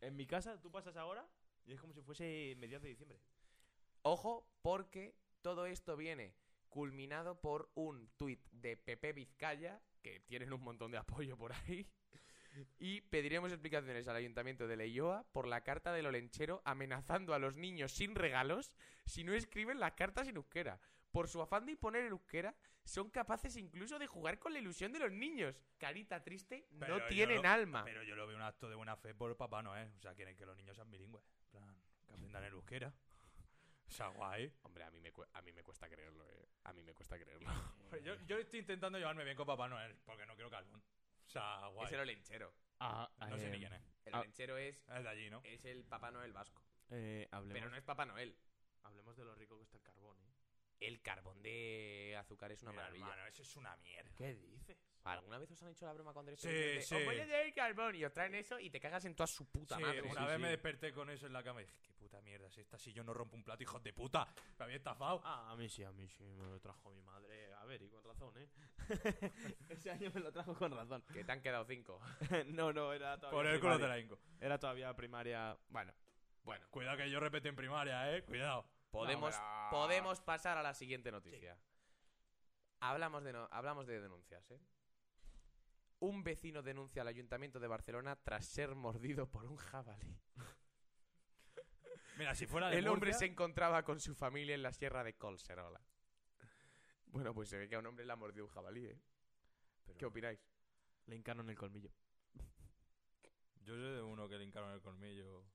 S1: En mi casa tú pasas ahora y es como si fuese mediados de diciembre.
S5: Ojo, porque todo esto viene culminado por un tuit de Pepe Vizcaya, que tienen un montón de apoyo por ahí. Y pediremos explicaciones al ayuntamiento de Leioa por la carta del Olenchero amenazando a los niños sin regalos si no escriben las cartas en euskera. Por su afán de imponer el euskera, son capaces incluso de jugar con la ilusión de los niños. Carita triste,
S3: Pero
S5: no
S3: yo
S5: tienen
S3: lo-
S5: alma.
S3: Pero yo lo veo un acto de buena fe por Papá Noel. O sea, quieren que los niños sean bilingües. En plan, que aprendan el euskera. O sea, guay.
S5: Hombre, a mí, me cue- a mí me cuesta creerlo, eh. A mí me cuesta creerlo.
S3: Pues Yo, yo estoy intentando llevarme bien con Papá Noel porque no quiero carbón. O sea, guay.
S5: Es el Olenchero.
S3: No sé ni quién es.
S5: El
S1: Ah.
S5: Olenchero es,
S3: Es de allí, ¿no?
S5: es el Papá Noel vasco.
S1: Eh, hablemos,
S5: Pero no es Papá Noel.
S1: hablemos de lo rico que está el carbón, ¿eh?
S5: El carbón de azúcar es una
S3: Mira,
S5: maravilla.
S3: Eh, hermano, eso es una mierda.
S5: ¿Qué dices? ¿Alguna vez os han hecho la broma con derecho?
S3: Sí,
S5: de-
S3: sí.
S5: Os voy a llevar el carbón y os traen eso y te cagas en toda su puta
S3: Sí,
S5: madre.
S3: una vez me desperté con eso en la cama y dije, qué puta mierda es esta si yo no rompo un plato, hijos de puta. Me había estafado.
S1: Ah, a mí sí, a mí sí, me lo trajo mi madre. A ver, y con razón, ¿eh? Ese año me lo trajo con razón.
S5: Que te han quedado cinco.
S1: no, no, era todavía.
S3: Por el culo te
S1: primaria.
S3: la hinco.
S1: Era todavía primaria. Bueno,
S5: Bueno,
S3: Cuidado que yo repetí en primaria, eh. Cuidado.
S5: podemos,
S1: pero-
S5: podemos pasar a la siguiente noticia. Hablamos, de no- hablamos de denuncias, ¿eh? Un vecino denuncia al ayuntamiento de Barcelona tras ser mordido por un jabalí.
S3: Mira, si fuera Ah, de
S5: El hombre se
S3: Murcia-
S5: encontraba con su familia en la sierra de Colserola. Bueno, pues se ve que a un hombre le ha mordido un jabalí, ¿eh? ¿Qué opináis?
S1: le encarno en el colmillo.
S3: Yo soy de uno que le hincaron el colmillo.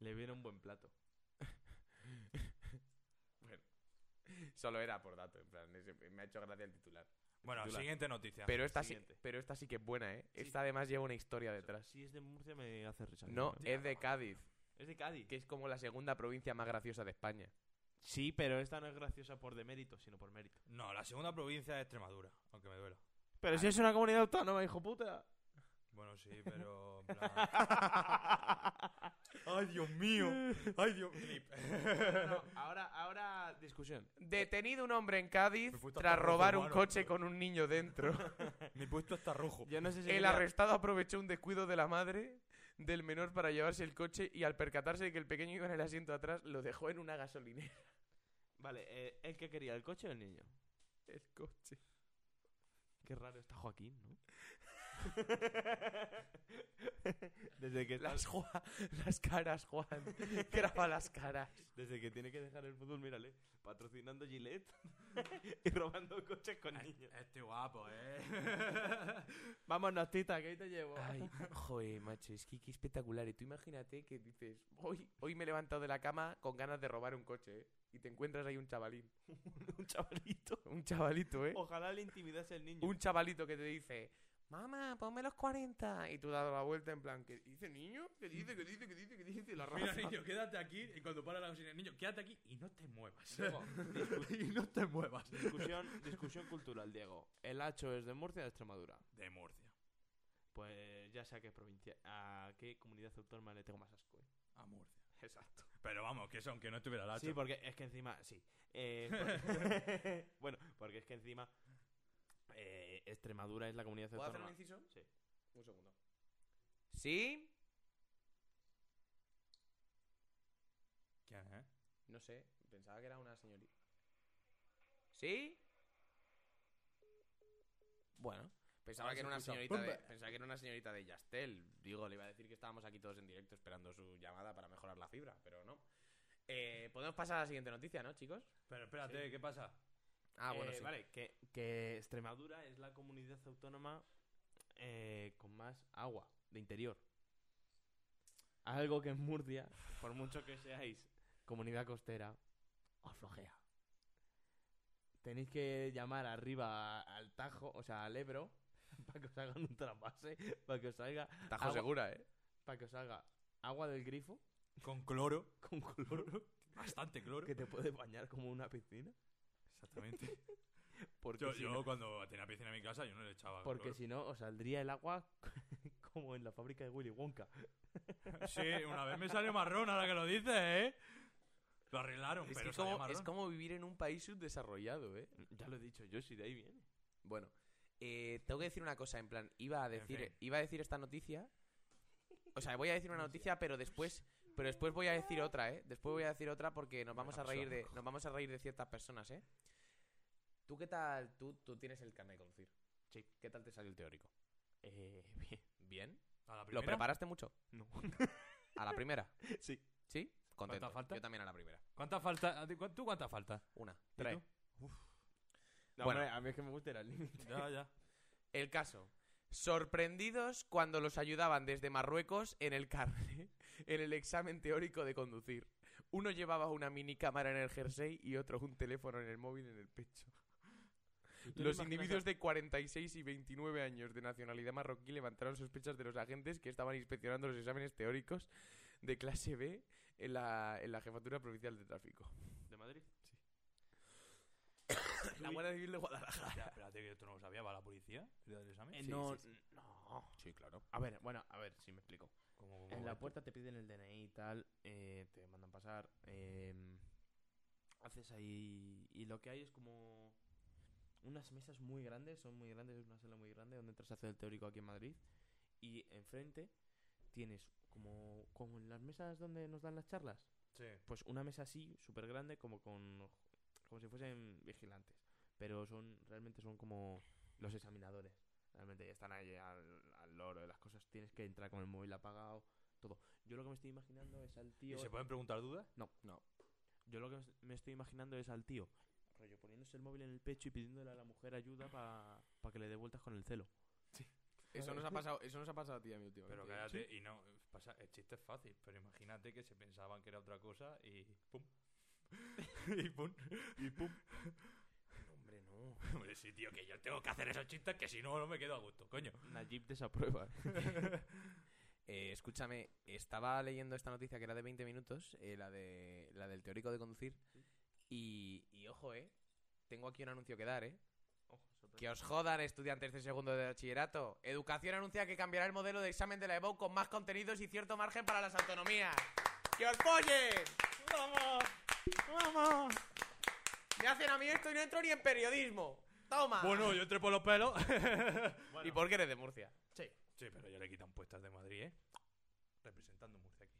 S1: Le viene un buen plato.
S5: Solo era por dato, en plan, ese- me ha hecho gracia el titular.
S3: Bueno,
S5: Titular.
S3: siguiente noticia.
S5: Pero esta, sí,
S1: siguiente.
S5: pero esta sí que es buena, ¿eh? Esta además lleva una historia detrás.
S1: Si es de Murcia, me hace risa.
S5: No, es de Cádiz,
S1: es de Cádiz.
S5: que es como la segunda provincia más graciosa de España.
S3: Eh.
S1: Sí, pero esta no es graciosa por demérito, sino por mérito.
S3: No, la segunda provincia es Extremadura, aunque me duela.
S1: Pero si es una comunidad autónoma, hijo puta.
S3: Bueno, sí, pero. en plan- ¡Ay, Dios mío! ¡Ay, Dios
S1: No, ahora, ahora discusión.
S5: Detenido un hombre en Cádiz
S3: Me he puesto
S5: tras
S3: hasta rojo,
S5: robar un
S3: mano.
S5: coche con un niño dentro.
S3: Mi puesto está rojo.
S1: Yo no sé si
S5: El
S1: quería-
S5: arrestado aprovechó un descuido de la madre del menor para llevarse el coche y al percatarse de que el pequeño iba en el asiento atrás, lo dejó en una gasolinera.
S1: Vale, eh, ¿el que quería el coche o el niño?
S5: El coche.
S1: Qué raro está Joaquín, ¿no? Desde que, está-
S5: Las, Juan- las caras, Juan. Graba las caras.
S1: desde que tiene que dejar el fútbol, mírale, patrocinando Gillette y robando coches con niños.
S3: Este guapo, eh.
S1: Vámonos, tita, que ahí te llevo.
S5: Ay, joder, macho, es que qué espectacular. Y tú imagínate que dices, hoy, hoy me he levantado de la cama con ganas de robar un coche, ¿eh? Y te encuentras ahí un chavalín.
S1: Un chavalito.
S5: Un chavalito, ¿eh?
S1: Ojalá le intimidase el niño.
S5: Un chavalito que te dice, mamá, ponme los 40. Y tú das la vuelta en plan, ¿qué dice, niño? ¿Qué dice, qué dice, qué dice, qué dice? Y la
S3: Mira,
S5: raza.
S3: niño, quédate aquí. Y cuando para la cocina, niño, quédate aquí y no te muevas.
S5: Luego,
S3: y no te muevas.
S1: Discusión, discusión cultural, Diego. ¿El hacho es de Murcia o de Extremadura?
S3: De Murcia.
S1: Pues ya sé a qué provincia, a qué comunidad autónoma le tengo más asco. ¿eh?
S3: A Murcia.
S1: Exacto.
S3: Pero vamos, que eso, aunque no estuviera la
S1: Sí, porque es que encima, sí. Eh, por- bueno, porque es que encima eh, Extremadura es la comunidad
S5: ¿Puedo hacer un
S1: autónoma.
S5: inciso?
S1: Sí.
S5: Un segundo. ¿Sí?
S3: ¿Quién, eh?
S5: No sé, pensaba que era una señorita. ¿Sí? Bueno, pensaba
S3: Ahora
S5: que
S3: se
S5: era una
S3: escucha un
S5: señorita de,
S3: pumba.
S5: pensaba que era una señorita de Yastel. Digo, le iba a decir que estábamos aquí todos en directo esperando su llamada para mejorar la fibra, pero no. Eh, podemos pasar a la siguiente noticia, ¿no, chicos?
S3: Pero espérate, ¿qué pasa?
S5: Ah, bueno,
S1: Eh,
S5: sí.
S1: Vale, que, que Extremadura es la comunidad autónoma eh, con más agua de interior. Algo que en Murcia, por mucho que seáis comunidad costera, os flojea. Tenéis que llamar arriba al Tajo, o sea, al Ebro, para que os hagan un trasvase, para que os salga,
S5: Tajo
S1: agua-
S5: segura, ¿eh?
S1: para que os salga agua del grifo
S3: Con cloro.
S1: con color
S3: Bastante cloro.
S1: que te puede bañar como una piscina.
S3: Exactamente.
S1: Porque
S3: Yo,
S1: si
S3: yo
S1: no-
S3: cuando tenía piscina en mi casa, yo no le echaba.
S1: Porque
S3: cloro.
S1: si no, os saldría el agua como en la fábrica de Willy Wonka.
S3: Sí, una vez me salió marrón ahora que lo dices, ¿eh? Lo arreglaron,
S5: Es,
S3: pero
S5: que
S3: salió
S5: como, es
S3: marrón.
S5: como vivir en un país subdesarrollado, ¿eh?
S1: Ya lo he dicho yo, si de ahí viene.
S5: Bueno, eh, tengo que decir una cosa, en plan, iba a decir,
S3: fin.
S5: iba a decir esta noticia. O sea, voy a decir una noticia, pero después, Pero después voy a decir otra, ¿eh? Después voy a decir otra porque nos vamos a reír de, nos vamos a reír de ciertas personas, ¿eh? ¿Tú qué tal? Tú, tú tienes el carnet de conducir. Sí. ¿Qué tal te salió el teórico?
S1: Eh, bien.
S5: ¿Bien?
S3: ¿A la
S5: ¿Lo
S3: primera?
S5: preparaste mucho?
S1: No.
S5: ¿A la primera?
S1: Sí.
S5: ¿Sí? Contento.
S3: falta?
S5: Yo también a la primera.
S3: ¿Cuánta falta? ¿Tú cuánto- cuánta falta?
S5: Una.
S1: Trae.
S5: No, hombre,
S1: a mí es que me gusta el límite.
S3: Ya, ya.
S5: El caso. Sorprendidos cuando los ayudaban desde Marruecos en el carnet, en el examen teórico de conducir. Uno llevaba una mini cámara en el jersey y otro un teléfono en el móvil en el pecho.
S1: te
S5: Los
S1: imaginas
S5: individuos de 46 y 29 años de nacionalidad marroquí levantaron sospechas de los agentes que estaban inspeccionando los exámenes teóricos de clase B en la, en la Jefatura Provincial de Tráfico.
S1: ¿De Madrid? Sí.
S5: La Guardia Civil de Guadalajara.
S3: Ya, espérate, que tú no lo sabías, ¿va la policía? ¿El día del examen?
S1: Eh,
S5: Sí,
S1: no,
S5: sí,
S1: no.
S5: Sí, claro.
S1: A ver, bueno, a ver si me explico.
S3: Como- como-
S1: En la puerta te piden el DNI y tal, eh, te mandan pasar. em, haces ahí. Y lo que hay es como. Unas mesas muy grandes, son muy grandes, es una sala muy grande donde entras a hacer el teórico aquí en Madrid. Y enfrente tienes como, como en las mesas donde nos dan las charlas.
S3: Sí.
S1: Pues una mesa así, súper grande, como con. como si fuesen vigilantes. Pero son. realmente son como los examinadores. Realmente ya están ahí al, al loro de las cosas. Tienes que entrar con el móvil apagado. Todo. Yo lo que me estoy imaginando es al
S3: ¿Y
S1: tío.
S3: se pueden preguntar dudas?
S1: Yo lo que me- me estoy imaginando es al tío. Rollo, poniéndose el móvil en el pecho y pidiéndole a la mujer ayuda para que le dé vueltas con el celo.
S5: Eso nos ha pasado, eso nos ha pasado a ti, a mí últimamente.
S3: Pero cállate, y no, pasa, el chiste es fácil, pero imagínate que se pensaban que era otra cosa y pum. y pum. Y pum.
S5: Hombre, no.
S3: Hombre, sí, tío, que yo tengo que hacer esos chistes que si no, no me quedo a gusto, coño.
S1: Najib desaprueba.
S5: Eh, escúchame, estaba leyendo esta noticia que era de 20 minutos, eh, la, de, la del teórico de conducir. Y, y ojo, eh. Tengo aquí un anuncio que dar, eh. Que os jodan, estudiantes de segundo de bachillerato. Educación anuncia que cambiará el modelo de examen de la EBO con más contenidos y cierto margen para las autonomías. ¡Que os follen!
S3: ¡Vamos!
S5: ¡Vamos! Me hacen a mí esto y no entro ni en periodismo. ¡Toma!
S3: Ah. Bueno, yo entré por los pelos.
S5: ¿Y por qué eres de Murcia?
S3: Sí, pero ya le quitan puestas de Madrid, ¿eh? Representando Murcia aquí.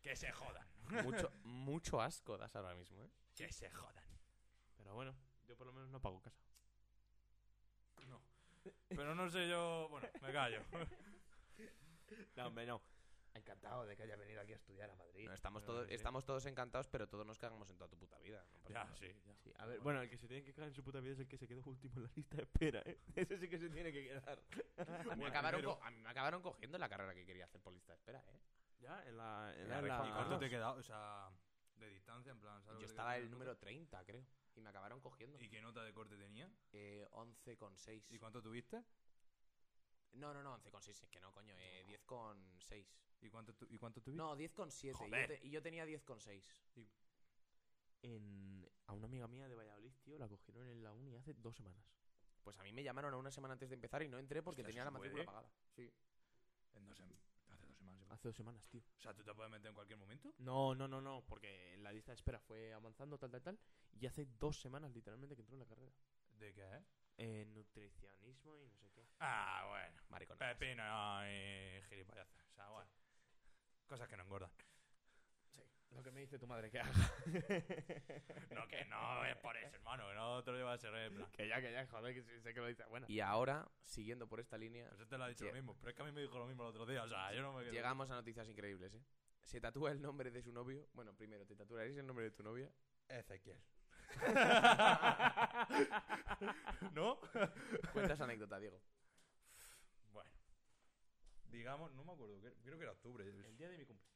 S3: Que se jodan,
S5: Mucho, mucho asco das ahora mismo, eh.
S3: que se jodan.
S1: Pero bueno, yo por lo menos no pago casa.
S3: No. Pero no sé yo. Bueno, me callo.
S1: No, hombre, no. Encantado de que haya venido aquí a estudiar a Madrid.
S5: No, estamos,
S1: Pero
S5: todos,
S1: sí.
S5: estamos todos encantados, pero todos nos cagamos en toda tu puta vida. no pasa
S3: ya,
S5: nada.
S3: sí, ya.
S1: Sí, a ver, bueno, el que se tiene que quedar en su puta vida es el que se quedó último en la lista de espera, ¿eh? Ese sí que se tiene que quedar.
S5: A, mí me
S3: Bueno,
S5: acabaron
S3: pero-
S5: co- a mí me acabaron cogiendo la carrera que quería hacer por lista de espera, ¿eh?
S1: Ya, en la... En
S5: En la rifa.
S3: ¿Y cuánto te he quedado? O sea, de distancia, en plan. ¿sabes lo
S5: Yo
S3: que te
S5: estaba
S3: queda?
S5: el número 30, creo. Y me acabaron cogiendo.
S3: ¿Y qué nota de corte tenía?
S5: Eh, 11,6.
S3: ¿Y cuánto tuviste?
S5: No, no, no, 11,6. es Que no, coño. Eh, 10,6.
S3: ¿Y cuánto, tu- ¿Y cuánto tuviste?
S5: No, 10,7. Y, yo
S3: Joder.
S5: te- y yo tenía 10,6.
S1: En... A una amiga mía de Valladolid, tío, la cogieron en la uni hace dos semanas.
S5: Pues a mí me llamaron a una semana antes de empezar y no entré porque
S3: Hostia,
S5: tenía
S3: ¿se
S5: la matrícula
S3: puede?
S5: pagada. Sí.
S3: En dos sem- Eh, hace dos semanas. se fue.
S1: Hace dos semanas, tío.
S3: O sea, ¿tú te puedes meter en cualquier momento?
S1: No, no, no, no, porque la lista de espera fue avanzando, tal, tal, tal. Y hace dos semanas, literalmente, que entró en la carrera.
S3: ¿De qué, eh?
S1: Eh, nutricionismo y no sé qué.
S3: Ah, bueno.
S5: Maricón.
S3: Pepino y gilipollas. O sea, bueno. Cosas que no engordan.
S1: Lo que me dice tu madre que haga.
S3: No, que no es por eso, hermano. Que no te lo llevas a ser en plan.
S1: Que ya, que ya, joder, que sí, sé que lo dice. Bueno.
S5: Y ahora, siguiendo por esta línea,
S3: Pues te lo ha dicho lo
S5: Lle-
S3: mismo. Pero es que a mí me dijo lo mismo el otro día. O sea, yo no me quedo.
S5: llegamos a noticias increíbles, ¿eh? Se tatúa el nombre de su novio. Bueno, primero, ¿te tatuaréis el nombre de tu novia?
S3: Ezequiel. ¿No?
S5: Cuenta esa anécdota, Diego.
S3: Bueno. Digamos, no me acuerdo. que- Creo que era octubre.
S1: El día de mi cumple.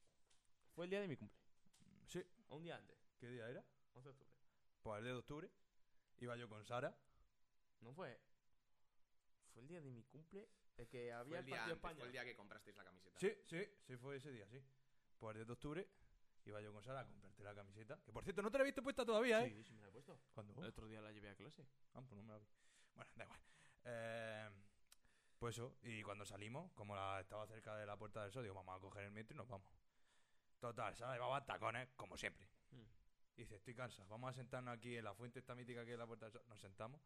S1: Fue el día de mi cumple.
S3: Sí.
S1: Un día antes,
S3: ¿Qué día era?
S1: 11 de octubre.
S3: Pues el día de octubre. Iba yo con Sara.
S1: No fue. Fue el día de mi cumple. El que había
S5: Fue el,
S1: el
S5: día
S1: partido
S5: antes,
S1: España.
S5: fue el día que comprasteis la camiseta.
S3: Sí, sí, sí fue ese día, sí. Pues el 10 de octubre iba yo con Sara a comprarte la camiseta. Que por cierto, no te la he visto puesta todavía, ¿eh?
S1: Sí, sí me la he puesto.
S3: ¿Cuándo?
S1: El otro día la llevé a clase.
S3: Ah, pues no me la vi. Bueno, da igual. Eh, pues eso, y cuando salimos, como la estaba cerca de la puerta del sol, digo, vamos a coger el metro y nos vamos. Total, Sara llevaba tacones, como siempre.
S1: Mm.
S3: Y dice, estoy cansado, vamos a sentarnos aquí en la fuente esta mítica que es la puerta del sol. Nos sentamos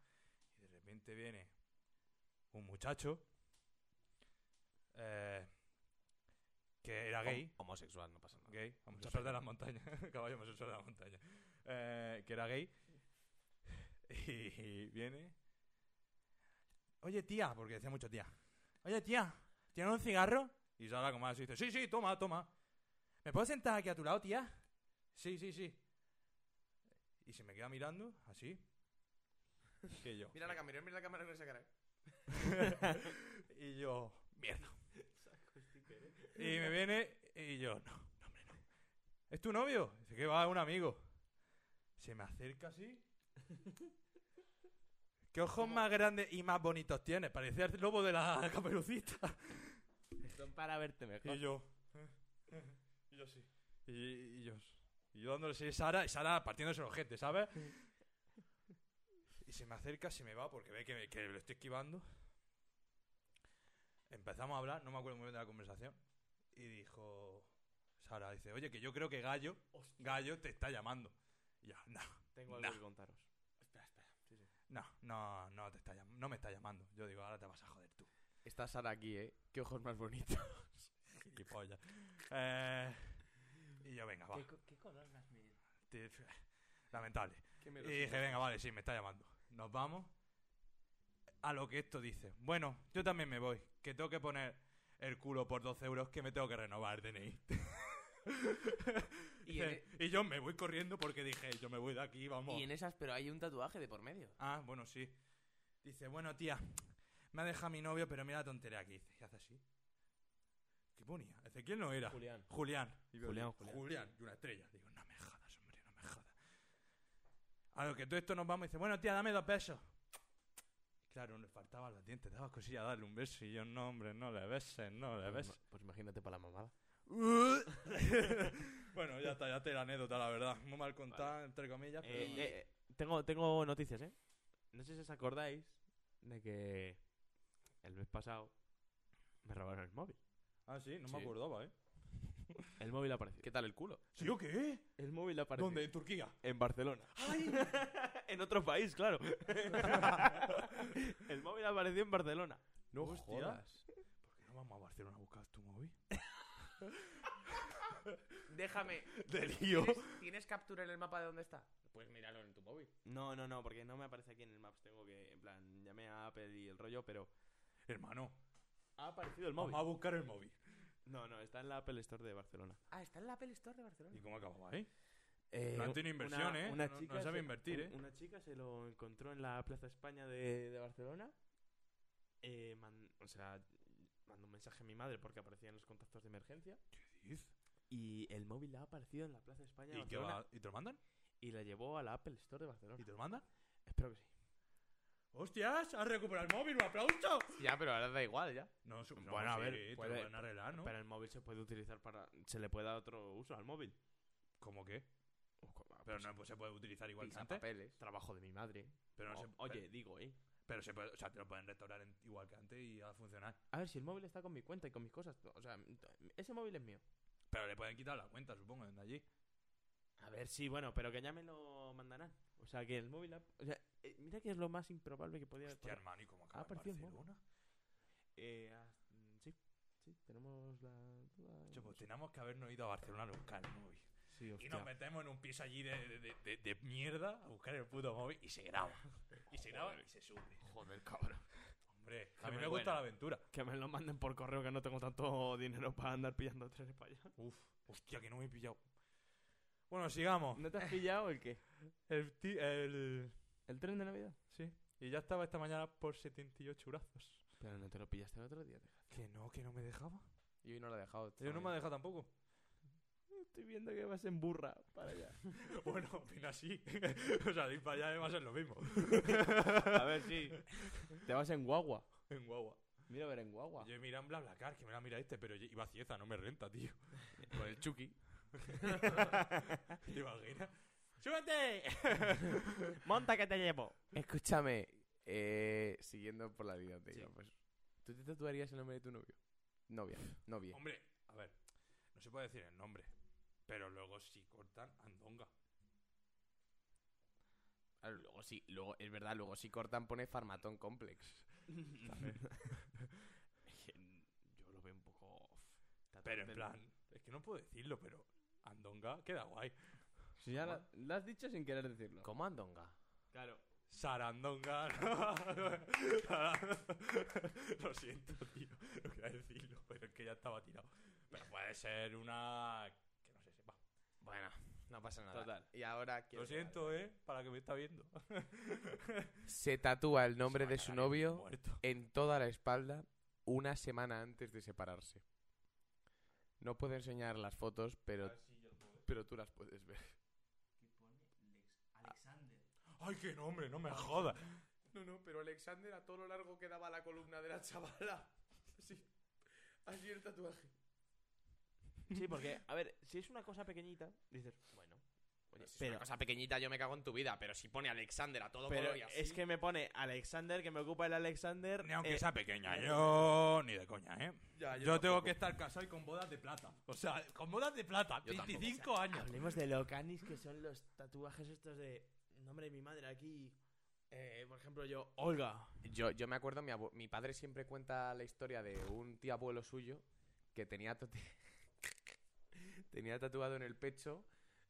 S3: y de repente viene un muchacho eh, que era gay.
S5: Hom- Homosexual, no pasa nada.
S3: gay, homosexual de la montaña, caballo homosexual de la montaña, eh, que era gay. Y viene. Oye, tía, porque decía mucho tía. Oye, tía, ¿tienes un cigarro? Y Sara, como así, dice: Sí, sí, toma, toma. ¿Me puedo sentar aquí a tu lado, tía? Sí, sí, sí. Y se me queda mirando, así. Que yo.
S5: Mira la cámara, mira la cámara con esa cara. ¿eh?
S3: y yo, mierda. Y me viene y yo, no, no, hombre, no. ¿Es tu novio? Dice que va, es un amigo. Se me acerca así. ¿Qué ojos más grandes y más bonitos tienes? Parecía el lobo de la caperucita.
S1: Son para verte mejor.
S3: Y yo. Y yo sí. Y, y yo. Y yo dándole sí a Sara, y Sara partiéndose los gente, ¿sabes? Y se me acerca, se me va, porque ve que, me- que lo estoy esquivando. Empezamos a hablar, no me acuerdo muy bien de la conversación. Y dijo. Sara dice, oye, que yo creo que Gallo, Gallo te está llamando. Y yo, no,
S1: Tengo algo
S3: Nah.
S1: que contaros.
S3: no, no, no te está llam- no me está llamando. Yo digo, ahora te vas a joder tú.
S1: Está Sara aquí, ¿eh? Qué ojos más bonitos.
S3: Gilipollas. Eh, y yo, venga, va.
S4: color más bien?
S3: Te- Lamentable. Y dije, venga, vale, sí, me está llamando. Nos vamos. A lo que esto dice. Bueno, yo también me voy. Que tengo que poner el culo por 12 euros que me tengo que renovar, DNI.
S5: Y en-
S3: y yo me voy corriendo porque dije, yo me voy de aquí, vamos.
S5: Y en esas, pero hay un tatuaje de por medio.
S3: Ah, bueno, sí. Dice, bueno, tía, me ha dejado mi novio, pero mira la tontería que dice. Y hace así. ¿Qué ponía? Dice, ¿quién no era?
S1: Julián.
S3: Julián. Y veo
S1: Julián,
S3: yo,
S1: Julián.
S3: y una estrella. Digo, no me jodas, hombre, no me jodas. A lo que todo esto nos vamos y dice, bueno, tía, dame dos besos. Claro, le faltaban los dientes, daba cosilla darle un beso. Y yo, no, hombre, no le beses, no le beses.
S1: Pues imagínate para la mamada.
S3: bueno, ya está, ya te la anécdota, la verdad. Muy mal contada, entre comillas, pero...
S1: Eh, eh, tengo, tengo noticias, ¿eh? No sé si os acordáis de que el mes pasado me robaron el móvil.
S3: Ah, sí, no me
S5: sí.
S3: acordaba, ¿eh?
S1: El móvil apareció.
S5: ¿Qué tal el culo?
S3: ¿Sí o qué?
S1: El móvil apareció.
S3: ¿Dónde? ¿En Turquía?
S1: En Barcelona. en otro país, claro. el móvil apareció en Barcelona.
S3: No
S1: Hostia.
S3: ¿Por qué no vamos a Barcelona a buscar tu móvil?
S5: Déjame.
S3: De lío.
S5: ¿Tienes, ¿Tienes captura en el mapa de dónde está? Pues míralo en tu móvil.
S1: No, no, no, porque no me aparece aquí en el Maps. Tengo que, en plan, llamé a Apple y el rollo, pero
S3: Hermano,
S1: ha aparecido el móvil.
S3: vamos a buscar el móvil.
S1: No, no, está en la Apple Store de Barcelona.
S5: Ah, está en la Apple Store de Barcelona.
S3: ¿Y cómo acababa, eh? No han tenido inversión, ¿eh? No- no sabe invertir,
S1: un-
S3: ¿eh?
S1: Una chica se lo encontró en la Plaza España de, de Barcelona. Eh, man- o sea, mandó un mensaje a mi madre porque aparecían los contactos de emergencia. Y el móvil ha aparecido en la Plaza España de
S3: ¿Y, qué
S1: Barcelona.
S3: va? ¿Y te lo mandan?
S1: Y la llevó a la Apple Store de Barcelona.
S3: ¿Y te lo mandan?
S1: Espero que sí.
S3: ¡Hostias! ¡Has recuperado el móvil! ¡Un aplauso!
S5: Ya, pero ahora da igual, ya.
S3: No, su- no,
S1: Bueno, a
S3: sí,
S1: ver,
S3: te lo
S1: puede-
S3: pueden arreglar, ¿no?
S1: Pero el móvil se puede utilizar para. Se le puede dar otro uso al móvil.
S3: ¿Cómo qué?
S1: O co- ah,
S3: Pero
S1: pues,
S3: no pues, se puede utilizar igual que
S5: Pisa
S3: antes.
S5: papeles.
S1: Trabajo de mi madre.
S3: Pero no
S1: O-
S3: se,
S1: oye,
S3: Pero,
S1: digo, ¿eh?
S3: pero se puede, o sea, te lo pueden restaurar en- igual que antes y va a funcionar.
S1: A ver, si el móvil está con mi cuenta y con mis cosas. O sea, m- t- ese móvil es mío.
S3: Pero le pueden quitar la cuenta, supongo, desde allí.
S1: A ver, sí, bueno, pero que ya me lo mandarán. O sea, que el móvil. ha- O sea, eh, mira que es lo más improbable que podía.
S3: Hostia, hermano, ¿y cómo acaba en
S1: aparecido el móvil.
S3: Barcelona?
S1: Eh, ah, mm, sí, sí, tenemos la. duda.
S3: Che, pues teníamos que habernos ido a Barcelona a buscar el móvil.
S1: Sí,
S3: Y nos
S1: hostia.
S3: metemos en un piso allí de, de- de- de- de mierda a buscar el puto móvil y se graba. Y se graba y se sube.
S1: Joder, cabrón.
S3: Hombre,
S1: Qué
S3: a mí
S1: muy
S3: me gusta
S1: buena.
S3: la aventura.
S1: Que me lo manden por correo, que no tengo tanto dinero para andar pillando trenes para allá.
S3: Uf, hostia, que no me he pillado. Bueno, sigamos.
S1: ¿No te has pillado el qué?
S3: El, ti- el-
S1: ¿El tren de Navidad?
S3: Sí, y ya estaba esta mañana por 78 brazos.
S1: Pero no te lo pillaste el otro día.
S3: Que no, que no me dejaba.
S5: Y hoy no lo he dejado.
S3: Yo no me ha dejado tampoco.
S1: Estoy viendo que vas en burra para allá.
S3: bueno, opina así. o sea, de ir para allá va a ser lo mismo.
S1: A ver, sí. Te vas en guagua.
S3: en guagua.
S1: Mira, a ver, en guagua.
S3: Yo mira en BlaBlaCar, que me la mira este, pero yo iba a Cieza, no me renta, tío.
S5: Con el Chucky.
S3: ¿Te imaginas? ¡Súbete!
S1: Monta que te llevo.
S5: Escúchame. eh, siguiendo por la vida, te
S1: Sí.
S5: digo, pues. ¿Tú te tatuarías el nombre de tu novio? Novia. Novia.
S3: Hombre, a ver, no se puede decir el nombre, pero luego si cortan Andonga.
S5: Claro, luego sí, luego, es verdad, luego si cortan pone Farmatón Complex.
S1: Yo lo veo un poco.
S3: Pero en
S5: del-
S3: plan, es que no puedo decirlo, pero Andonga queda guay.
S1: Si ya la- lo has dicho sin querer decirlo.
S5: ¿Cómo Andonga?
S1: Claro.
S3: Sarandonga. no. Lo siento, tío. No quería decirlo, pero es que ya estaba tirado. Pero puede ser una. Que no se sepa.
S5: Bueno, no pasa nada.
S1: Total.
S5: Y ahora quiero-
S3: Lo siento, eh, para que me está viendo.
S5: Se tatúa el nombre
S3: Se va a
S5: de su
S3: cagar en mi
S5: novio
S3: muerto.
S5: en toda la espalda una semana antes de separarse. No puedo enseñar las fotos, pero, pero tú las puedes ver.
S4: Alexander.
S3: Ay, qué nombre, no me jodas.
S5: No, no, pero Alexander a todo lo largo que daba la columna de la chavala. Así. Así el tatuaje.
S1: Sí, porque, a ver, si es una cosa pequeñita, dices, bueno. Oye,
S5: si es
S1: pero
S5: una cosa pequeñita, yo me cago en tu vida, pero si pone Alexander a todo
S1: pero
S5: color y así.
S1: es que me pone Alexander, que me ocupa el Alexander.
S3: Ni aunque
S1: eh,
S3: sea pequeña, yo ni de coña, ¿eh?
S5: Ya,
S3: Yo,
S5: tampoco.
S3: tengo que estar casado y con bodas de plata. O sea, con bodas de plata,
S5: Yo tampoco.
S3: 25 años.
S1: Hablemos de locanis, que son los tatuajes estos de nombre de mi madre aquí. Eh, por ejemplo, yo, Olga.
S5: Yo, yo me acuerdo, mi, abue- mi padre siempre cuenta la historia de un tío abuelo suyo que tenía, tatu- tenía tatuado en el pecho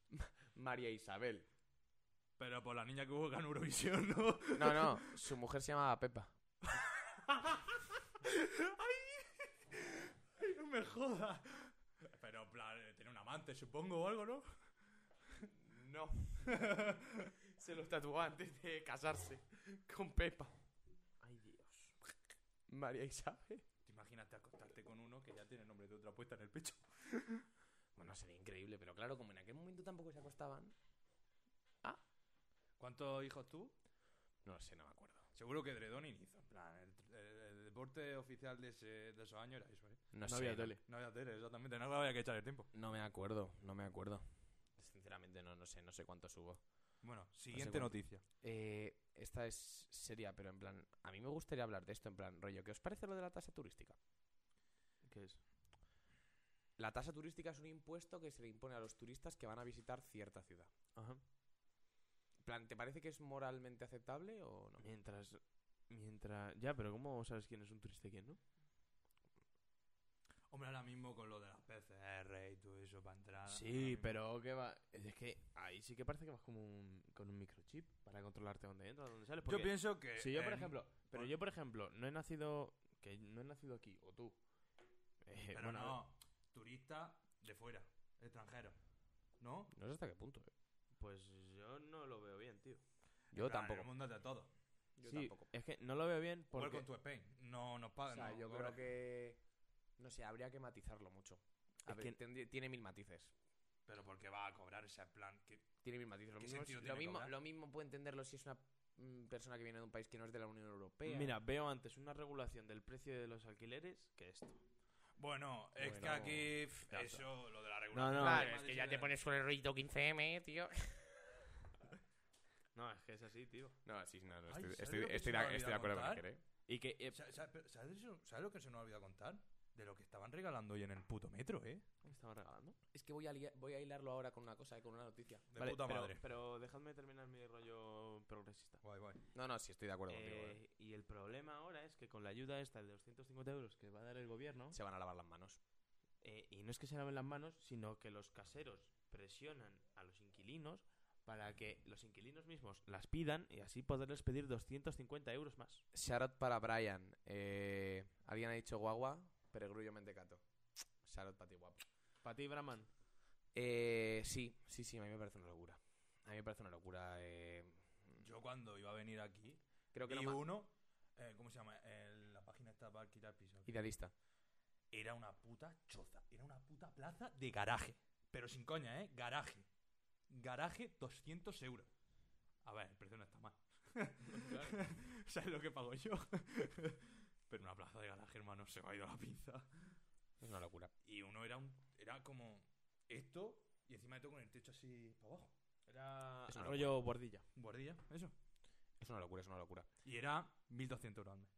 S5: Ma- María Isabel.
S3: Pero por la niña que hubo en Eurovisión, ¿no?
S5: No, no, su mujer se llamaba Pepa.
S3: Ay, no me jodas. Pero, en plan, eh, tiene un amante, supongo, o algo, ¿no?
S5: No. se los tatuó antes de casarse con Pepa.
S1: Ay, Dios.
S5: María Isabel.
S3: ¿Te imaginas acostarte con uno que ya tiene el nombre de otra puesta en el pecho?
S5: Bueno, sería increíble, pero claro, como en aquel momento tampoco se acostaban.
S3: ¿Cuántos hijos tú?
S5: No lo sé, no me acuerdo.
S3: Seguro que Dredoni hizo. En plan, el, el- el deporte oficial de, ese- de esos años era eso, ¿eh?
S5: No,
S1: No
S5: sé.
S1: había tele.
S3: No había tele, exactamente. No había que echar el tiempo.
S5: No me acuerdo, no me acuerdo. Sinceramente, no, no sé, no sé cuánto subo.
S3: Bueno,
S5: cuánto.
S3: siguiente noticia.
S5: Eh, esta es seria, pero en plan, a mí me gustaría hablar de esto, en plan, rollo, ¿qué os parece lo de la tasa turística?
S1: ¿Qué es?
S5: La tasa turística es un impuesto que se le impone a los turistas que van a visitar cierta ciudad.
S1: Ajá.
S5: En plan, ¿te parece que es moralmente aceptable o no?
S1: Mientras. Mientras. Ya, pero ¿cómo sabes quién es un turista y quién no?
S3: Hombre, ahora mismo con lo de las PCR y todo eso para entrar. ahora
S1: Sí,
S3: mismo-
S1: pero que va. Es que ahí sí que parece que vas como un, con un microchip para controlarte dónde entras, dónde sales.
S3: Yo
S1: porque
S3: pienso que. em,
S1: si yo, por
S3: en-
S1: ejemplo. Pero
S3: por-
S1: yo, por ejemplo, no he nacido. Que no he nacido aquí, o tú. Eh,
S3: Pero
S1: bueno, a ver,
S3: no, turista de fuera, extranjero. ¿No?
S5: No sé hasta qué punto. eh.
S1: Pues yo no lo veo bien, tío.
S5: Yo
S3: En plan,
S5: tampoco.
S3: El mundo es de todo.
S5: Yo
S1: sí,
S5: tampoco.
S1: Es que no lo veo bien porque.
S3: Welcome to Spain. No nos
S5: O
S3: pagan.
S5: sea,
S3: no,
S5: yo
S3: cobran.
S5: creo que... No sé, habría que matizarlo mucho. A
S1: Es
S5: ver,
S1: que-
S5: tendría- tiene mil matices.
S3: Pero porque va a cobrar ese plan. Que...
S5: Tiene mil matices. Lo
S3: ¿Qué
S5: mismo, es-
S3: sentido
S5: lo,
S3: tiene
S5: mismo,
S3: cobrar?
S5: lo mismo puede entenderlo si es una mm, persona que viene de un país que no es de la Unión Europea.
S1: Mira, veo antes una regulación del precio de los alquileres que esto.
S3: Bueno, es que
S5: Bueno,
S3: aquí. pf,
S5: ya está.
S3: eso, lo de la regulación.
S1: no,
S5: Claro,
S1: eh,
S5: es que ya te pones con el rollito 15M, tío.
S1: No, es que es así, tío.
S5: No, sí, no, no,
S3: Ay,
S5: estoy,
S3: ¿sabes
S5: estoy-
S3: lo que
S5: estoy
S3: se me
S5: de,
S3: había
S5: estoy de acuerdo con
S3: contado?
S5: Iker, ¿eh?
S1: Y que. eh,
S3: Sa- sa- pero ¿Sabes, eso- ¿Sabes lo que se nos ha olvidado contar? De lo que estaban regalando hoy en el puto metro, ¿eh?
S1: ¿me estaba regalando?
S5: Es que voy a, lia- voy a hilarlo ahora con una cosa, eh, con una noticia.
S3: De
S1: Vale,
S3: puta
S1: pero,
S3: madre.
S1: Pero dejadme terminar mi rollo progresista.
S3: Guay, guay.
S5: No, no, sí, estoy de acuerdo contigo. eh.
S1: Eh, y el problema ahora es que con la ayuda esta de 250 euros que va a dar el gobierno,
S5: Se van a lavar las manos.
S1: eh, y no es que se laven las manos, sino que los caseros presionan a los inquilinos para que los inquilinos mismos las pidan y así poderles pedir 250 euros más.
S5: Shoutout para Brian. Eh, Alguien ha dicho guagua, pero grullo mentecato. Shoutout para ti, guapo.
S1: Para ti, Brahman.
S5: Eh, sí, sí, sí, a mí me parece una locura. A mí me parece una locura. eh,
S3: Yo cuando iba a venir aquí,
S5: creo que
S3: y
S5: lo más...
S3: uno, eh, ¿cómo se llama? El- la página esta para alquilar pisos.
S5: Idealista.
S3: Era una puta choza. Era una puta plaza de garaje. Pero sin coña, ¿eh? Garaje. Garaje 200 euros. A ver, el precio no está mal. ¿Sabes lo que pago yo? Pero una plaza de garaje, hermano, se me ha ido la pinza.
S5: Es una locura.
S3: Y uno era un, era como esto y encima de todo con el techo así para abajo.
S1: Era
S5: Es una
S1: rollo bordilla.
S3: Guardilla, eso.
S5: Es una locura, es una locura.
S3: Y era 1.200 euros al mes.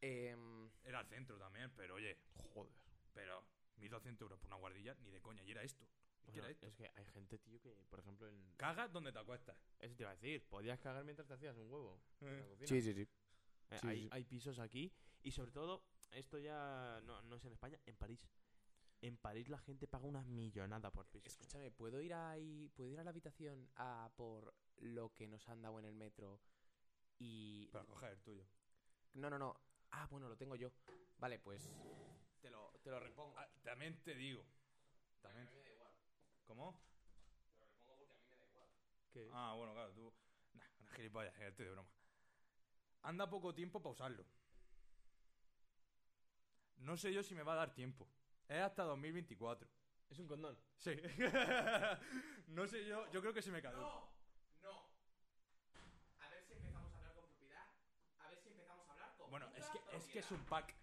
S5: Em,
S3: Era el centro también, pero oye,
S1: Joder.
S3: pero 1.200 euros por una guardilla, ni de coña. Y era esto. ¿Y qué era esto?
S1: es que hay gente, tío, que, por ejemplo, en...
S3: Cagas donde te acuestas.
S1: Eso te iba a decir, podías cagar mientras te hacías un huevo. en la cocina.
S5: sí, sí, sí.
S1: Eh,
S5: Sí,
S1: hay,
S5: sí.
S1: hay pisos aquí y sobre todo, esto ya no, no es en España, en París. En París la gente paga una millonada por pisos.
S5: Escúchame, ¿puedo ir ahí, puedo ir a la habitación a por lo que nos han dado en el metro y
S3: Pero coge el tuyo.
S5: no, no, no. Ah, bueno, lo tengo yo. Vale, pues te lo, te lo repongo.
S3: Ah, también te digo. También. ¿Cómo?
S1: ¿Qué?
S3: Ah, bueno, claro, tú. Nah, una gilipollas, eh, estoy de broma. Anda poco tiempo para usarlo. No sé yo si me va a dar tiempo. Es hasta 2024.
S1: Es un condón.
S3: Sí. no sé yo, yo creo que se me caduca.
S4: No, no. A ver si empezamos a hablar con propiedad. A ver si empezamos a hablar con.
S3: Bueno,
S4: puta
S3: es que, es que es
S4: propiedad.
S3: un pack.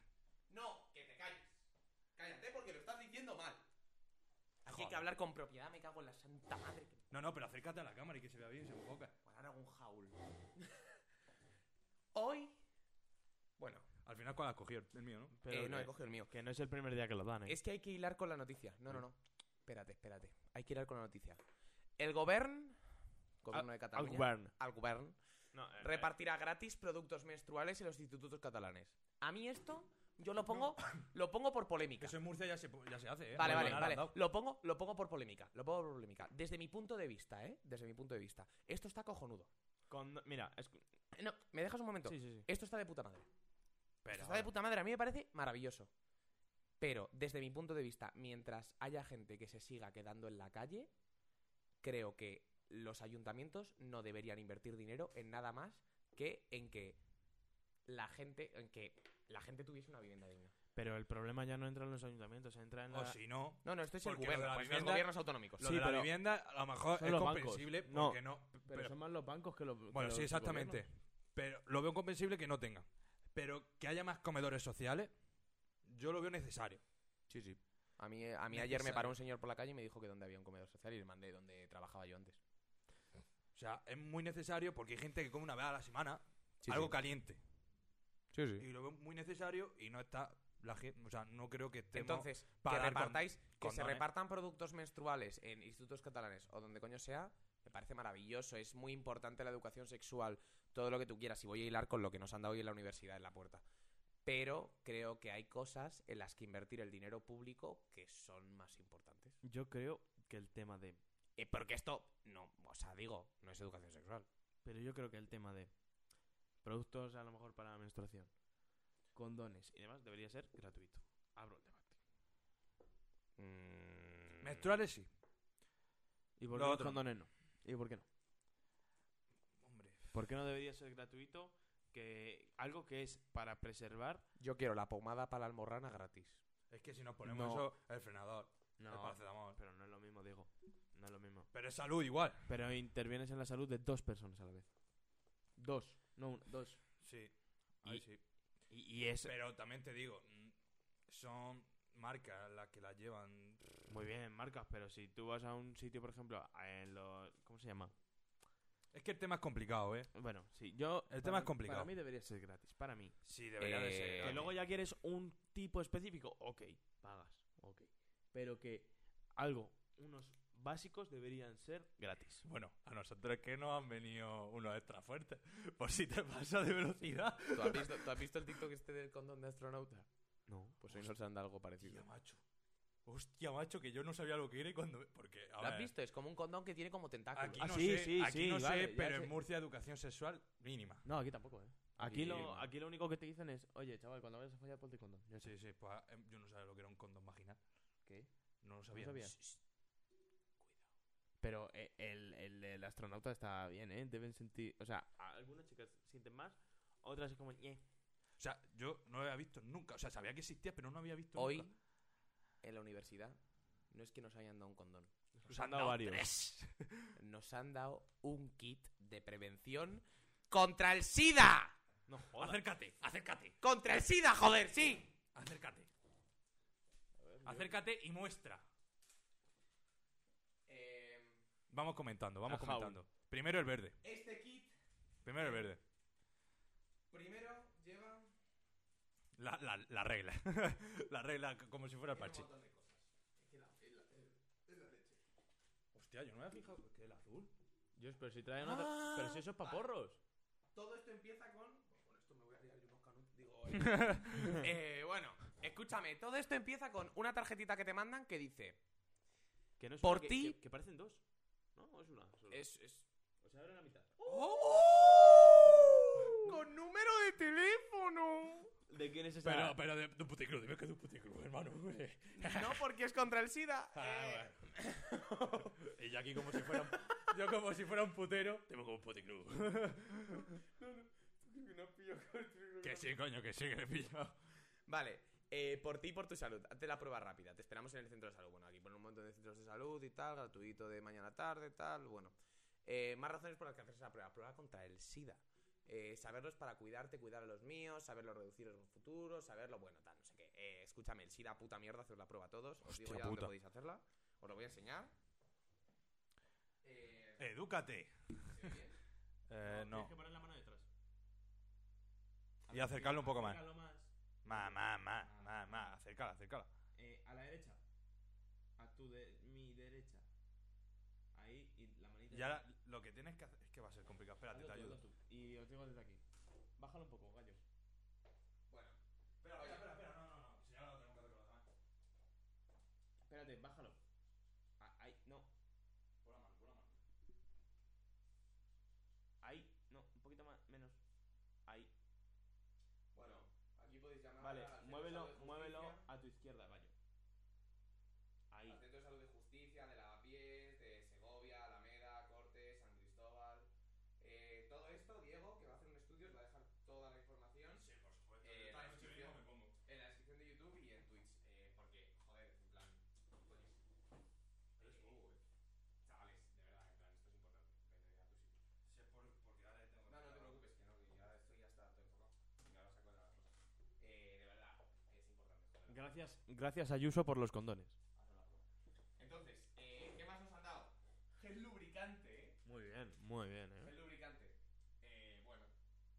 S4: No, que te calles. Cállate porque lo estás diciendo mal.
S5: Aquí hay que hablar con propiedad, me cago en la santa madre. Que
S3: No, no, pero acércate a la cámara y que se vea bien, se enfoca.
S5: me harán algún jaul. Hoy. Bueno,
S3: Al final, ¿cuál has cogido? El mío, ¿no?
S1: Pero
S5: eh, no,
S1: que,
S5: he cogido el mío.
S1: que no es el primer día que lo dan, ¿eh?
S5: Es que hay que hilar con la noticia. No, no, no. Espérate, espérate. Hay que hilar con la noticia. El gobierno. Gobierno de
S1: Al
S5: Cataluña.
S1: Govern.
S5: Al govern. eh, repartirá gratis productos menstruales en los institutos catalanes. A mí esto, yo lo pongo, lo pongo por polémica.
S3: Que eso en Murcia ya se, po- ya se hace, ¿eh?
S5: Vale,
S3: Ahora
S5: vale,
S3: la han
S5: vale.
S3: dado.
S5: Lo pongo, lo pongo por polémica. Lo pongo por polémica. Desde mi punto de vista, ¿eh? Desde mi punto de vista. Esto está cojonudo.
S1: Condo- Mira, es... sí,
S5: Eh, No, ¿me dejas un momento?
S1: sí, sí.
S5: Esto está de puta madre.
S3: Pero,
S5: Está de puta madre, a mí me parece maravilloso. Pero desde mi punto de vista, mientras haya gente que se siga quedando en la calle, creo que los ayuntamientos no deberían invertir dinero en nada más que en que la gente, en que la gente tuviese una vivienda digna.
S1: Pero el problema ya no entra en los ayuntamientos, entra
S5: Oh,
S1: en la...
S3: o si no,
S5: No, no, esto es el
S3: Porque lo de
S5: gobierno,
S3: la
S5: pues, los
S3: vivienda-
S5: gobiernos autonómicos.
S3: lo
S1: Sí,
S3: de la
S1: pero-
S3: vivienda a lo mejor
S1: Son
S3: es
S1: los bancos.
S3: comprensible
S1: No.
S3: porque no. p-
S1: Pero,
S3: pero-
S1: son más los bancos que los...
S3: bueno,
S1: que
S3: sí,
S1: los
S3: exactamente.
S1: gobiernos.
S3: Pero lo veo comprensible que no tengan. Pero que haya más comedores sociales, yo lo veo necesario.
S5: Sí, sí. A mí, a mí ayer me
S3: Necesario.
S5: paró un señor por la calle y me dijo que dónde había un comedor social y le mandé donde trabajaba yo antes.
S3: O sea, es muy necesario porque hay gente que come una vez a la semana
S5: Sí,
S3: algo
S5: sí.
S3: caliente.
S5: Sí, sí.
S3: Y lo veo muy necesario y no está la gente. O sea, no creo que estemos.
S5: Entonces, que
S3: pagar con-
S5: repartáis, que se
S3: condones.
S5: repartan productos menstruales en institutos catalanes o donde coño sea, me parece maravilloso. Es muy importante la educación sexual, todo lo que tú quieras. Y voy a hilar con lo que nos han dado hoy en la universidad en la puerta. Pero creo que hay cosas en las que invertir el dinero público que son más importantes.
S1: Yo creo que el tema de...
S5: Eh, porque esto, no, o sea, digo, no es educación sexual.
S1: Pero yo creo que el tema de productos a lo mejor para la menstruación, condones y demás debería ser gratuito. Abro el debate.
S5: Mm,
S3: Menstruales sí.
S1: ¿Y por
S3: Lo
S1: qué los
S3: otro.
S1: condones no? ¿Y por qué no?
S3: Hombre,
S1: ¿Por qué no debería ser gratuito que algo que es para preservar?
S5: Yo quiero la pomada para la almorrana gratis.
S3: es que si nos ponemos
S1: No.
S3: eso, el frenador, el
S1: No,
S3: paracetamol.
S1: eh, pero no es lo mismo, digo. No es lo mismo.
S3: Pero es salud igual.
S1: Pero intervienes en la salud de dos personas a la vez. Dos, no una, dos.
S3: Sí.
S1: Y-
S3: Ahí sí.
S1: Y, y es...
S3: Pero también te digo, mm, son marcas las que las llevan.
S1: Muy bien, marcas, pero si tú vas a un sitio, por ejemplo, a- en los... ¿Cómo se llama?
S3: Es que el tema es complicado, ¿eh?
S1: Bueno, sí, yo...
S3: El tema
S1: para-
S3: es complicado.
S1: Para mí debería ser gratis, para mí.
S3: Sí, debería de ser.
S5: Eh,
S1: Que
S3: gratis.
S1: luego ya quieres un tipo específico, ok, pagas, ok. Pero que algo, unos básicos deberían ser gratis.
S3: Bueno, a nosotros es que nos han venido unos extra fuertes. Por si te pasa de velocidad.
S5: ¿Tú has visto, tú has visto el TikTok este del condón de astronauta?
S1: No.
S5: Pues hoy nos han dado algo parecido.
S3: Hostia, macho. Hostia, macho, que yo no sabía lo que era y cuando. Porque, a
S5: ¿Lo has
S3: ver,
S5: visto? Es como un condón que tiene como tentáculos.
S3: Aquí
S1: Ah,
S3: no
S1: sí,
S3: sé,
S1: sí,
S3: aquí
S1: sí,
S3: no sé,
S1: vale, ya
S3: pero
S1: sé.
S3: en Murcia educación sexual mínima.
S1: No, aquí tampoco, ¿eh? Aquí,
S5: Aquí
S1: lo,
S5: no.
S1: aquí lo único que te dicen es, oye, chaval, cuando vayas a fallar, ponte condón. Ya está.
S3: Sí, sí, pues ah, em, yo no sabía lo que era un condón vaginal.
S1: ¿Qué?
S3: No lo sabía.
S1: sabías?
S3: Sí, sí.
S1: Pero eh, el, el, el astronauta está bien, ¿eh? Deben sentir... O sea, a- algunas chicas sienten más, otras es como... "Ñe".
S3: O sea, yo no lo había visto nunca. O sea, sabía que existía, pero no lo había visto
S5: Hoy,
S3: nunca.
S5: en la universidad, no es que nos hayan dado un condón.
S1: Nos han dado varios.
S3: tres.
S5: Nos han dado un kit de prevención contra el SIDA.
S1: No, jodas.
S3: Acércate, acércate,
S5: ¡Contra el SIDA, joder, sí!
S3: acércate. Acércate y muestra.
S4: Eh,
S3: Vamos comentando, vamos
S1: Ajá,
S3: comentando. Primero el verde.
S4: Este kit
S3: Primero el verde.
S4: primero lleva
S3: La, la, la regla. la regla c- como si fuera el parche.
S4: montón de cosas. Es que la, es la- es la leche.
S3: Hostia, yo no me había fijado que el azul.
S1: Dios, pero si traen otra-
S5: Ah.
S1: Pero si eso es paporros.
S4: Todo esto empieza con. Bueno, con esto me voy a liar yo unos canutos. Digo,
S5: Eh, bueno, Escúchame, todo esto empieza con una tarjetita que te mandan que dice.
S1: Que no es
S5: Por
S1: una, que-
S5: ti-
S1: Que, que parecen dos. ¿No? ¿O es una? sola?
S5: Es. es-
S1: O sea, abre la mitad.
S3: ¡Oh!
S5: ¡Con número de teléfono!
S1: ¿De quién es esa?
S3: Pero, pero de, de un puticlub, dime que es de un puticlub, hermano.
S5: No, porque es contra el SIDA.
S3: Ah,
S5: Eh,
S3: bueno. y yo aquí como si fuera un, yo como si fuera un putero, tengo como un puticlub. que sí, coño, que sí, que le he pillado.
S5: Vale, eh, por ti y por tu salud. Hazte la prueba rápida. Te esperamos en el centro de salud. Bueno, aquí ponen un montón de centros de salud y tal, gratuito de mañana a tarde, tal. Bueno, Eh, más razones por las que haces la prueba. Prueba contra el SIDA. Eh, saberlos para cuidarte, cuidar a los míos, saberlo reducir en un futuro, saberlo, bueno, tal, no sé qué. Eh, escúchame, el SIDA, puta mierda, hacer la prueba a todos. Os digo
S3: Hostia
S5: ya dónde
S3: puta.
S5: podéis hacerla. Os lo voy a enseñar. Eh,
S3: Edúcate.
S5: ¿se ve bien?
S3: Eh,
S1: Tienes
S3: no.
S1: que poner la mano detrás.
S3: Y acercarlo un poco más.
S1: Acércalo más.
S3: Más, más, más, más, más. Acércala, acércala.
S1: Eh, a la derecha. A tu de mi derecha. Ahí y la manita.
S3: Y ahora lo que tienes que hacer es que va a ser complicado. Espérate,
S1: Hazlo
S3: te
S1: tú,
S3: ayudo.
S1: hazlo tú. Y os digo desde aquí. Bájalo un poco, gallo.
S5: Bueno,
S3: Espera, espera, espera, no, no, no. Si ahora lo tengo que hacer con la mano.
S1: Espérate, bájalo. Ah, ahí, no.
S3: Pon la mano, pon la mano.
S1: Ahí, no. Un poquito más, menos. Ahí.
S5: bueno, aquí podéis llamar
S1: Vale,
S5: al Centro de
S1: muévelo,
S5: Salud de
S1: muévelo
S5: Justicia.
S1: a tu izquierda, gallo. Ahí.
S5: Al Centro de Salud de Justicia, de Lavapiés, de Segovia, Alameda, Cortes, San Cristóbal. Eh, todo esto, Diego, que va a hacer un estudio, os va a dejar toda la información
S3: Sí, por supuesto.
S5: Eh,
S3: Esta
S5: la
S3: noche
S5: inscripción.
S3: mismo me pongo.
S5: en la descripción de YouTube y en Twitch. eh, porque, joder, en plan. coño.
S3: Eres tú, güey.
S5: Chavales, de verdad, en plan, esto es importante. Vete a tu sitio.
S3: Si es por, porque ahora tengo que hacer algo.
S5: No, no te preocupes, que no, que ya esto ya está todo enfocado. Y ahora saco otra cosa. Eh, de verdad, es importante, joder.
S1: Gracias, gracias Ayuso por los condones.
S5: Entonces, eh, ¿qué más nos han dado? Gel lubricante, ¿eh?
S1: Muy bien, muy bien, eh.
S5: Gel lubricante. Eh, bueno,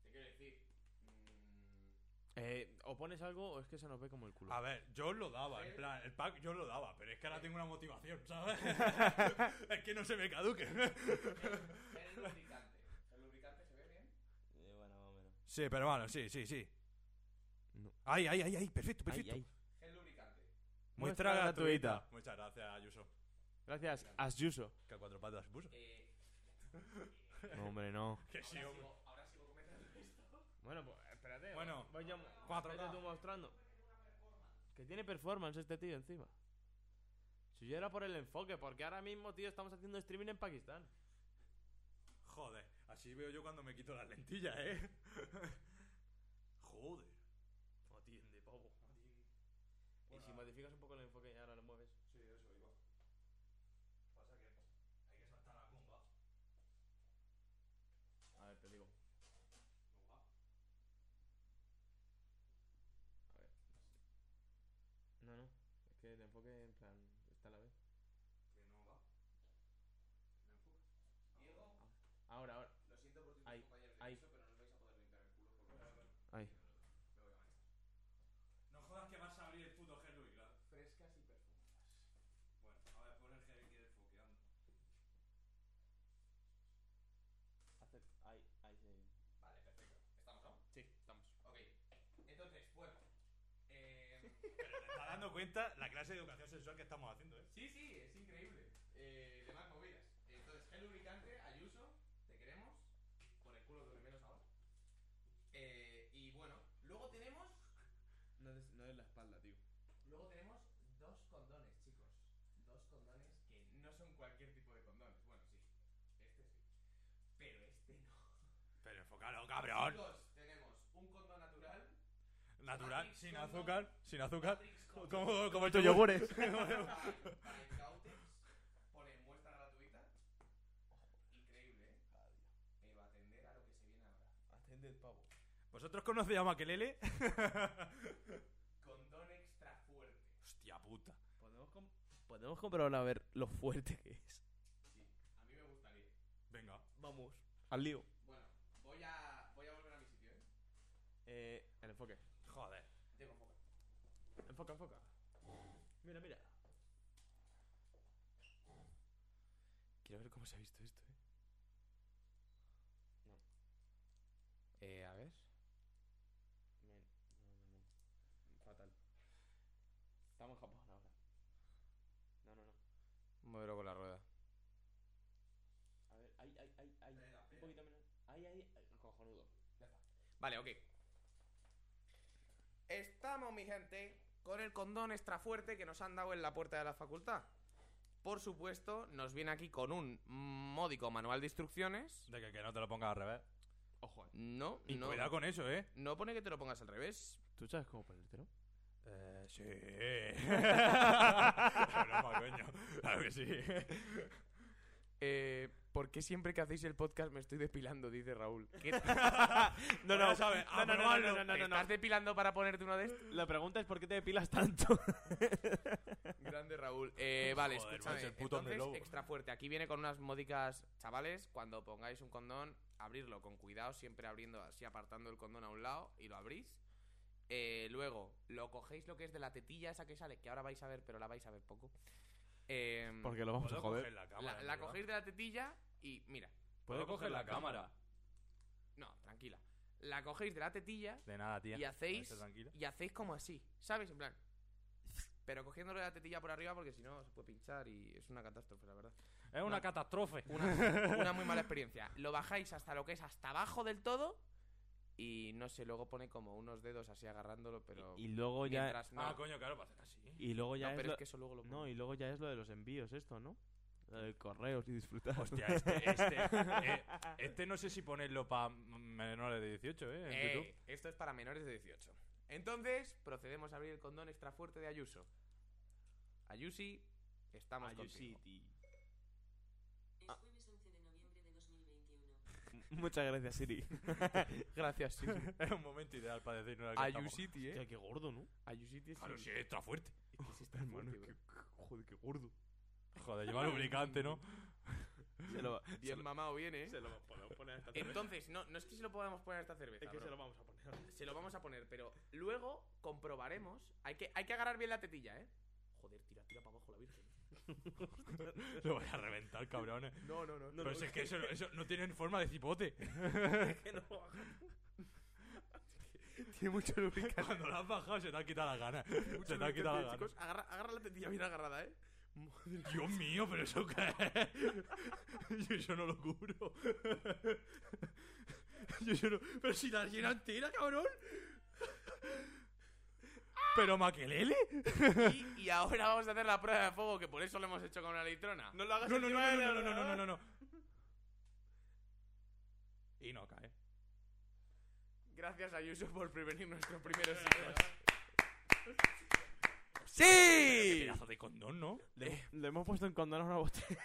S5: te quiero decir. mm,
S1: Eh, o pones algo o es que se nos ve como el culo.
S3: A ver, yo os lo daba, en
S5: Sí.
S3: plan, el pack yo os lo daba, pero es que ahora tengo una motivación, ¿sabes? es que no se me caduque.
S5: gel lubricante. Gel lubricante se ve bien.
S1: Eh, bueno, más o menos.
S3: sí, pero bueno, sí, sí, sí.
S1: No.
S3: Ahí, ahí, ahí, ahí, perfecto, perfecto.
S1: Ay, ay.
S5: Gel lubricante.
S3: Muestra,
S1: Muestra
S3: gratuita.
S1: gratuita.
S3: Muchas gracias, Ayuso.
S1: Gracias, Asyuso.
S3: Que a cuatro patas puso.
S5: Eh,
S1: No, hombre, no.
S3: Que
S5: ahora,
S3: sí, hombre.
S5: sigo, ahora sigo comentando esto.
S1: Bueno, pues espérate.
S3: Bueno,
S1: voy yo,
S3: cuatro
S1: vete
S3: K.
S1: tú mostrando. Que tiene performance este tío encima. Si yo era por el enfoque, porque ahora mismo, tío, estamos haciendo streaming en Pakistán.
S3: Joder, así veo yo cuando me quito las lentillas, ¿eh? Joder. Atiende, pavo.
S1: y si modificas un poco el enfoque y ahora lo mueves.
S3: Sí, eso iba. Pasa que hay que saltar la comba.
S1: A ver, te digo. No, no. Es que el enfoque, en plan, está a la vez.
S3: Que no va.
S5: Diego,
S1: Ahora, ahora.
S5: lo siento por tus
S1: Ahí,
S5: compañeros de
S1: ahí.
S5: piso, pero no os vais a poder limpiar el culo porque me voy
S1: Ahí.
S5: a bañar.
S3: No jodas que vas a abrir el puto gel, Luis. la-
S5: Frescas y perfumadas.
S3: Bueno, a ver, pon el gel que desfoqueando.
S1: Ahí, ahí
S5: Vale, perfecto. ¿Estamos, no?
S1: Sí, estamos.
S5: Ok. Entonces, bueno. Eh,
S3: Pero te estás dando cuenta la clase de educación sexual que estamos haciendo, ¿eh?
S5: Sí, sí, es increíble. Eh, demás movidas. Entonces, gel lubricante, Ayuso, te queremos. Por el culo duele menos ahora. Eh, y bueno, luego tenemos,
S1: No des, no des la espalda, tío.
S5: luego tenemos dos condones, chicos. Dos condones que no son cualquier tipo de condones. Bueno, sí, este sí. Pero este no.
S3: Pero enfócalo, cabrón.
S5: Chicos, tenemos un condón natural.
S3: Natural,
S5: Matrix
S3: sin
S5: condón.
S3: azúcar, sin azúcar.
S5: Matrix
S3: Como,
S5: condón.
S3: como el
S1: Muchos
S3: yogur.
S1: yogures.
S5: Para el Cautex, pone muestra gratuita. Increíble, ¿eh? Eh, va a atender a lo que se viene ahora.
S1: Atende el pavo.
S3: ¿Vosotros conocéis a Maquelele?
S5: Condón extra fuerte.
S3: Hostia puta.
S1: ¿Podemos, com- podemos comprobarlo a ver lo fuerte que es.
S5: Sí, a mí me gustaría.
S3: Venga.
S1: Vamos. Al lío.
S5: Bueno, voy a, voy a volver a mi sitio, ¿eh?
S1: Eh, el enfoque.
S3: Joder.
S5: Llego un poco.
S1: Enfoca, enfoca. Mira, mira. Quiero ver cómo se ha visto esto, eh.
S5: Eh, a ver.
S1: Fatal. eh,
S5: cojonudo. Ya está. Vale, ok. Estamos, mi gente, con el condón extra fuerte que nos han dado en la puerta de la facultad. Por supuesto, nos viene aquí con un módico manual de instrucciones.
S3: De que, que no te lo pongas al revés.
S1: Ojo, eh.
S5: No,
S3: Y
S5: no.
S3: cuidado con eso, ¿eh?
S5: No pone que te lo pongas al revés.
S1: ¿Tú sabes cómo ponértelo?
S3: Eh, sí. Broma, coño. Claro que sí.
S5: Eh, ¿Por qué siempre que hacéis el podcast me estoy depilando? Dice Raúl. ¿Qué
S1: No,
S3: Bueno,
S1: no,
S3: ¿sabes?
S1: no, no, no, no, no, no, no,
S5: ¿Te
S1: no.
S5: ¿Estás depilando para ponerte uno de estos?
S1: La pregunta es por qué te depilas tanto.
S5: Grande Raúl. Eh, vale,
S3: Joder,
S5: escúchame.
S3: macho, el puto hombre
S5: Entonces,
S3: lobo.
S5: extra fuerte. Aquí viene con unas módicas, chavales. Cuando pongáis un condón, abrirlo con cuidado, siempre abriendo así, apartando el condón a un lado y lo abrís. Eh, luego, lo cogéis lo que es de la tetilla esa que sale, que ahora vais a ver, pero la vais a ver poco. Eh,
S1: Porque lo vamos a
S3: ¿Puedo
S1: joder.
S3: coger la cámara?
S5: la,
S3: en
S5: la
S3: verdad?
S5: cogéis de la tetilla y mira,
S3: ¿Puedo coger la cámara?
S5: no, tranquila. La cogéis de la tetilla
S3: De nada, tía.
S5: y hacéis
S3: Está tranquila.
S5: y hacéis como así, ¿sabes? En plan. Pero cogiéndole la tetilla por arriba porque si no se puede pinchar y es una catástrofe, la verdad.
S3: Es una
S5: No.
S3: catástrofe.
S5: Una, una muy mala experiencia. Lo bajáis hasta lo que es hasta abajo del todo y no sé, luego pone como unos dedos así agarrándolo, pero
S1: Y luego ya.
S5: mientras no.
S3: Ah, coño, claro, para hacer así.
S1: Y luego
S5: No,
S1: ya es
S5: pero
S1: lo-
S5: es que eso luego lo
S1: No,
S5: pone.
S1: y luego ya es lo de los envíos, esto, ¿no? Lo de correos y disfrutar.
S3: Hostia, este, este, eh,
S1: Ah,
S3: este no sé si ponerlo para menores de 18, ¿eh? En
S5: Eh,
S3: YouTube.
S5: esto es para menores de 18. Entonces, procedemos a abrir el condón extra fuerte de Ayuso. Ayusi, estamos contigo.
S6: jueves 11 de noviembre de 2021.
S1: Muchas gracias, Siri.
S5: Gracias, sí.
S3: Es un momento ideal para decirnos la
S5: Ayusiti, eh.
S1: Hostia, qué gordo, Ah, ¿no?
S5: Ayusiti es este
S3: Claro,
S5: un-
S3: sí, está fuerte.
S5: es que sí está
S1: Hermano,
S5: fuerte, bro.
S1: qué- qué- joder, qué gordo.
S3: Joder, lleva lubricante, ¿no?
S1: Se lo,
S5: Bien mamado viene, eh.
S1: se lo podemos poner a esta cerveza.
S5: Entonces, no, no es que se lo podamos poner a esta cerveza.
S1: Es que
S5: bro.
S1: se lo vamos a poner.
S5: Se lo vamos a poner, pero luego comprobaremos. Hay que, hay que agarrar bien la tetilla, ¿eh? Joder, tira, tira para abajo la virgen.
S3: Lo voy a reventar, cabrones.
S5: No, no, no.
S3: Pero si es que eso, eso no tienen forma de cipote.
S5: Tiene mucho lubricante.
S3: Cuando lo has bajado se te ha quitado las ganas. Se te ha quitado las ganas.
S5: Chicos, agarra, agarra la tetilla bien agarrada, ¿eh? Madre-
S3: Dios mío, pero eso qué es. Yo eso no lo cubro. Yo eso no. Pero si la llena entera, cabrón. Pero Maquelele.
S5: Y, y ahora vamos a hacer la prueba de fuego, que por eso lo hemos hecho con una litrona.
S1: No lo hagas
S3: No, no, no, no, no, no, no, no, no, no, no. Y no cae.
S5: Gracias, Ayuso, por prevenir nuestros primeros hijos.
S3: ¡Sí! Pedazo de condón, ¿no?
S1: Le, le hemos puesto en condón a una botella.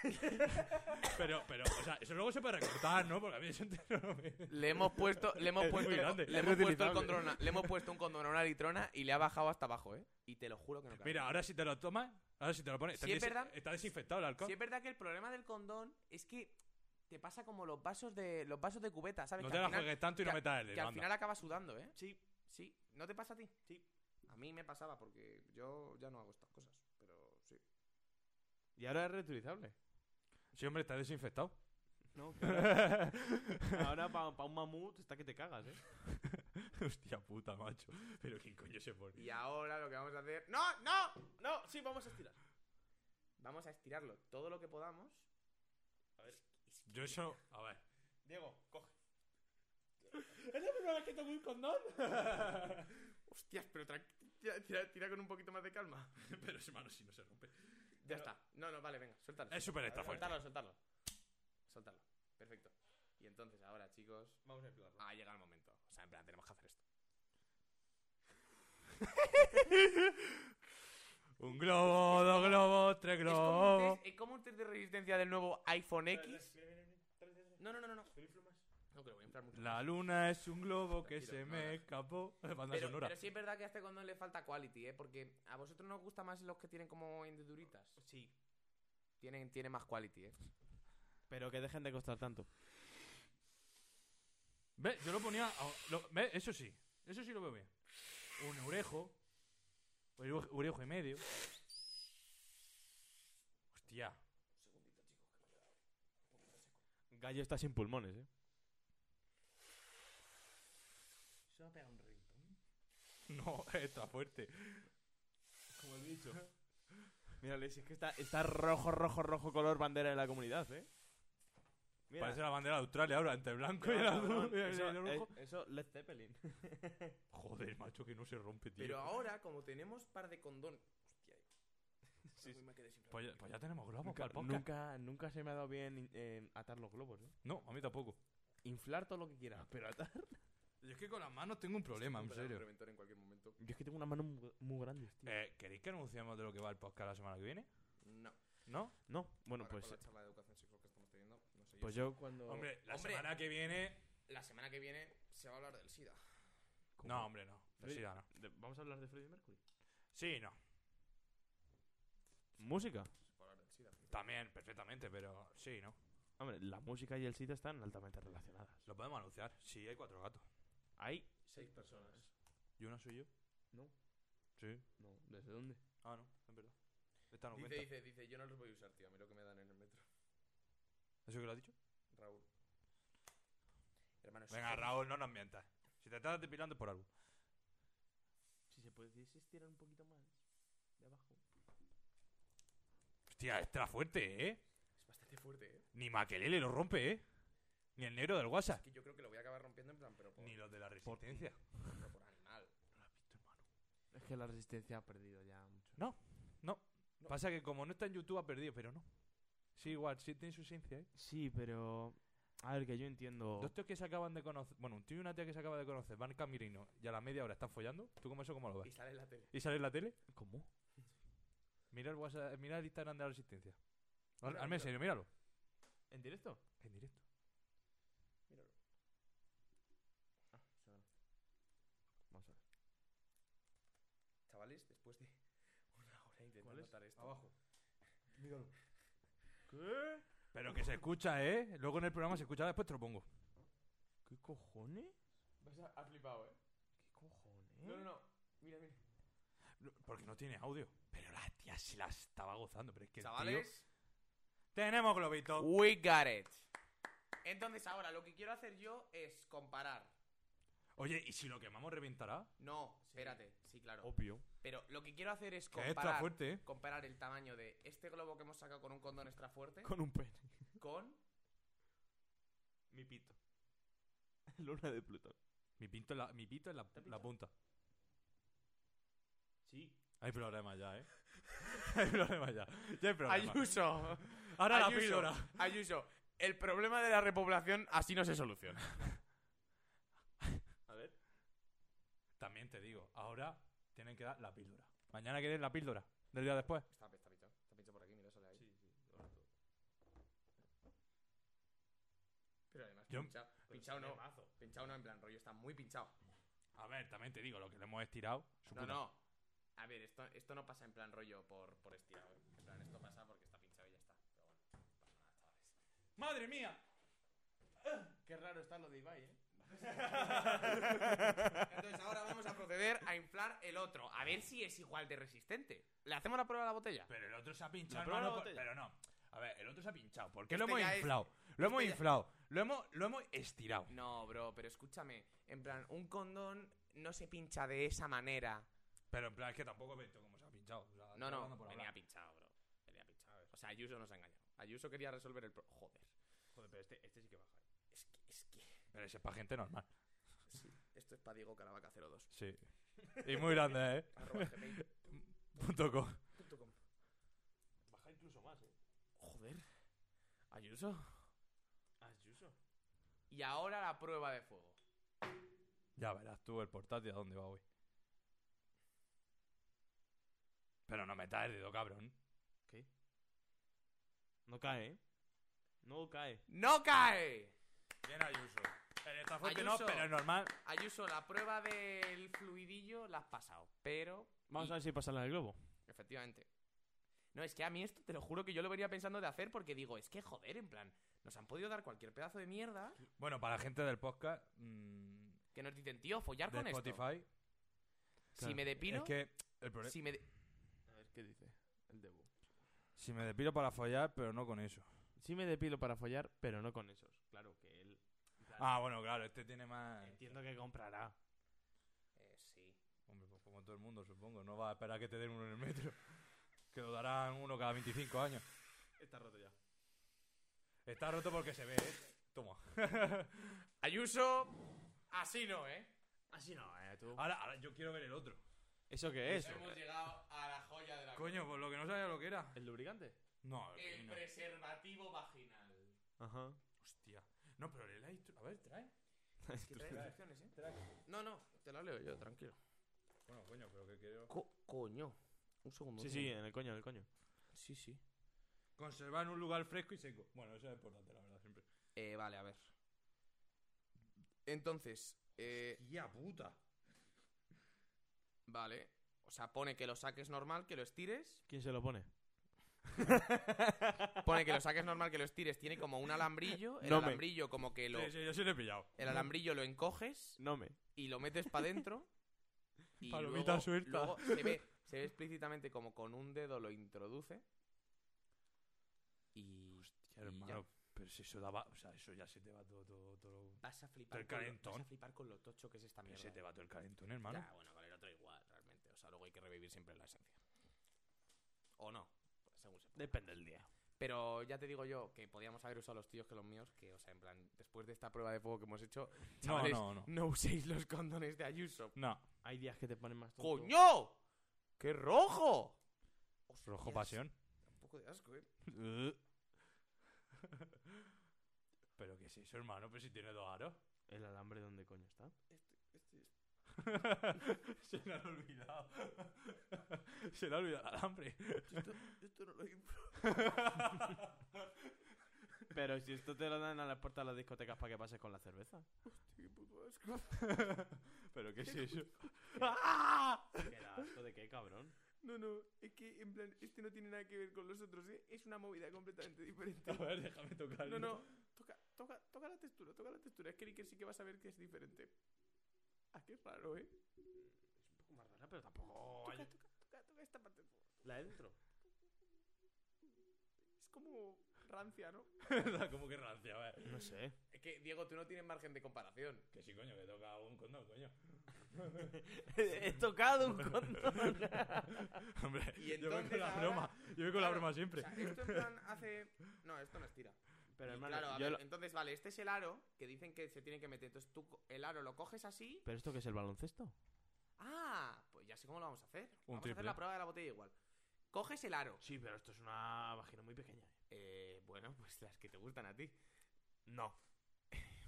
S3: Pero, pero, o sea, eso luego se puede recortar, ¿no? Porque a mí eso entero no me...
S5: Le hemos puesto, le hemos
S3: Es muy
S5: puesto,
S3: grande.
S5: le
S1: Es
S5: hemos puesto
S1: reutilizable.
S5: el condón, a- le hemos puesto un condón a una litrona y le ha bajado hasta abajo, ¿eh? Y te lo juro que no cae.
S3: Mira, ahora si te lo tomas, ahora si te lo pones, está,
S5: Sí, es
S3: desi-
S5: verdad.
S3: está desinfectado el alcohol.
S5: Sí es verdad que el problema del condón es que te pasa como los vasos de los vasos de cubeta, ¿sabes?
S3: no
S5: que
S3: te
S5: al
S3: la
S5: final-
S3: juegues tanto y
S5: que
S3: no
S5: a-
S3: metas el
S5: que
S3: dedo,
S5: al
S3: anda.
S5: final acabas sudando, ¿eh?
S1: Sí.
S5: Sí, ¿no te pasa a ti?
S1: Sí.
S5: A mí me pasaba porque yo ya no hago estas cosas, pero sí.
S1: Y ahora es reutilizable.
S3: Sí, hombre, está desinfectado.
S1: No, ahora, para un mamut está que te cagas, ¿eh?
S3: Hostia puta, macho. Pero ¿quién coño se pone?
S5: Y ahora lo que vamos a hacer, no, no,
S1: No, sí, vamos a estirar.
S5: vamos a estirarlo todo lo que podamos.
S3: Yo eso... A ver.
S1: Diego, coge. ¿Es la primera vez que tomo un condón?
S5: Hostias, pero tran- tira, tira- tira con un poquito más de calma.
S3: Pero hermano, si no se rompe.
S5: Ya está. No, no, vale, venga, suéltalo.
S3: Es súper extra fuerte.
S5: Soltarlo, soltarlo. Soltarlo. Perfecto. Y entonces ahora, chicos,
S1: Vamos a empezarlo.
S5: ha llegado el momento. O sea, en plan, tenemos que hacer esto.
S3: Un globo, dos globos, tres
S5: Es como, un
S3: globos.
S5: test, es como un test de resistencia del nuevo iPhone X. No, no, no, no. No, no que lo voy a inflar mucho.
S3: La luna es un globo que
S5: Tranquilo,
S3: se
S5: no,
S3: me
S5: no.
S3: escapó. Banda
S5: pero,
S3: sonora.
S5: pero sí es verdad que a este condón le falta quality, ¿eh? Porque a vosotros no os gustan más los que tienen como hendiduritas.
S1: Sí.
S5: Tienen, tiene más quality, ¿eh?
S1: Pero que dejen de costar tanto.
S3: Ve, yo lo ponía. a- lo- ve, Eso sí, eso sí lo veo bien. Un orejo. Un ure- orejo y medio. Hostia.
S1: Gallo está sin pulmones, ¿eh?
S3: No, está fuerte.
S1: Como el bicho. Mírale, si es que está, está rojo, rojo, rojo color bandera de la comunidad, ¿eh?
S7: Mira,
S3: Parece la bandera de Australia ahora, entre el blanco y el
S1: Ah,
S7: cabrón,
S3: azul. y el- y
S7: Eso,
S3: el rojo.
S7: eh, eso, Led Zeppelin.
S3: Joder, macho, que no se rompe, tío.
S1: pues,
S5: Pero ahora, como tenemos par de condón.
S7: Sí, sí.
S3: Pues ya, pues ya tenemos globos
S1: Nunca,
S3: para el podcast.
S1: nunca, nunca se me ha dado bien in- eh, atar los globos, ¿eh?
S3: No, a mí tampoco.
S1: Inflar todo lo que quieras, pero atar.
S3: Yo es que con las manos tengo un problema, en
S5: Para
S3: serio.
S5: reventar en cualquier momento.
S1: Yo es que tengo unas manos mu- muy grandes, tío.
S3: Eh, ¿Queréis que anunciemos de lo que va el podcast la semana que viene?
S5: No.
S3: ¿No?
S1: no, bueno,
S5: Ahora,
S1: pues,
S5: con la charla de educación sexual que estamos teniendo, no sé yo.
S1: pues yo cuando.
S3: Hombre, la
S5: Hombre.
S3: semana que viene.
S5: La semana que viene se va a hablar del SIDA.
S1: ¿Cómo?
S3: No, hombre, no. La
S1: Freddy-
S3: sida no.
S1: de- ¿Vamos a hablar de Freddie Mercury?
S3: Sí, no.
S1: ¿Música?
S5: Se va a hablar del SIDA.
S3: También, perfectamente, pero sí, no.
S1: Hombre, la música y el SIDA están altamente relacionadas.
S3: Lo podemos anunciar. Sí, hay cuatro gatos.
S1: Hay.
S5: Seis personas.
S3: ¿Y una soy yo?
S1: No.
S3: Sí.
S1: No, ¿desde dónde?
S3: Ah, no, es verdad. Esta no
S5: Dice,
S3: cuenta.
S5: dice, dice, yo no los voy a usar, tío, a mí lo que me dan en el metro.
S3: ¿Eso que lo has dicho?
S5: Raúl. Hermano, eso
S3: Venga,
S5: es-
S3: Raúl, no nos mientas. Si te estás depilando es por algo.
S1: Si se puede estirar un poquito más. De abajo.
S3: Hostia, extra fuerte, ¿eh?
S5: Es bastante fuerte, eh.
S3: Ni Maquelele lo rompe, ¿eh? Ni el negro del
S5: Es
S3: WhatsApp.
S5: que yo creo que lo voy a acabar rompiendo en plan, pero por,
S3: Ni los de la resistencia.
S5: pero por animal.
S1: Es que la resistencia ha perdido ya mucho.
S3: Pasa que como no está en YouTube ha perdido, pero no. Sí, igual, sí tiene su esencia, ¿eh?
S1: Sí, pero. A ver, que yo entiendo.
S3: Dos tíos que se acaban de conocer. Bueno, un tío y una tía que se acaban de conocer van camirino y a la media hora están follando. ¿Tú cómo eso cómo lo
S5: Y
S3: ves?
S5: sale en la tele.
S3: ¿Y sale en la tele?
S1: ¿Cómo?
S3: Mira el, WhatsApp, mira el Instagram de la Resistencia. Al-
S5: Mira,
S3: Hazme en
S5: mira.
S3: serio, míralo.
S1: ¿En directo?
S3: En directo.
S1: Vamos a ver.
S5: Chavales, después de una hora intentando
S1: ¿Cuál es?
S5: matar esto.
S3: Abajo.
S5: Míralo.
S1: ¿Qué?
S3: Pero que se escucha, ¿eh? Luego en el programa se escucha, después te lo pongo.
S1: ¿Qué cojones?
S5: Vas a, ha flipado, eh.
S1: ¿Qué cojones?
S5: No, no, no. Mira, mira.
S3: No, Porque no tiene audio. Pero la tía se la estaba gozando. Pero es que el tío-
S5: Chavales,
S3: Tenemos globito.
S5: we got it. Entonces ahora lo que quiero hacer yo es comparar.
S3: Oye, ¿y si lo quemamos reventará?
S5: No, espérate, sí, claro.
S1: Obvio.
S5: Pero lo que quiero hacer es
S3: Que es extra
S5: comparar,
S3: fuerte, ¿eh?
S5: comparar el tamaño de este globo que hemos sacado con un condón extra fuerte
S1: Con un pene.
S5: con
S1: Mi pito. Luna de Plutón.
S3: Mi, pinto en la, mi pito en la,
S1: ¿Te ha
S3: la
S1: pinchado?
S3: punta.
S1: Sí.
S3: Hay problema ya, ¿eh? hay problema ya. Ya hay problema.
S5: Ayuso.
S3: Ahora la
S5: Ayuso,
S3: píldora.
S5: Ayuso, el problema de la repoblación así no se soluciona.
S3: También te digo, ahora tienen que dar la píldora. Mañana quieres la píldora. Del día después.
S5: Está, está pinchado, está pinchado por aquí, mira, sale ahí. Pero además,
S3: Yo-
S5: pinchado, pinchado no, pinchado no, en plan rollo, está muy pinchado.
S3: A ver, también te digo, lo que le hemos estirado. su
S5: No,
S3: puta-
S5: no. A ver, esto, esto no pasa en plan rollo por, por estirado. ¿eh? En plan, esto pasa porque está pinchado y ya está. Pero bueno, no pasa nada, chavales. ¡Ah!
S3: ¡Madre mía!
S1: Qué raro está lo de Ibai, ¿eh?
S5: Entonces ahora vamos a proceder a inflar el otro. A ver si es igual de resistente. ¿Le hacemos la prueba a la botella?
S3: Pero el otro se ha pinchado,
S1: ¿La prueba
S3: hermano,
S1: la
S3: por-
S1: botella?
S3: Pero no. A ver, el otro se ha pinchado. ¿Por qué
S5: Este
S3: lo
S5: ya
S3: hemos
S5: es-
S3: inflado? Lo hemos
S5: ya-
S3: inflado. Lo hemos, lo hemos estirado.
S5: No, bro, pero escúchame. En plan, un condón no se pincha de esa manera.
S3: Pero en plan, es que tampoco he visto cómo se ha pinchado. O sea, estoy
S5: No, no,
S3: hablando por
S5: venía
S3: hablar.
S5: pinchado, bro. Venía pinchado. O sea, Ayuso nos ha engañado. Ayuso quería resolver el... pro- Joder.
S3: Joder, pero este, este sí que baja.
S5: Es que, es que...
S3: Pero ese es para gente normal.
S5: Sí, esto es para Diego Caravaca 02.
S3: Sí. Y muy grande, ¿eh?
S5: Arroba gmail
S3: Punto com.
S5: punto com.
S1: Baja incluso más, ¿eh?
S5: Joder. Ayuso.
S1: Ayuso.
S5: Y ahora la prueba de fuego.
S3: Ya verás tú el portátil a dónde va hoy. Pero no metas el dedo, cabrón.
S1: No cae, ¿eh? No cae.
S5: ¡No cae!
S3: Bien, Ayuso. El está fuerte no,
S5: Ayuso.
S3: pero es normal.
S5: Ayuso, la prueba del fluidillo la has pasado, pero...
S1: Vamos
S5: y-
S1: a ver si pasa la del globo.
S5: Efectivamente. No, es que a mí esto te lo juro que yo lo venía pensando de hacer porque digo, es que joder, en plan, nos han podido dar cualquier pedazo de mierda
S3: Bueno, para la gente del podcast mm,
S5: que nos dicen, tío, follar
S3: de
S5: con esto.
S3: Spotify,
S5: Si me depilo,
S3: es que el problema...
S5: si me de-
S1: A ver qué dice el debo.
S3: Si me depilo para follar, pero no con eso.
S1: Sí me depilo para follar, pero no con esos. Claro que él.
S3: Ah, bueno, claro, este tiene más...
S1: Entiendo que comprará.
S5: Eh, sí.
S3: Hombre, pues como todo el mundo, supongo. No va a esperar que te den uno en el metro. Que lo darán uno cada 25 años.
S1: Está roto ya.
S3: Está roto porque se ve, ¿eh? Toma.
S5: Ayuso, así no, ¿eh?
S1: Así no, eh, tú.
S3: Ahora, ahora yo quiero ver el otro.
S1: ¿Eso qué es?
S5: Hemos llegado a la joya de la
S3: Coño, por lo que no sabía lo que era.
S1: ¿El lubricante?
S3: No,
S5: El
S3: no.
S5: preservativo vaginal.
S1: Ajá.
S3: Hostia. No, pero lee la instru- A ver, trae.
S5: ¿Qué traes instrucciones, eh? No, no, te la leo yo, tranquilo.
S3: Bueno, coño, pero que quiero.
S5: Co- coño. Un segundo.
S1: Sí,
S5: un
S1: sí, en el coño, en el coño.
S5: Sí, sí.
S3: Conservar en un lugar fresco y seco. Bueno, eso es importante, la verdad, siempre.
S5: Eh, vale, a ver. Entonces, eh,
S3: ¡Tía puta!
S5: vale. O sea, pone que lo saques normal, que lo estires.
S1: ¿Quién se lo pone?
S5: Pone que lo saques normal, que lo estires. Tiene como un alambrillo. El
S1: No me-
S5: alambrillo como que lo... Eh,
S3: Sí, sí, yo sí le he pillado.
S5: El alambrillo lo encoges
S1: No me.
S5: y lo metes para dentro. y
S3: Palomita
S5: luego-
S3: suelta.
S5: Luego se ve, se ve explícitamente como con un dedo lo introduce. Y
S3: Hostia, hermano. Pero si eso daba. O sea, eso ya se te va todo. todo, todo-
S5: vas a flipar,
S3: Del
S5: con lo,
S3: calentón.
S5: vas a flipar con lo tocho que es esta
S3: Pero
S5: Ah, mierda.
S3: se te va todo el calentón, hermano.
S5: Ya, bueno, con el otro igual, realmente. O sea, luego hay que revivir siempre la esencia. O no, según se ponga.
S1: Depende del día.
S5: Pero ya te digo yo que podíamos haber usado los tíos que los míos, que, o sea, en plan, después de esta prueba de fuego que hemos hecho,
S3: no,
S5: chavales,
S3: no, no.
S5: no uséis los condones de Ayuso.
S3: No.
S1: Hay días que te ponen más tonto.
S5: ¡Coño! ¡Qué rojo!
S3: Rojo
S5: Hostias,
S3: pasión.
S5: Un poco de asco, eh.
S3: Pero que es eso, hermano, pero si tiene dos aros.
S1: ¿El alambre dónde coño está?
S5: Este,
S3: se le han olvidado. se le ha olvidado el alambre.
S1: Pero si esto te lo dan a las puertas de las discotecas para que pases con la cerveza.
S3: pero que es eso.
S1: ¿Qué asco de qué, cabrón?
S5: No, no, es que en plan, este no tiene nada que ver con los otros, ¿eh? Es una movida completamente diferente.
S3: A ver, déjame tocar.
S5: No, no, toca, toca, toca la textura, toca la textura. Es que Iker sí que vas a ver que es diferente. Ah, qué raro, ¿eh?
S1: Maradona, pero tampoco.
S5: Toca, toca, toca, toca esta parte.
S1: La dentro.
S5: Es como rancia, ¿no?
S3: Como que rancia, a ver.
S1: No sé.
S5: Es que, Diego, tú no tienes margen de comparación.
S3: Que sí, coño, que toca un condón, coño.
S1: He tocado un condón.
S3: Hombre,
S5: Y
S3: yo voy con
S5: entonces
S3: la
S5: ahora-
S3: broma. Yo voy con la
S5: Claro,
S3: broma siempre.
S5: O sea, esto en plan hace... No, esto no estira.
S1: Pero
S5: Y
S1: hermano,
S5: claro, a
S1: yo
S5: ver,
S1: lo-
S5: entonces, vale, este es el aro que dicen que se tiene que meter. Entonces tú co- el aro lo coges así.
S1: ¿Pero esto qué es el baloncesto?
S5: Ah, pues ya sé cómo lo vamos a hacer.
S3: Un
S5: vamos a
S3: triple.
S5: hacer la prueba de la botella igual. Coges el aro.
S1: Sí, pero esto es una vagina muy pequeña.
S5: Eh, bueno, pues las que te gustan a ti.
S1: No.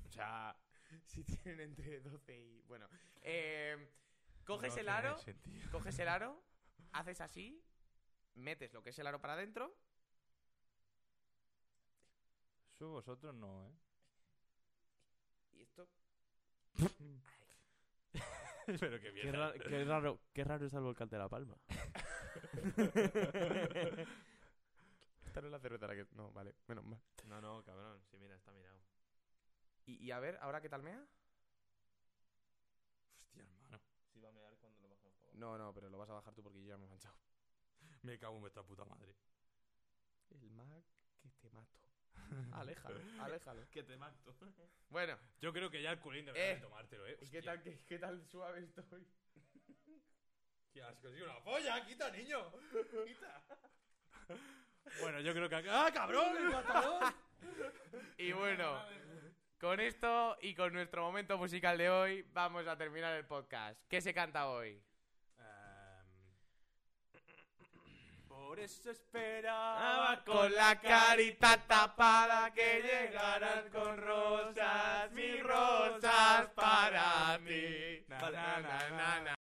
S1: O sea,
S5: Si tienen entre 12 y... Bueno. Eh, coges
S3: No
S5: el
S3: tiene
S5: aro,
S3: sentido.
S5: coges el aro, haces así, metes lo que es el aro para adentro.
S3: Eso vosotros no, ¿eh?
S5: Y esto...
S3: pero que bien.
S1: qué, ra- qué raro, qué raro está el volcán de La Palma.
S5: Esta no es la cerveza la que... No, vale, menos mal.
S1: No, no, cabrón. Sí, mira, está mirado.
S5: Y, y a ver, ¿ahora qué tal mea?
S3: Hostia, hermano.
S1: Sí, va a mear cuando lo bajamos para
S5: No, no, pero lo vas a bajar tú porque yo ya me he manchado.
S3: Me cago en vuestra puta madre.
S5: El Mac que te mato. aléjalo, aléjalo.
S1: Que te mato.
S5: Bueno,
S3: Yo creo que ya el culín debería
S5: Eh.
S3: de tomártelo, ¿eh?
S5: ¿y qué
S3: Hostia.
S5: tal, qué, qué tal suave estoy?
S3: ¡Qué asco! ¡Sí, una polla! ¡Quita, niño! ¡Quita! bueno, yo creo que... acá- ¡Ah, cabrón! ¡El matador!
S5: Y bueno, con esto y con nuestro momento musical de hoy, vamos a terminar el podcast. ¿Qué se canta hoy?
S3: Em. Por eso esperaba
S5: Ah, Con la carita tapada que llegarás con rosas, mis rosas para ti. Na, na, na, na, na.